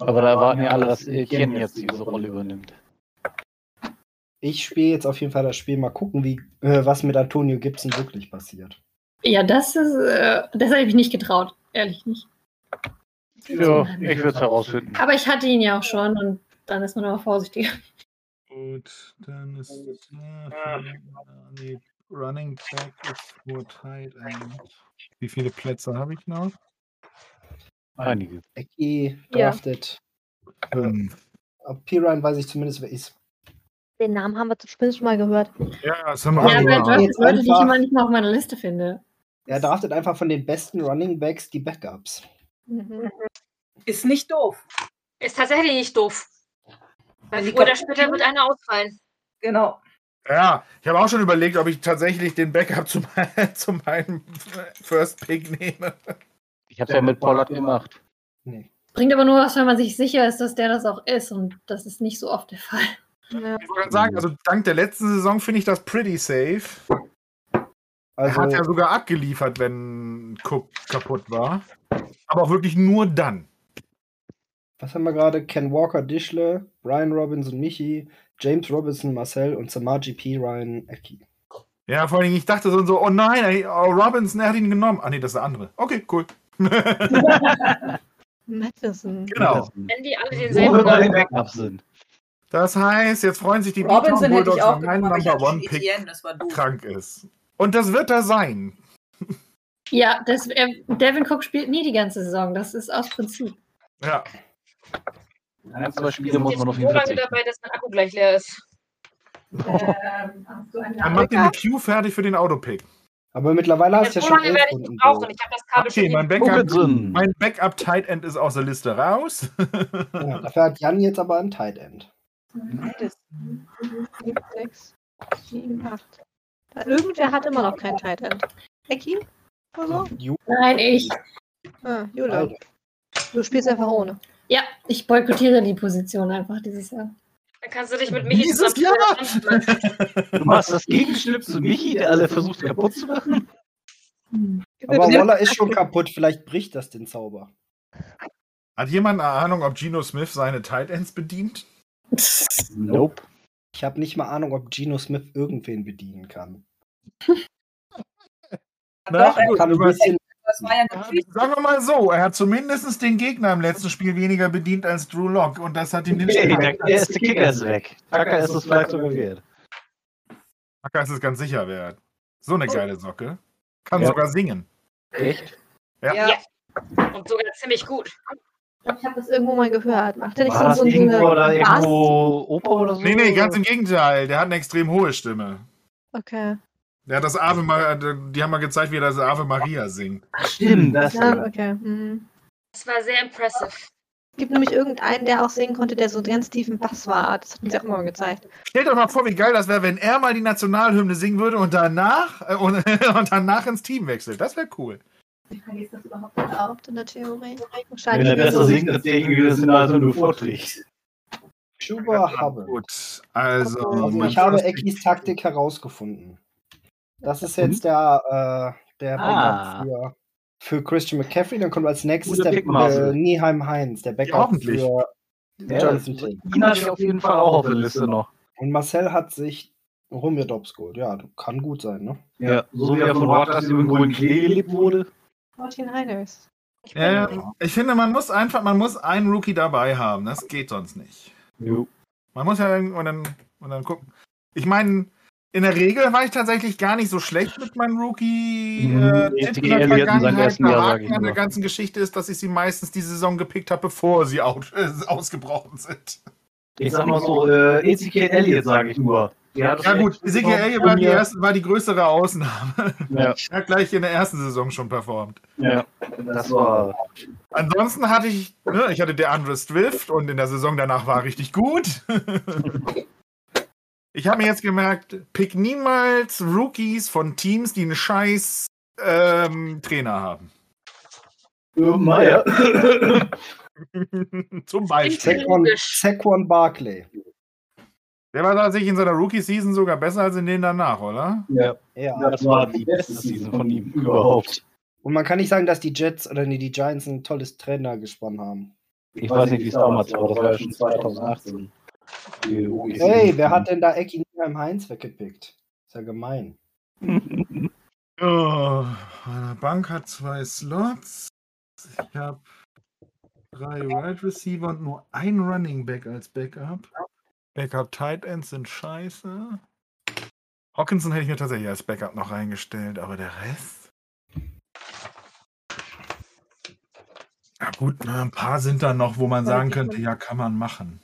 S8: Aber da erwarten ja alle, dass Etienne jetzt diese Rolle übernimmt.
S1: Ich spiele jetzt auf jeden Fall das Spiel. Mal gucken, wie, äh, was mit Antonio Gibson wirklich passiert.
S5: Ja, das ist. Äh, das habe ich mich nicht getraut. Ehrlich nicht.
S8: Ja, ich würde es herausfinden.
S5: Aber ich hatte ihn ja auch schon und dann ist man immer vorsichtiger.
S17: Gut, dann ist äh, nee, Running Back ist verteilt. eigentlich. Wie viele Plätze habe ich noch?
S8: Einige.
S1: Becky
S6: Ja.
S1: drafted.
S2: Ähm,
S1: Ab Piran weiß ich zumindest, wer ist.
S6: Den Namen haben wir zumindest schon mal gehört.
S17: Ja, das
S1: haben wir
S5: Ja,
S1: auch
S5: wer
S1: gemacht.
S5: draftet
S1: Jetzt
S5: Leute, die ich
S1: einfach-
S5: immer nicht mal auf meiner Liste finde?
S1: Er draftet einfach von den besten Running Backs die Backups.
S6: Mhm.
S4: Ist nicht doof.
S7: Ist tatsächlich nicht doof. Weil
S4: die
S7: früher oder
S4: kaputt
S7: später wird einer ausfallen.
S4: Genau.
S2: Ja, ich habe auch schon überlegt, ob ich tatsächlich den Backup zu, mein, zu meinem First Pick nehme.
S8: Ich habe es ja mit Pollard gemacht.
S5: Bringt aber nur was, wenn man sich sicher ist, dass der das auch ist. Und das ist nicht so oft der Fall.
S2: Ich wollte gerade
S17: Mhm.
S2: sagen, also dank der letzten Saison finde ich das pretty safe.
S1: Also-
S2: er hat ja sogar abgeliefert, wenn Cook kaputt war. Aber auch wirklich nur dann.
S1: Was haben wir gerade? Ken Walker, Dischle, Brian Robinson, Michi, James Robinson, Marcel und Samaji P. Ryan, Eki.
S2: Ja, vor allen Dingen, ich dachte so, und so oh nein, ey, oh, Robinson, er hat ihn genommen. Ah nee, das ist der andere. Okay, cool.
S6: Madison.
S2: Genau.
S7: Wenn die alle
S2: Wo
S7: denselben
S2: wir bei
S7: wollen.
S2: den
S8: Backups sind.
S2: Das heißt, jetzt freuen sich die
S4: Robinson
S2: Beaton
S4: hätte ich
S2: Bulldogs,
S4: auch
S2: wenn mein
S4: genommen, aber ich
S2: Number
S4: hatte schon
S2: One Pick
S4: ETN, das war doof.
S2: krank ist. Und das wird er sein.
S5: Ja, das, äh, Devin Cook spielt nie die ganze Saison. Das ist aus Prinzip.
S2: Ja.
S8: Ein, zwei Spiele muss man auf
S7: So
S8: ihn
S7: lange
S8: verzichten.
S7: dabei, dass mein Akku gleich leer ist.
S2: Genau.
S6: Ähm,
S2: Dann macht ihr eine Q fertig für den Autopick.
S1: Aber mittlerweile
S7: Ja, so lange werde ich nicht brauchen. Ich habe das Kabel
S2: Okay,
S7: schon
S2: mein
S7: hier.
S2: Backup,
S8: Robinson.
S2: mein Backup Tight End ist aus der Liste raus.
S1: Ja, dafür hat Jan jetzt aber ein Tight End.
S6: Fünf, sechs, sieben, acht. Da- Irgendwer hat immer noch kein Tight End. Eki? Oder so?
S5: Nein, ich.
S6: Ah, Jule. Du spielst einfach ohne.
S5: Ja, ich boykottiere die Position einfach dieses Jahr.
S7: Dann kannst du dich mit Michi
S5: Dieses
S7: zusammen.
S8: Du machst das Gegenschnipp zu Michi, der alle versucht kaputt zu machen.
S1: Aber Waller ist schon kaputt, vielleicht bricht das den Zauber.
S2: Hat jemand eine Ahnung, ob Geno Smith seine Tight Ends bedient?
S8: Nope.
S1: Ich habe nicht mal Ahnung, ob Geno Smith irgendwen bedienen kann.
S2: Na,
S1: er
S2: gut,
S1: kann ein
S2: aber-
S1: bisschen-
S4: Das war ja natürlich
S2: Sagen wir mal so, er hat zumindest den Gegner im letzten Spiel weniger bedient als Drew Lock und das hat ihm den
S8: Hey,
S2: Spiel-
S8: der, der erste Kicker ist weg. Tucker ist es vielleicht sogar wert.
S2: Tucker ist es ganz sicher wert. So eine geile Socke. Kann
S8: Ja.
S2: sogar singen.
S8: Echt?
S2: Ja.
S7: Ja. Und sogar ziemlich gut.
S6: Ich habe das irgendwo mal gehört. Macht er nicht
S8: War das
S6: so, so
S8: irgendwo oder
S6: eine Bass?
S8: irgendwo Opa oder so?
S2: Nee, nee, ganz im Gegenteil. Der hat eine extrem hohe Stimme.
S6: Okay.
S2: Der hat das Ave Maria, die haben mal gezeigt, wie er das Ave Maria singt.
S8: Stimmt, das
S6: Ja, okay. Hm.
S7: Das war sehr impressive.
S6: Es gibt nämlich irgendeinen, der auch singen konnte, der so einen ganz tiefen Bass war. Das hat uns ja auch mal gezeigt.
S2: Stellt euch mal vor, wie geil das wäre, wenn er mal die Nationalhymne singen würde und danach, äh, und, und danach ins Team wechselt. Das wäre cool.
S6: Vergisst das überhaupt überhaupt in der Theorie?
S8: Wenn
S6: Wahrscheinlich.
S8: er besser singt, als derjenige, das in der also nur vorträgt.
S1: Schuber habe.
S2: Gut, also.
S1: Also ich habe Eckis Taktik herausgefunden. Das ist jetzt der, äh, der
S8: Ah.
S1: Backup für, für Christian McCaffrey. Dann kommt als nächstes
S8: Gute
S1: der
S8: Pickmasel.
S1: äh, Nieheim Heinz, der
S2: Ja,
S1: Backup
S2: hoffentlich.
S1: für
S8: Ja,
S1: Jonathan Taylor.
S8: ihn hatte ich auf jeden Fall auch auf der Liste noch.
S1: Und Marcel hat sich Romeo Dobbs geholt. Ja, kann gut sein, ne?
S8: Ja, so wie er von Rogers über den grünen Klee gelebt wurde.
S6: 49ers.
S2: Ja, ich finde, man muss einfach, man muss einen Rookie dabei haben. Das geht sonst nicht.
S8: Jo.
S2: Man muss ja irgendwann dann, und dann gucken. Ich meine, in der Regel war ich tatsächlich gar nicht so schlecht mit meinem Rookie.
S8: Mhm,
S2: Äh,
S8: Ezekiel
S2: Tipp in der
S8: Elliott in seinem
S2: Vergangenheit.
S8: ersten
S2: Der
S8: Jahr, sag
S2: Haken
S8: ich
S2: an der
S8: nur.
S2: ganzen Geschichte ist, dass ich sie meistens die Saison gepickt habe, bevor sie out, äh, ausgebrochen sind.
S8: Ich sag mal so, äh, Ezekiel Elliott, sage ich nur. Der hatte
S2: Ja
S8: schon
S2: gut,
S8: echt-
S2: Ezekiel Elliott war die, erste, war die größere Ausnahme.
S8: Ja.
S2: Er hat gleich in der ersten Saison schon performt.
S8: Ja, das war.
S2: Ansonsten hatte ich, ne, ich hatte DeAndre Swift und in der Saison danach war er richtig gut. ich habe mir jetzt gemerkt, pick niemals Rookies von Teams, die einen scheiß ähm, Trainer haben.
S8: Meier.
S2: Zum Beispiel.
S1: Saquon, Saquon Barkley.
S2: Der war tatsächlich in seiner Rookie-Season sogar besser als in denen danach, oder?
S8: Ja.
S1: Ja.
S8: Das war die beste Season von ihm überhaupt.
S1: Und man kann nicht sagen, dass die Jets oder nee, die Giants ein tolles Trainergespann haben.
S8: Ich weiß nicht, wie es damals war, das war ja schon 2018. Die E Rookies-
S1: Hey, wer hat denn da Ecki Nieheim Heinz weggepickt? Ist ja gemein.
S2: Oh, meine Bank hat zwei Slots. Ich habe drei Wide Receiver und nur ein Running Back als Backup. Backup Tight Ends sind scheiße. Hawkinson hätte ich mir tatsächlich als Backup noch reingestellt, aber der Rest. Ja gut, na, ein paar sind da noch, wo man sagen könnte, ja, kann man machen.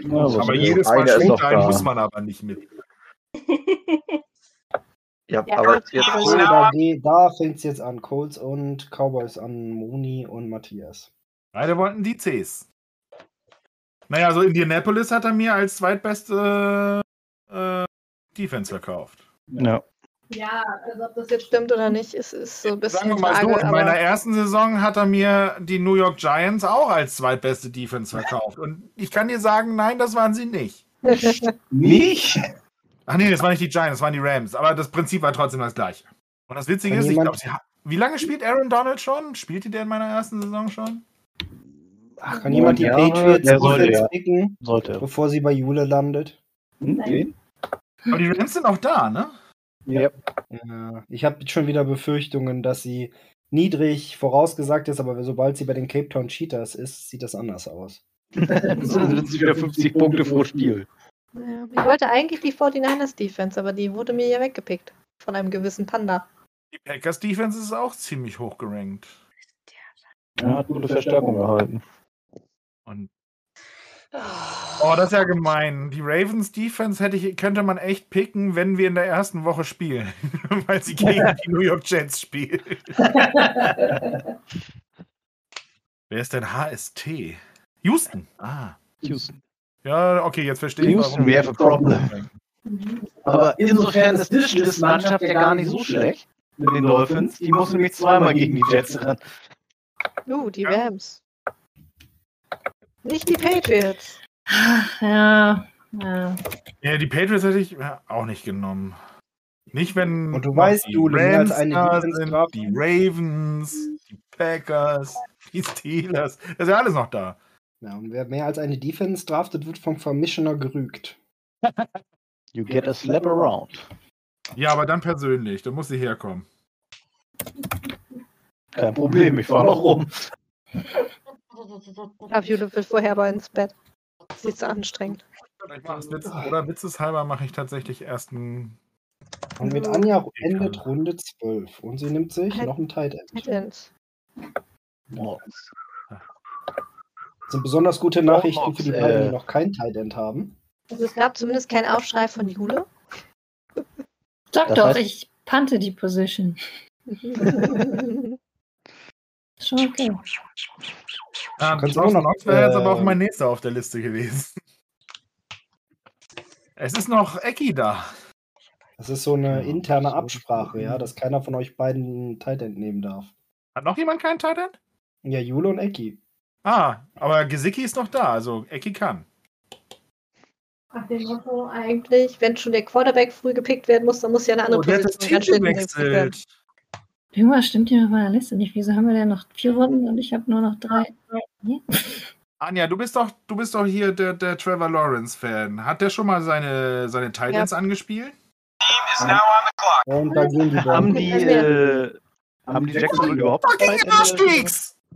S12: Ja, aber so
S2: aber jedes Mal
S12: einer ist
S2: schlägt
S12: doch
S2: einen
S12: da.
S2: muss man aber nicht mit.
S3: Ja, aber
S2: Ja, aber-
S3: jetzt.
S2: aber-
S1: So, da, geh- da fängt es jetzt an. Colts und Cowboys an Moni und Matthias.
S2: Beide wollten die Cs. Naja, so Indianapolis hat er mir als zweitbeste äh, Defense verkauft.
S8: Ja.
S6: Ja, also ob das jetzt stimmt oder nicht, ist, ist so ein bisschen
S2: Sagen wir mal so,
S6: Frage,
S2: in
S6: aber-
S2: meiner ersten Saison hat er mir die New York Giants auch als zweitbeste Defense verkauft. Und ich kann dir sagen, nein, das waren sie nicht.
S8: Nicht?
S2: Ach nee, das waren nicht die Giants, das waren die Rams. Aber das Prinzip war trotzdem das gleiche. Und das Witzige
S1: Kann
S2: ist, ich
S1: jemand-
S2: glaube, sie ha- Wie lange spielt Aaron Donald schon? Spielte der in meiner ersten Saison schon?
S1: Ach, Kann jemand die
S8: Ja,
S1: Patriots
S8: der sollte
S1: Defense
S8: ja.
S1: picken,
S8: Sollte.
S1: bevor sie bei Jule landet?
S8: Nein.
S2: Aber die Rams sind auch da, ne?
S8: Ja.
S1: Ich habe schon wieder Befürchtungen, dass sie niedrig vorausgesagt ist, aber sobald sie bei den Cape Town Cheaters ist, sieht das anders aus.
S8: Sonst sind sie wieder 50 Punkte pro Spiel.
S6: Ja, ich wollte eigentlich die 49ers Defense, aber die wurde mir ja weggepickt. Von einem gewissen Panda.
S2: Die Packers Defense ist auch ziemlich hoch gerankt.
S8: Ja, hat gute Verstärkung erhalten.
S2: Und Oh, das ist ja gemein. Die Ravens Defense hätte ich, könnte man echt picken, wenn wir in der ersten Woche spielen, weil sie gegen die New York Jets spielen. Wer ist denn HST? Houston. Ah.
S8: Houston.
S2: Ja, okay, jetzt verstehe ich.
S8: Houston, we have a problem. Aber insofern ist Digitalist Mannschaft ja gar nicht so schlecht mit den Dolphins. Die mussten nämlich zweimal gegen die Jets ran.
S6: Uh, die Rams. Nicht die Patriots.
S5: Ja, ja.
S2: Ja, die Patriots hätte ich ja, auch nicht genommen. Nicht, wenn.
S1: Und du
S2: noch
S1: weißt,
S2: die
S1: Jule, mehr als
S2: Rams
S1: eine
S2: da
S1: Defense
S2: sind,
S1: draften.
S2: die Ravens, die Packers, die Steelers. Das ist ja alles noch da.
S1: Ja, und wer mehr als eine Defense draftet, wird vom Commissioner gerügt.
S8: You get a slap around.
S2: Ja, aber dann persönlich. Da muss sie herkommen.
S8: Kein Problem, ich fahre noch rum.
S6: Aber Jule will vorher aber ins Bett. Sie ist so anstrengend.
S2: Ich mach's Witz, oder witzeshalber mache ich tatsächlich erst ein.
S1: Und mit Anja endet Runde 12 und sie nimmt sich noch einen Tight End.
S6: Tight End.
S1: Das sind besonders gute Nachrichten
S6: Box,
S1: für die beiden,
S6: äh.
S1: die noch kein Tight End haben.
S6: Also es gab zumindest keinen Aufschrei von Jule.
S5: Doch,
S1: Das
S5: doch,
S1: heißt-
S5: ich pannte die Position. Schon okay.
S2: Ah,
S1: Kannst
S2: Dawson
S1: immer noch,
S2: Knox wäre jetzt aber auch
S1: ähm,
S2: mein nächster auf der Liste gewesen. Es ist noch Ecki da.
S1: Genau, Das ist so eine interne Absprache, ja, dass keiner von euch beiden einen Tight End nehmen darf.
S2: Hat noch jemand keinen Tight End?
S1: Ja, Jule und Ecki.
S2: Ah, aber Gesicki ist noch da, also Ecki kann.
S6: Nach dem Motto eigentlich, wenn schon der Quarterback früh gepickt werden muss, dann muss ja eine
S3: Oh,
S6: andere Position ganz schnell gepickt werden.
S5: Irgendwas stimmt hier mit meiner Liste nicht. Wieso haben wir denn noch vier Runden und ich habe nur noch drei? Nee?
S2: Anja, du bist doch, du bist doch hier der, der Trevor Lawrence-Fan. Hat der schon mal seine, seine Titans angespielt?
S1: Und da gehen die
S8: Haben die, äh, haben die Jacksonville überhaupt
S2: Fucking Arschkeks!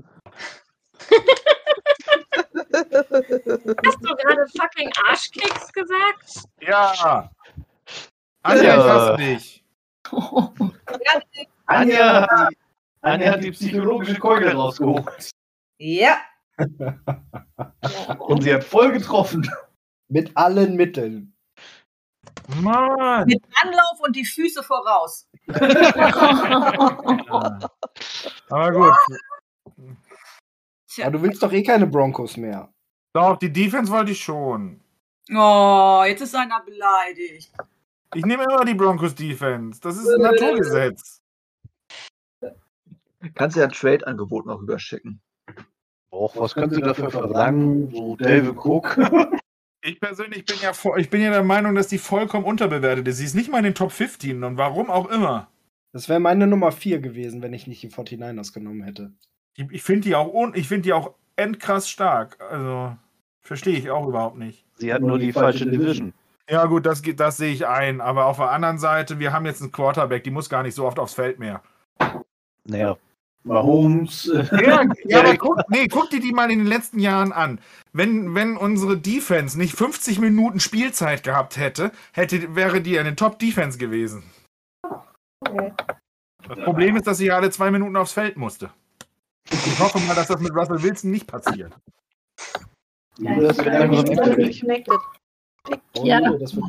S7: Hast du gerade fucking Arschkeks gesagt?
S2: Ja! Anja, ich hasse dich.
S8: Anja, hat die- Anja hat die psychologische Keule rausgeholt.
S4: Ja.
S8: Und sie hat voll getroffen.
S1: Mit allen Mitteln.
S2: Mann!
S4: Mit Anlauf und die Füße voraus.
S2: Aber gut.
S1: Aber du willst doch eh keine Broncos mehr.
S2: Doch, die Defense wollte ich schon.
S4: Oh, jetzt ist einer beleidigt.
S2: Ich nehme immer die Broncos Defense. Das ist ein Naturgesetz.
S3: Kannst du ja ein Trade-Angebot noch rüberschicken.
S8: Och, was können sie dafür verlangen? So David Cook.
S2: Ich persönlich bin ja, vor, ich bin ja der Meinung, dass die vollkommen unterbewertet ist. Sie ist nicht mal in den Top 15 und warum auch immer.
S1: Das wäre meine Nummer 4 gewesen, wenn ich nicht die 49ers genommen hätte.
S2: Die, ich finde die, auch un- ich find die auch endkrass stark. Also, verstehe ich auch überhaupt nicht.
S8: Sie hat nur die falsche Division.
S2: Ja, gut, das, geht- das sehe ich ein. Aber auf der anderen Seite, wir haben jetzt einen Quarterback, die muss gar nicht so oft aufs Feld mehr.
S8: Naja, Mahomes. äh,
S2: Ja, ja, aber guck, nee, guck dir die mal in den letzten Jahren an. Wenn, wenn unsere Defense nicht 50 Minuten Spielzeit gehabt hätte, hätte wäre die eine Top-Defense gewesen. Das Problem ist, dass sie alle zwei Minuten aufs Feld musste. Ich hoffe mal, dass das mit Russell Wilson nicht passiert.
S8: Das wäre einfach so ein Mittelweg.
S5: Ja.
S1: Oh, das wird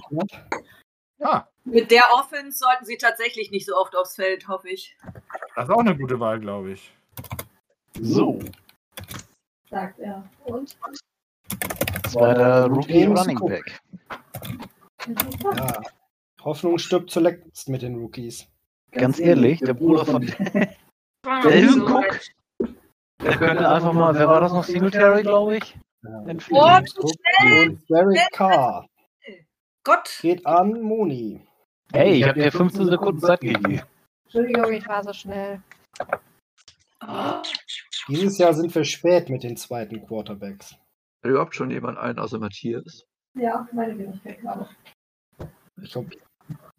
S1: knapp.
S4: Mit der Offense sollten sie tatsächlich nicht so oft aufs Feld, hoffe ich.
S2: Das ist auch eine gute Wahl, glaube ich.
S8: So,
S18: Sagt er. Und?
S8: das war der Rookie Running Back.
S1: Ja. Hoffnung stirbt zuletzt mit den Rookies.
S8: Ganz ehrlich, der Bruder von Delvin Cook, der könnte einfach mal, wer war das noch, Singletary, glaube ich?
S1: What? Und Derek Carr.
S4: Gott.
S1: Geht an Moni.
S8: Hey, ich habe dir 15 Sekunden Zeit gegeben.
S6: Entschuldigung, ich war so schnell.
S1: Dieses Jahr sind wir spät mit den zweiten Quarterbacks.
S3: Hat überhaupt schon jemand einen außer Matthias?
S18: Ja, meine bin ich weg gerade.
S1: Ich glaube.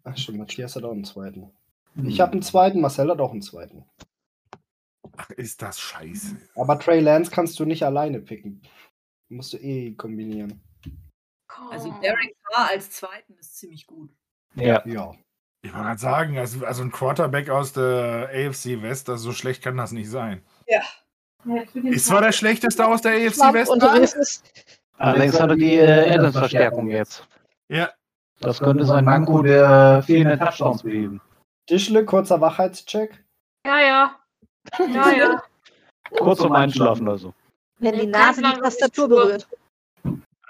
S1: Ach schon, Matthias hat auch einen zweiten. Ich habe einen zweiten, Marcel hat auch einen zweiten.
S2: Ach, ist das scheiße.
S1: Aber Trey Lance kannst du nicht alleine picken. Musst du eh kombinieren.
S4: Also
S6: Oh.
S4: Derek Carr als Zweiten ist ziemlich gut.
S8: Ja.
S1: ja.
S2: Ich wollte gerade sagen, also, also ein Quarterback aus der AFC West, also so schlecht kann das nicht sein.
S4: Ja.
S2: Ist zwar der schlechteste aus der AFC
S6: Schwamm
S2: West.
S6: unterwegs ist.
S8: Allerdings hatte die äh, Adams-Verstärkung jetzt.
S2: Ja.
S8: Das könnte sein Manko der fehlenden Touchdowns beheben.
S1: Dischle, kurzer Wachheitscheck.
S7: Ja, ja. Ja, ja.
S8: Kurz um Einschlafen also.
S6: Wenn die Nase die Tastatur berührt.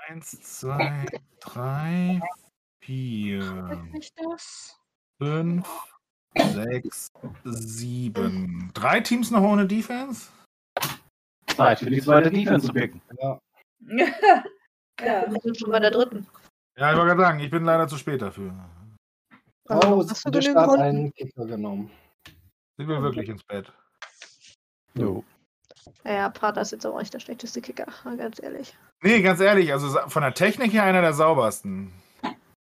S2: Eins, zwei, drei, vier,
S7: Nicht das.
S2: fünf, sechs, sieben. Drei Teams noch ohne Defense?
S8: Zeit für die zweite Defense zu picken.
S1: Ja.
S6: Ja, wir sind schon bei der dritten.
S2: Ja, ich wollte gerade sagen, ich bin leider zu spät dafür.
S1: Oh,
S6: Hast
S1: Dischle
S6: du genügend
S1: hat
S6: Kunden?
S1: einen Kicker genommen.
S2: Sind wir wirklich ins Bett?
S8: Jo.
S6: Ja, Pater ist jetzt aber nicht der schlechteste Kicker, mal ganz ehrlich.
S2: Nee, ganz ehrlich, also sa- von der Technik her einer der saubersten.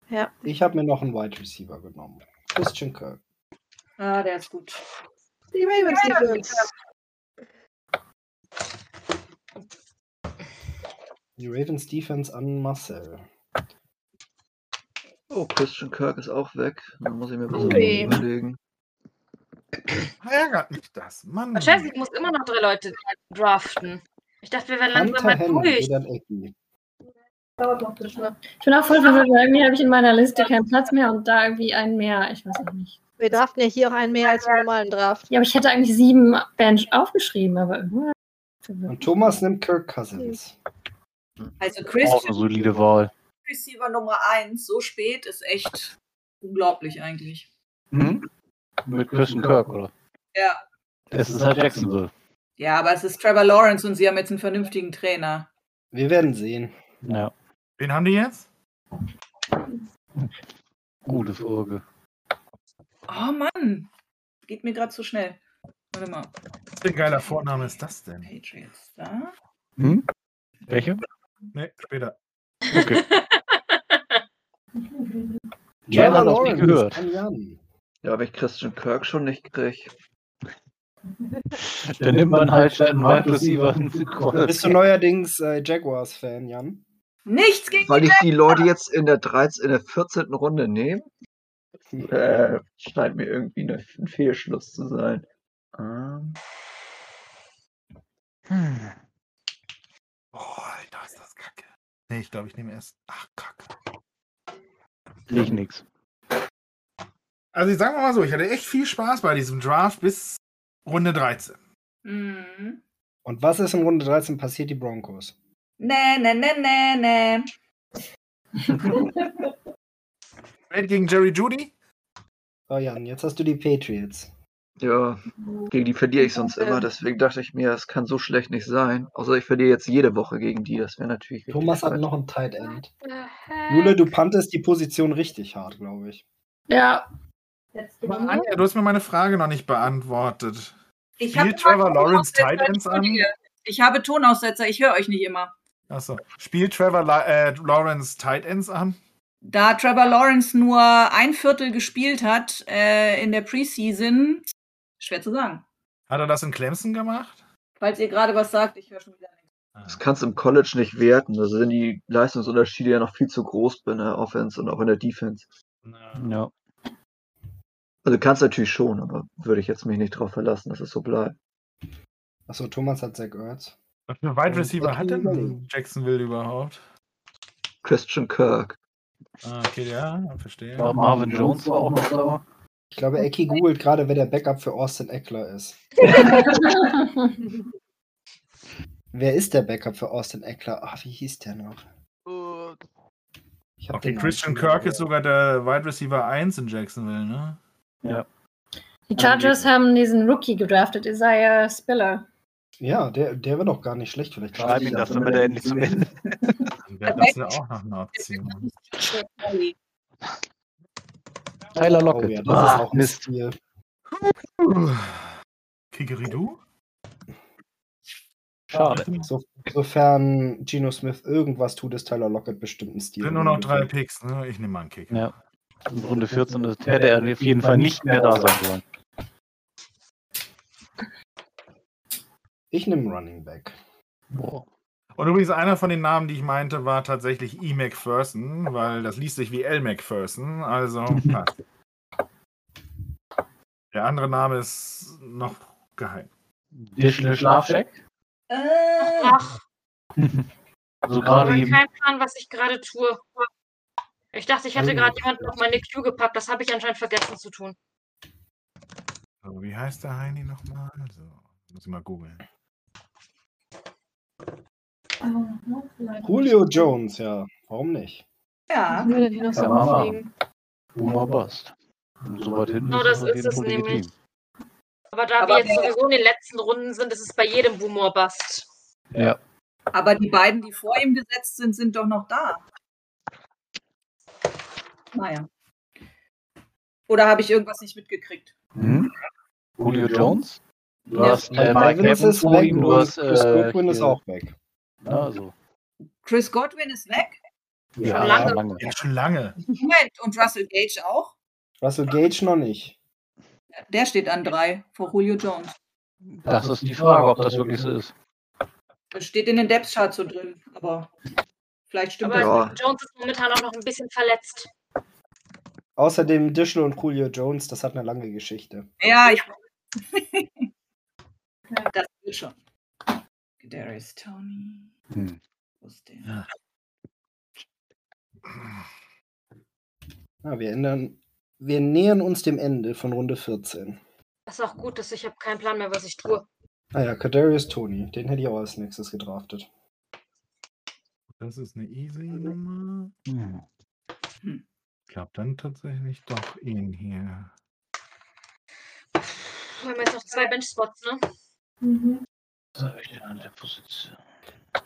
S6: Ja.
S1: Ich habe mir noch einen Wide Receiver genommen. Christian Kirk.
S4: Ah, der ist gut.
S6: Die Ravens, die Ravens.
S1: Die Ravens Defense an Marcel.
S3: Oh, Christian Kirk ist auch weg. Dann muss ich mir was
S6: Nee.
S3: überlegen.
S2: Ärgert mich das, Mann.
S7: Oh, scheiße, ich muss immer noch drei Leute draften. Ich dachte, wir werden langsam
S1: Hunter
S7: mal
S1: Henry
S7: durch.
S1: geht an Eddie.
S18: Dauert noch ein bisschen.
S5: Ich bin auch voll verwirrt, weil irgendwie habe ich in meiner Liste keinen Platz mehr und da irgendwie einen mehr. Ich weiß auch nicht.
S6: Wir draften ja hier auch einen mehr als im normalen Draft.
S5: Ja, aber ich hätte eigentlich sieben Bench aufgeschrieben, aber irgendwann.
S1: Und Thomas nimmt Kirk Cousins.
S4: Also
S8: Auch eine
S4: Christian
S8: solide Wahl.
S4: Receiver Nummer 1 so spät ist echt unglaublich eigentlich.
S8: Hm? Mit Christian Kirk, oder?
S4: Ja.
S8: Es ist halt Jacksonville.
S4: Ja, aber es ist Trevor Lawrence und sie haben jetzt einen vernünftigen Trainer.
S1: Wir werden sehen.
S8: Ja.
S2: Wen haben die jetzt?
S8: Gute Frage.
S4: Oh Mann. Geht mir gerade zu schnell. Warte mal.
S2: Was für ein geiler Vorname ist das denn?
S4: Patriots da.
S8: Hm? Welche?
S2: Nee, später.
S8: Okay.
S1: Trevor
S8: Jalen hat das nicht
S1: Lawrence
S8: gehört.
S1: an Jan.
S3: Ja, wenn ich Christian Kirk schon nicht kriege.
S8: Dann nimmt man halt statt einen Wide Receiver einen
S1: Bist du
S8: Quarterback.
S1: neuerdings äh, Jaguars-Fan, Jan?
S4: Nichts gegen
S3: Weil
S4: die
S3: ich die Leute jetzt in der 13, in der 14. Runde nehme, äh, scheint mir irgendwie eine, ein Fehlschluss zu sein. Ähm,
S8: Hm.
S2: Oh, Alter, ist das kacke. Nee, ich glaube, ich nehme erst. Ach, kacke.
S8: Nicht nix.
S2: Also, ich sage mal so, ich hatte echt viel Spaß bei diesem Draft bis Runde 13.
S4: Mhm.
S1: Und was ist in Runde 13 passiert? Die Broncos.
S4: Nee, nee, nee, nee, nee.
S2: Welt gegen Jerry Judy?
S1: So, Oh, Jan, jetzt hast du die Patriots.
S3: ja, gegen die verliere ich sonst immer, deswegen dachte ich mir, es kann so schlecht nicht sein. Außer ich verliere jetzt jede Woche gegen die, das wäre natürlich richtig
S1: Thomas hat
S3: falsch.
S1: noch einen Tight End.
S7: Äh,
S1: Jule, du pantest die Position richtig hart, glaube ich.
S5: Ja, Mhm.
S18: Letzte
S2: Aber
S18: Runde.
S2: Anja, du hast mir meine Frage noch nicht beantwortet.
S4: Ich
S2: Spielt
S4: hab
S2: Trevor Lawrence
S4: Tonaussetzer,
S2: Tight Ends an?
S4: Entschuldige. Ich habe Tonaussetzer, ich höre euch nicht immer.
S2: Achso. Spielt Trevor La äh, Lawrence Tight Ends an?
S4: Da Trevor Lawrence nur ein Viertel gespielt hat äh, in der Preseason, schwer zu sagen.
S2: Hat er das in Clemson gemacht?
S4: Falls ihr gerade was sagt, ich höre schon wieder nichts.
S3: Das kannst du im College nicht werten. Da sind die Leistungsunterschiede ja noch viel zu groß bei der Offense und auch in der Defense.
S8: Ja.
S3: Also kannst du natürlich schon, aber würde ich jetzt mich nicht darauf verlassen, dass es so bleibt.
S1: Achso, Thomas hat Zach Ertz.
S2: Was für Wide Receiver hat denn
S1: überlegen.
S2: Jacksonville überhaupt?
S3: Christian Kirk.
S2: Ah, okay, ja, verstehe.
S8: Ja, Marvin Jones war auch noch da.
S1: Ich glaube, Eki googelt gerade, wer der Backup für Austin Eckler ist. wer ist der Backup für Austin Eckler? Ach, wie hieß der noch? Ich hab
S2: Okay,
S1: den
S2: Christian
S1: Namen schon wieder
S2: Kirk ist sogar der Wide Receiver 1 in Jacksonville, ne?
S8: Ja.
S5: Die Chargers haben diesen Rookie gedraftet, Isaiah Spiller.
S1: Ja, der, der wäre doch gar nicht schlecht. Vielleicht
S8: Schreib ihm das, damit er endlich zum Ende.
S2: Wäre das ja auch noch eine Option.
S8: Tyler
S1: Lockett. Oh, ja, das ist
S8: Ah,
S1: auch Mist. Hier.
S2: Kikeridu?
S8: Schade.
S1: So, sofern Geno Smith irgendwas tut, ist Tyler Lockett bestimmt ein Stil.
S2: Sind nur noch drei Picks, ne? Ich nehme mal einen Kick.
S8: Ja. In Runde 14 ist- hätte er auf jeden Fall nicht mehr da sein sollen.
S1: Ich nehme Running Back.
S2: Und übrigens, einer von den Namen, die ich meinte, war tatsächlich E. McPherson, weil das liest sich wie L. McPherson, also passt. Der andere Name ist noch geheim.
S8: Dischle Schlafcheck?
S7: Ach, ich habe
S8: Also gerade eben.
S7: keinen Plan, was ich gerade tue. Ich dachte, ich hätte gerade jemanden auf meine Queue gepackt. Das habe ich anscheinend vergessen zu tun.
S2: So, wie heißt der Heini nochmal? So, muss ich mal googeln.
S1: Julio Jones, ja. Warum nicht?
S4: Ja.
S6: Würde den noch so
S8: Ja, Mama.
S6: auflegen.
S8: Boomer Bust. Und so weit hinten
S7: Genau
S8: ist
S7: das
S8: auf
S7: ist
S8: jeden
S7: es
S8: Fall
S7: nämlich.
S8: legitim.
S7: Aber da
S4: Aber
S7: wir jetzt
S4: wer-
S7: sowieso in den letzten Runden sind, ist es bei jedem Boomer Bust.
S8: Ja.
S4: Aber die beiden, die vor ihm gesetzt sind, sind doch noch da. Naja. Oder habe ich irgendwas nicht mitgekriegt?
S8: Hm? Julio Jones? Du
S4: Ja.
S8: hast
S1: Mike
S8: äh, Mike
S1: Evans
S8: Evans
S1: ist
S8: vor
S1: weg
S8: ihm, du
S1: und
S8: hast.
S1: Chris
S8: äh,
S1: Goodwin ist
S8: hier-
S1: auch weg.
S8: Na, so.
S4: Chris Godwin ist weg.
S8: Ja,
S4: lange.
S8: lange.
S2: Ja, schon lange.
S4: Moment, und Russell Gage auch.
S1: Russell Gage noch nicht.
S4: Der steht an drei vor Julio Jones.
S8: Das ist die Frage, ob das wirklich so ist.
S4: Das steht in den Depth Charts so drin, aber vielleicht stimmt
S7: Aber
S4: das.
S7: Jones ist momentan auch noch ein bisschen verletzt.
S1: Außerdem Dischel und Julio Jones, das hat eine lange Geschichte.
S4: Ja, ich. das wird schon. Kadarius Tony.
S8: Hm.
S4: Wo ist der?
S1: Ja, Ah, wir ändern. Wir nähern uns dem Ende von Runde 14.
S7: Das ist auch gut, dass ich habe keinen Plan mehr, was ich tue.
S1: Ah ja, Kadarius Tony, den hätte ich auch als nächstes gedraftet.
S2: Das ist eine easy Nummer.
S8: Hm.
S2: Ich glaube dann tatsächlich doch ihn hier.
S7: Wir haben jetzt noch zwei Bench-Spots, ne?
S8: Was habe ich denn an der Position?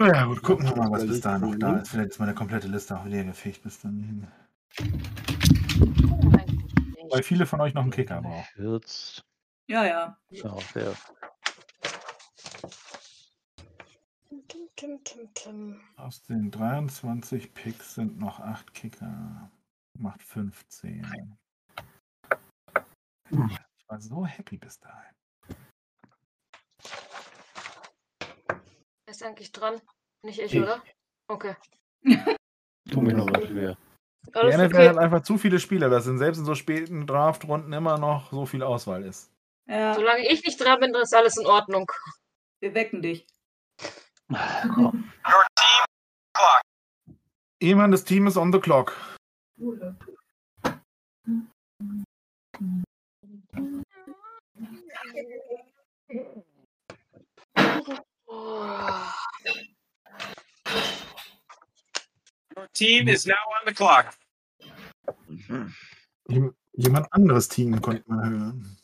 S2: Ja, gut, gucken wir mal, was bis da noch da ist. Vielleicht ist meine komplette Liste auch leer gefegt bis dann hin. Weil viele von euch noch einen Kicker brauchen.
S8: Fürz.
S4: Ja, ja.
S8: Ja, auf der.
S7: Tim, tim, tim, tim.
S2: Aus den 23 Picks sind noch 8 Kicker. Macht 15. Ich war so happy bis dahin.
S7: Wer ist eigentlich dran? Nicht ich,
S2: Ich.
S7: oder? Okay.
S8: Tu mir noch was schwer.
S2: Die
S7: Alles
S2: NFL
S7: okay.
S2: hat einfach zu viele Spieler, dass in selbst in so späten Draftrunden immer noch so viel Auswahl ist.
S4: ja.
S7: Solange ich nicht dran bin, ist alles in Ordnung.
S4: Wir wecken dich.
S2: Jemand des Teams on the clock.
S1: Oh.
S10: Your team is now on the clock.
S2: Jem- Jemand anderes Team konnte man hören.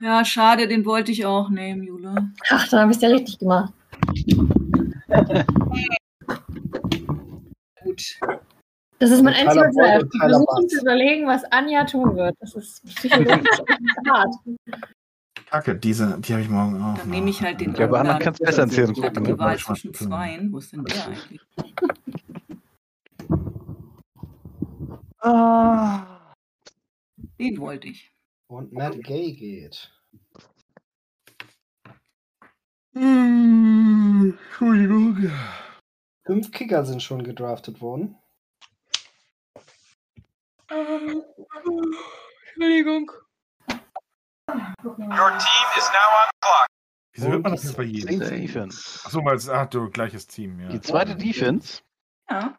S4: Ja, schade, den wollte ich auch nehmen, Jule.
S5: Ach, da habe ich es ja richtig gemacht.
S4: Gut.
S5: Das ist mein
S1: Tyler
S5: einziger
S1: Boyd
S5: Draft.
S1: und
S5: Ich
S1: Tyler
S5: versuche
S1: Barnes.
S5: zu überlegen, was Anja tun wird. Das ist psychologisch hart.
S2: Kacke, diese, die habe ich morgen auch.
S4: Dann nehme ich halt den.
S8: Ja, aber anderen kannst du besser ins Hirn
S4: Ich hatte
S8: gucken.
S4: die Wahl
S8: ne?
S4: zwischen zweien. Wo ist denn der eigentlich? Den wollte ich.
S1: Und Matt Gay geht. Entschuldigung. Fünf Kicker sind schon gedraftet worden.
S7: Ähm, Entschuldigung.
S3: Your team is now on the clock.
S2: Wieso hört man das jetzt bei jedem?
S8: Saints Defense.
S2: Achso, weil es, ach du, gleiches Team, ja.
S8: Die zweite Defense.
S4: Ja.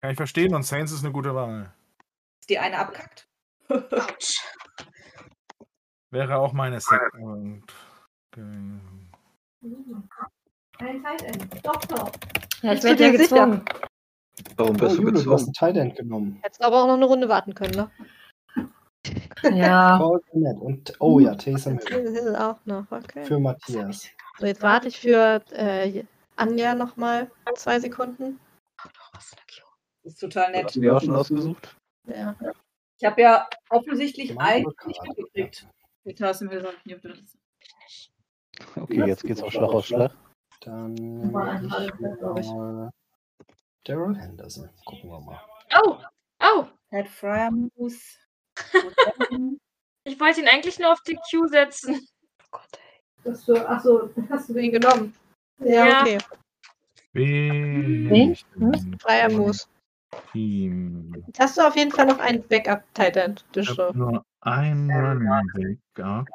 S2: Kann ich verstehen und Saints ist eine gute Wahl.
S4: Ist die eine abkackt?
S2: Wäre auch meine Second.
S19: Ein Tight End. Doktor.
S6: Ja,
S5: ich werd ja gezwungen.
S20: Warum
S1: bist Oh, du gezwungen? Du hast ein Tight End genommen.
S6: Hättest aber auch noch eine Runde warten können, ne?
S5: Ja.
S4: Ah.
S1: Paul Bennett und, oh ja, Taysom
S6: Das
S1: Hill
S6: ist auch noch, okay.
S1: für Matthias.
S6: So, jetzt warte ich für äh, Anja nochmal zwei Sekunden.
S4: Ist total nett.
S8: Hast du die auch schon ausgesucht?
S6: Ja.
S4: Ich habe ja offensichtlich eigentlich nicht mitgekriegt. Mit Tarsem Hill und Newton.
S8: Okay, jetzt geht's auch Schlag auf Schlag.
S1: Dann
S4: War
S1: nehm
S4: alles
S1: ich
S4: gut, glaub ich.
S1: mal Daryl Henderson. Gucken wir mal.
S7: Oh, oh.
S4: Herr Fryer muss.
S7: ich wollte ihn eigentlich nur auf die Q setzen.
S19: Hast du, achso, hast du den genommen?
S6: Ja,
S7: Ja.
S6: okay.
S2: Wen?
S6: Freier Moos.
S2: Team.
S6: Jetzt hast du auf jeden Fall noch einen Backup-Titan.
S2: Ich hab nur ein Running Back gehabt.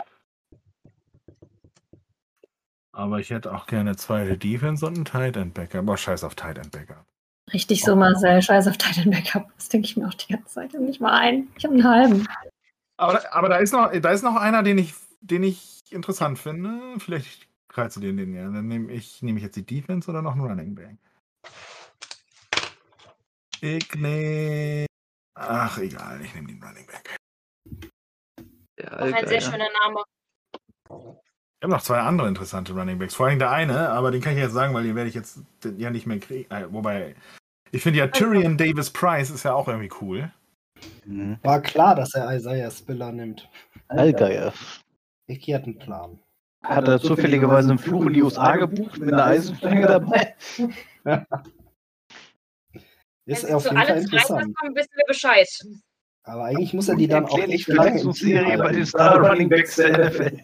S2: Aber ich hätte auch gerne zwei Defense und einen Tight End Backup. Aber scheiß auf Tight End Backup.
S5: Richtig so, Marcel. Scheiß auf Titan Backup. Das denke ich mir auch die ganze Zeit. Ich hab nicht mal einen. Ich habe einen halben.
S2: Aber, da- aber da, ist noch, da ist noch einer, den ich, den ich interessant finde. Vielleicht kreizt du den, den ja. Dann nehme ich, nehme ich jetzt die Defense oder noch einen Running Back. Ich nehme. Ach, egal, ich nehme den Running Back.
S20: Ja,
S7: Auch ein sehr schöner Name.
S2: Ich habe noch zwei andere interessante Running Backs. Vor allem der eine, aber den kann ich jetzt sagen, weil den werde ich jetzt ja nicht mehr kriegen. Äh, wobei, ich finde ja Tyrion Davis Price ist ja auch irgendwie cool.
S8: Hm.
S1: War klar, dass er Isaiah Spiller nimmt.
S8: Alter, ja.
S1: Ricky hat einen Plan.
S8: Hat er zufälligerweise einen Flug in die USA gebucht mit einer Eisenstange dabei?
S1: Ist
S7: Wenn
S1: auf
S7: sie zu
S1: jeden Fall
S7: allem
S1: interessant.
S7: reinkommen, wissen wir Bescheid.
S1: Aber eigentlich muss er die dann auch nicht
S8: Erklärlich für
S1: mehr lange im Team
S8: Leistungsserie bei
S1: halten.
S8: den Star Running Backs der NFL.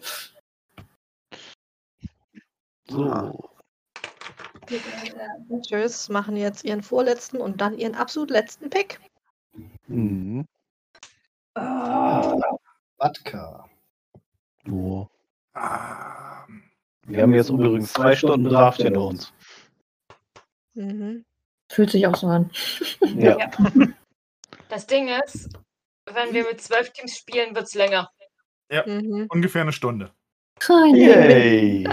S8: So.
S6: Tschüss, machen jetzt ihren vorletzten und dann ihren absolut letzten Pick.
S8: Mhm.
S1: Watka.
S8: So.
S2: Ah,
S8: Wir haben jetzt übrigens zwei Stunden Draft hinter uns.
S6: Mhm.
S5: Fühlt sich auch so an.
S8: Ja.
S7: Das Ding ist, wenn wir mit zwölf Teams spielen, wird es länger.
S2: Ja,
S6: mhm.
S2: ungefähr eine Stunde.
S8: Yay!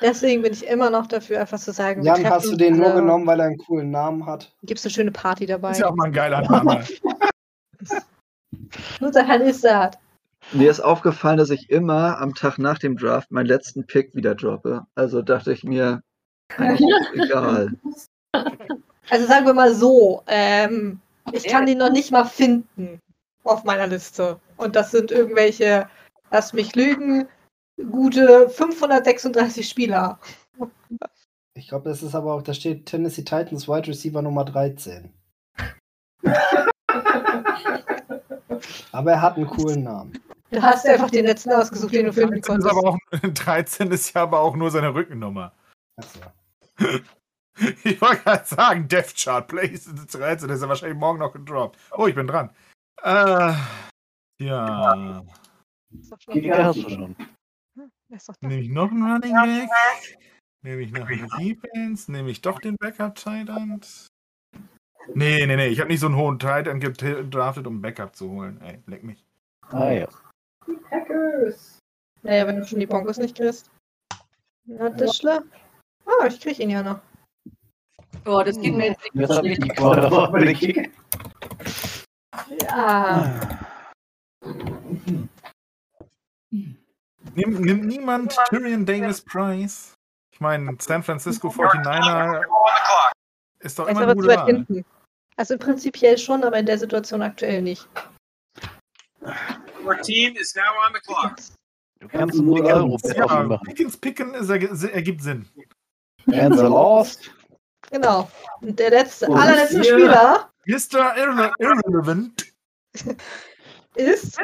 S6: Deswegen bin ich immer noch dafür, einfach zu sagen, wir
S1: Jan,
S6: treffen
S1: hast du den
S6: uns
S1: nur
S6: alle.
S1: genommen, weil er einen coolen Namen hat?
S6: Gibt's eine schöne Party dabei.
S2: Ist ja auch mal ein geiler Name.
S6: Nur der Herr ist da.
S20: Mir ist aufgefallen, dass ich immer am Tag nach dem Draft meinen letzten Pick wieder droppe. Also dachte ich mir, eigentlich ist egal.
S6: Also sagen wir mal so, ähm, ich kann den noch nicht mal finden auf meiner Liste. Und das sind irgendwelche, lass mich lügen, gute 536 Spieler.
S1: Ich glaube, das ist aber auch, da steht Tennessee Titans Wide Receiver Nummer 13. aber er hat einen coolen Namen.
S6: Du hast einfach den letzten ausgesucht, den du
S2: 13
S6: finden
S2: ist,
S6: konntest.
S2: aber auch, 13 ist ja aber auch nur seine Rückennummer.
S1: Also,
S2: Ich wollte gerade sagen, Death Chart Place 13 ist ja wahrscheinlich morgen noch gedroppt. Oh, ich bin dran. Äh, ja.
S8: Ja, hast du schon.
S2: Nehme ich noch einen Running Back? Nehme ich noch eine Defense? Nehme ich doch den Backup Tight End? Nee, nee, nee, ich habe nicht so einen hohen Tight End gedraftet, um Backup zu holen. Ey, leck mich.
S8: Ah ja.
S6: Packers. Naja, wenn du schon die Broncos nicht kriegst. Na, Tischler. Ah, ich krieg ihn ja noch.
S4: Oh, das geht mir jetzt
S8: Jetzt habe ich die Qual auf meine Kick.
S6: Ja.
S2: Nimmt nimmt niemand Tyrion Davis Price? Ich meine, San Francisco 49er ist doch
S6: Er ist
S2: immer eine
S6: aber
S2: gute
S6: zu weit
S2: Wahl.
S6: hinten. Also prinzipiell schon, aber in der Situation aktuell nicht.
S3: Your team is now on the clock.
S8: Du kannst nur Euro auf ihn
S2: Ja,
S8: machen.
S2: Pickens, Picken ist, erg- ergibt Sinn.
S8: And the lost.
S6: Genau. Und der letzte,
S8: Oh,
S6: allerletzte
S8: ja.
S6: Spieler
S2: Mr. Irre Irrelevant.
S6: ist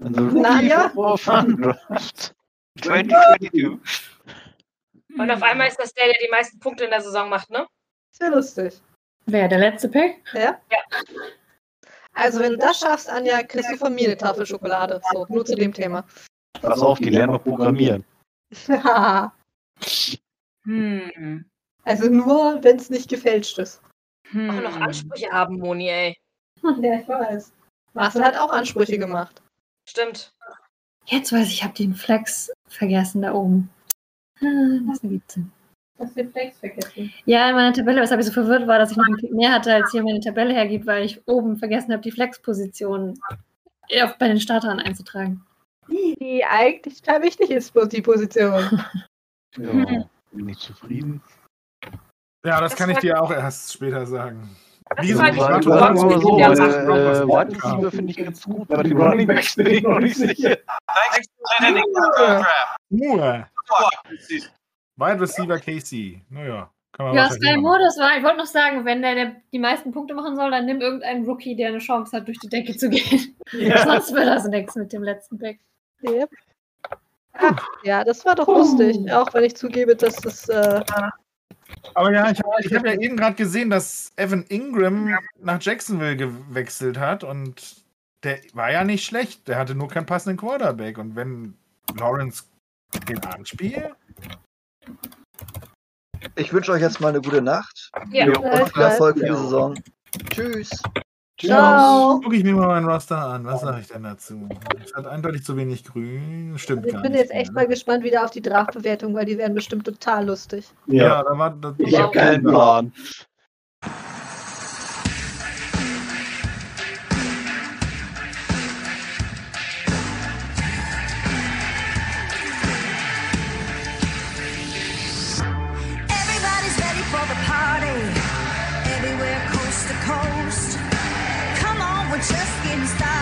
S8: And the
S6: Nadja?
S8: rookie for fun draft. 2022.
S7: Und auf einmal ist das der, der die meisten Punkte in der Saison macht, ne?
S6: Sehr lustig.
S5: Wer, der letzte Pick?
S6: Ja? Also wenn du das schaffst, Anja, kriegst du von mir eine Tafel Schokolade. So, nur zu dem Thema.
S8: Pass auf, die lernen noch programmieren.
S6: hm. Also nur, wenn es nicht gefälscht ist.
S7: Auch noch Ansprüche haben, Moni, ey.
S6: Ja, ich weiß. Marcel hat auch Ansprüche gemacht.
S7: Stimmt.
S5: Jetzt weiß ich, ich habe den Flex vergessen da oben. Ah, Das ergibt Sinn.
S21: Das wird Flex vergessen.
S5: Ja, in meiner Tabelle, weshalb ich so verwirrt war, dass ich noch einen Pick mehr hatte, als hier meine Tabelle hergibt, weil ich oben vergessen habe, die Flex-Position auf- bei den Startern einzutragen.
S6: Die eigentlich total wichtig ist, bloß die Position.
S8: Ja, bin ich zufrieden.
S2: Ja, das, kann ich dir auch erst später sagen.
S8: Das
S2: Wieso
S8: war
S2: nicht?
S8: die-
S2: Warte,
S8: Sagen wir
S2: warte,
S8: mal
S2: warte,
S8: so,
S2: warte,
S8: äh,
S2: warte, warte,
S8: Wide
S2: warte.
S8: Receiver finde ich ganz gut, aber die Running Backs bin ich noch nicht sicher.
S2: Nur. Wide Receiver Casey. Naja, kann man
S5: Ja,
S2: wahrscheinlich
S5: Sky
S2: machen.
S5: Moore, das war, ich wollte noch sagen, wenn der, der die meisten Punkte machen soll, dann nimm irgendeinen Rookie, der eine Chance hat, durch die Decke zu gehen.
S6: Ja.
S5: Sonst wird das nichts mit dem letzten Pick.
S6: Yep. Ach, ja, das war doch lustig. Auch wenn ich zugebe, dass das. Äh,
S2: Aber ja, ich habe ich hab ja eben gerade gesehen, dass Evan Ingram nach Jacksonville gewechselt hat und der war ja nicht schlecht. Der hatte nur keinen passenden Quarterback. Und wenn Lawrence den anspielt,
S22: Ich wünsche euch jetzt mal eine gute Nacht.
S7: Ja.
S22: Und viel Erfolg für die Saison. Tschüss.
S2: Ciao. Gucke ich mir mal meinen Roster an. Was sage ich denn dazu? Es hat eindeutig zu wenig Grün. Stimmt
S6: ich
S2: gar
S6: bin
S2: nicht.
S6: jetzt echt mal gespannt wieder auf die Draftbewertung, weil die werden bestimmt total lustig.
S2: Ja, da war. Da,
S8: Ich habe keinen Plan.
S23: Everybody's ready for the party. Everywhere, coast to coast. Come on, we're just getting started.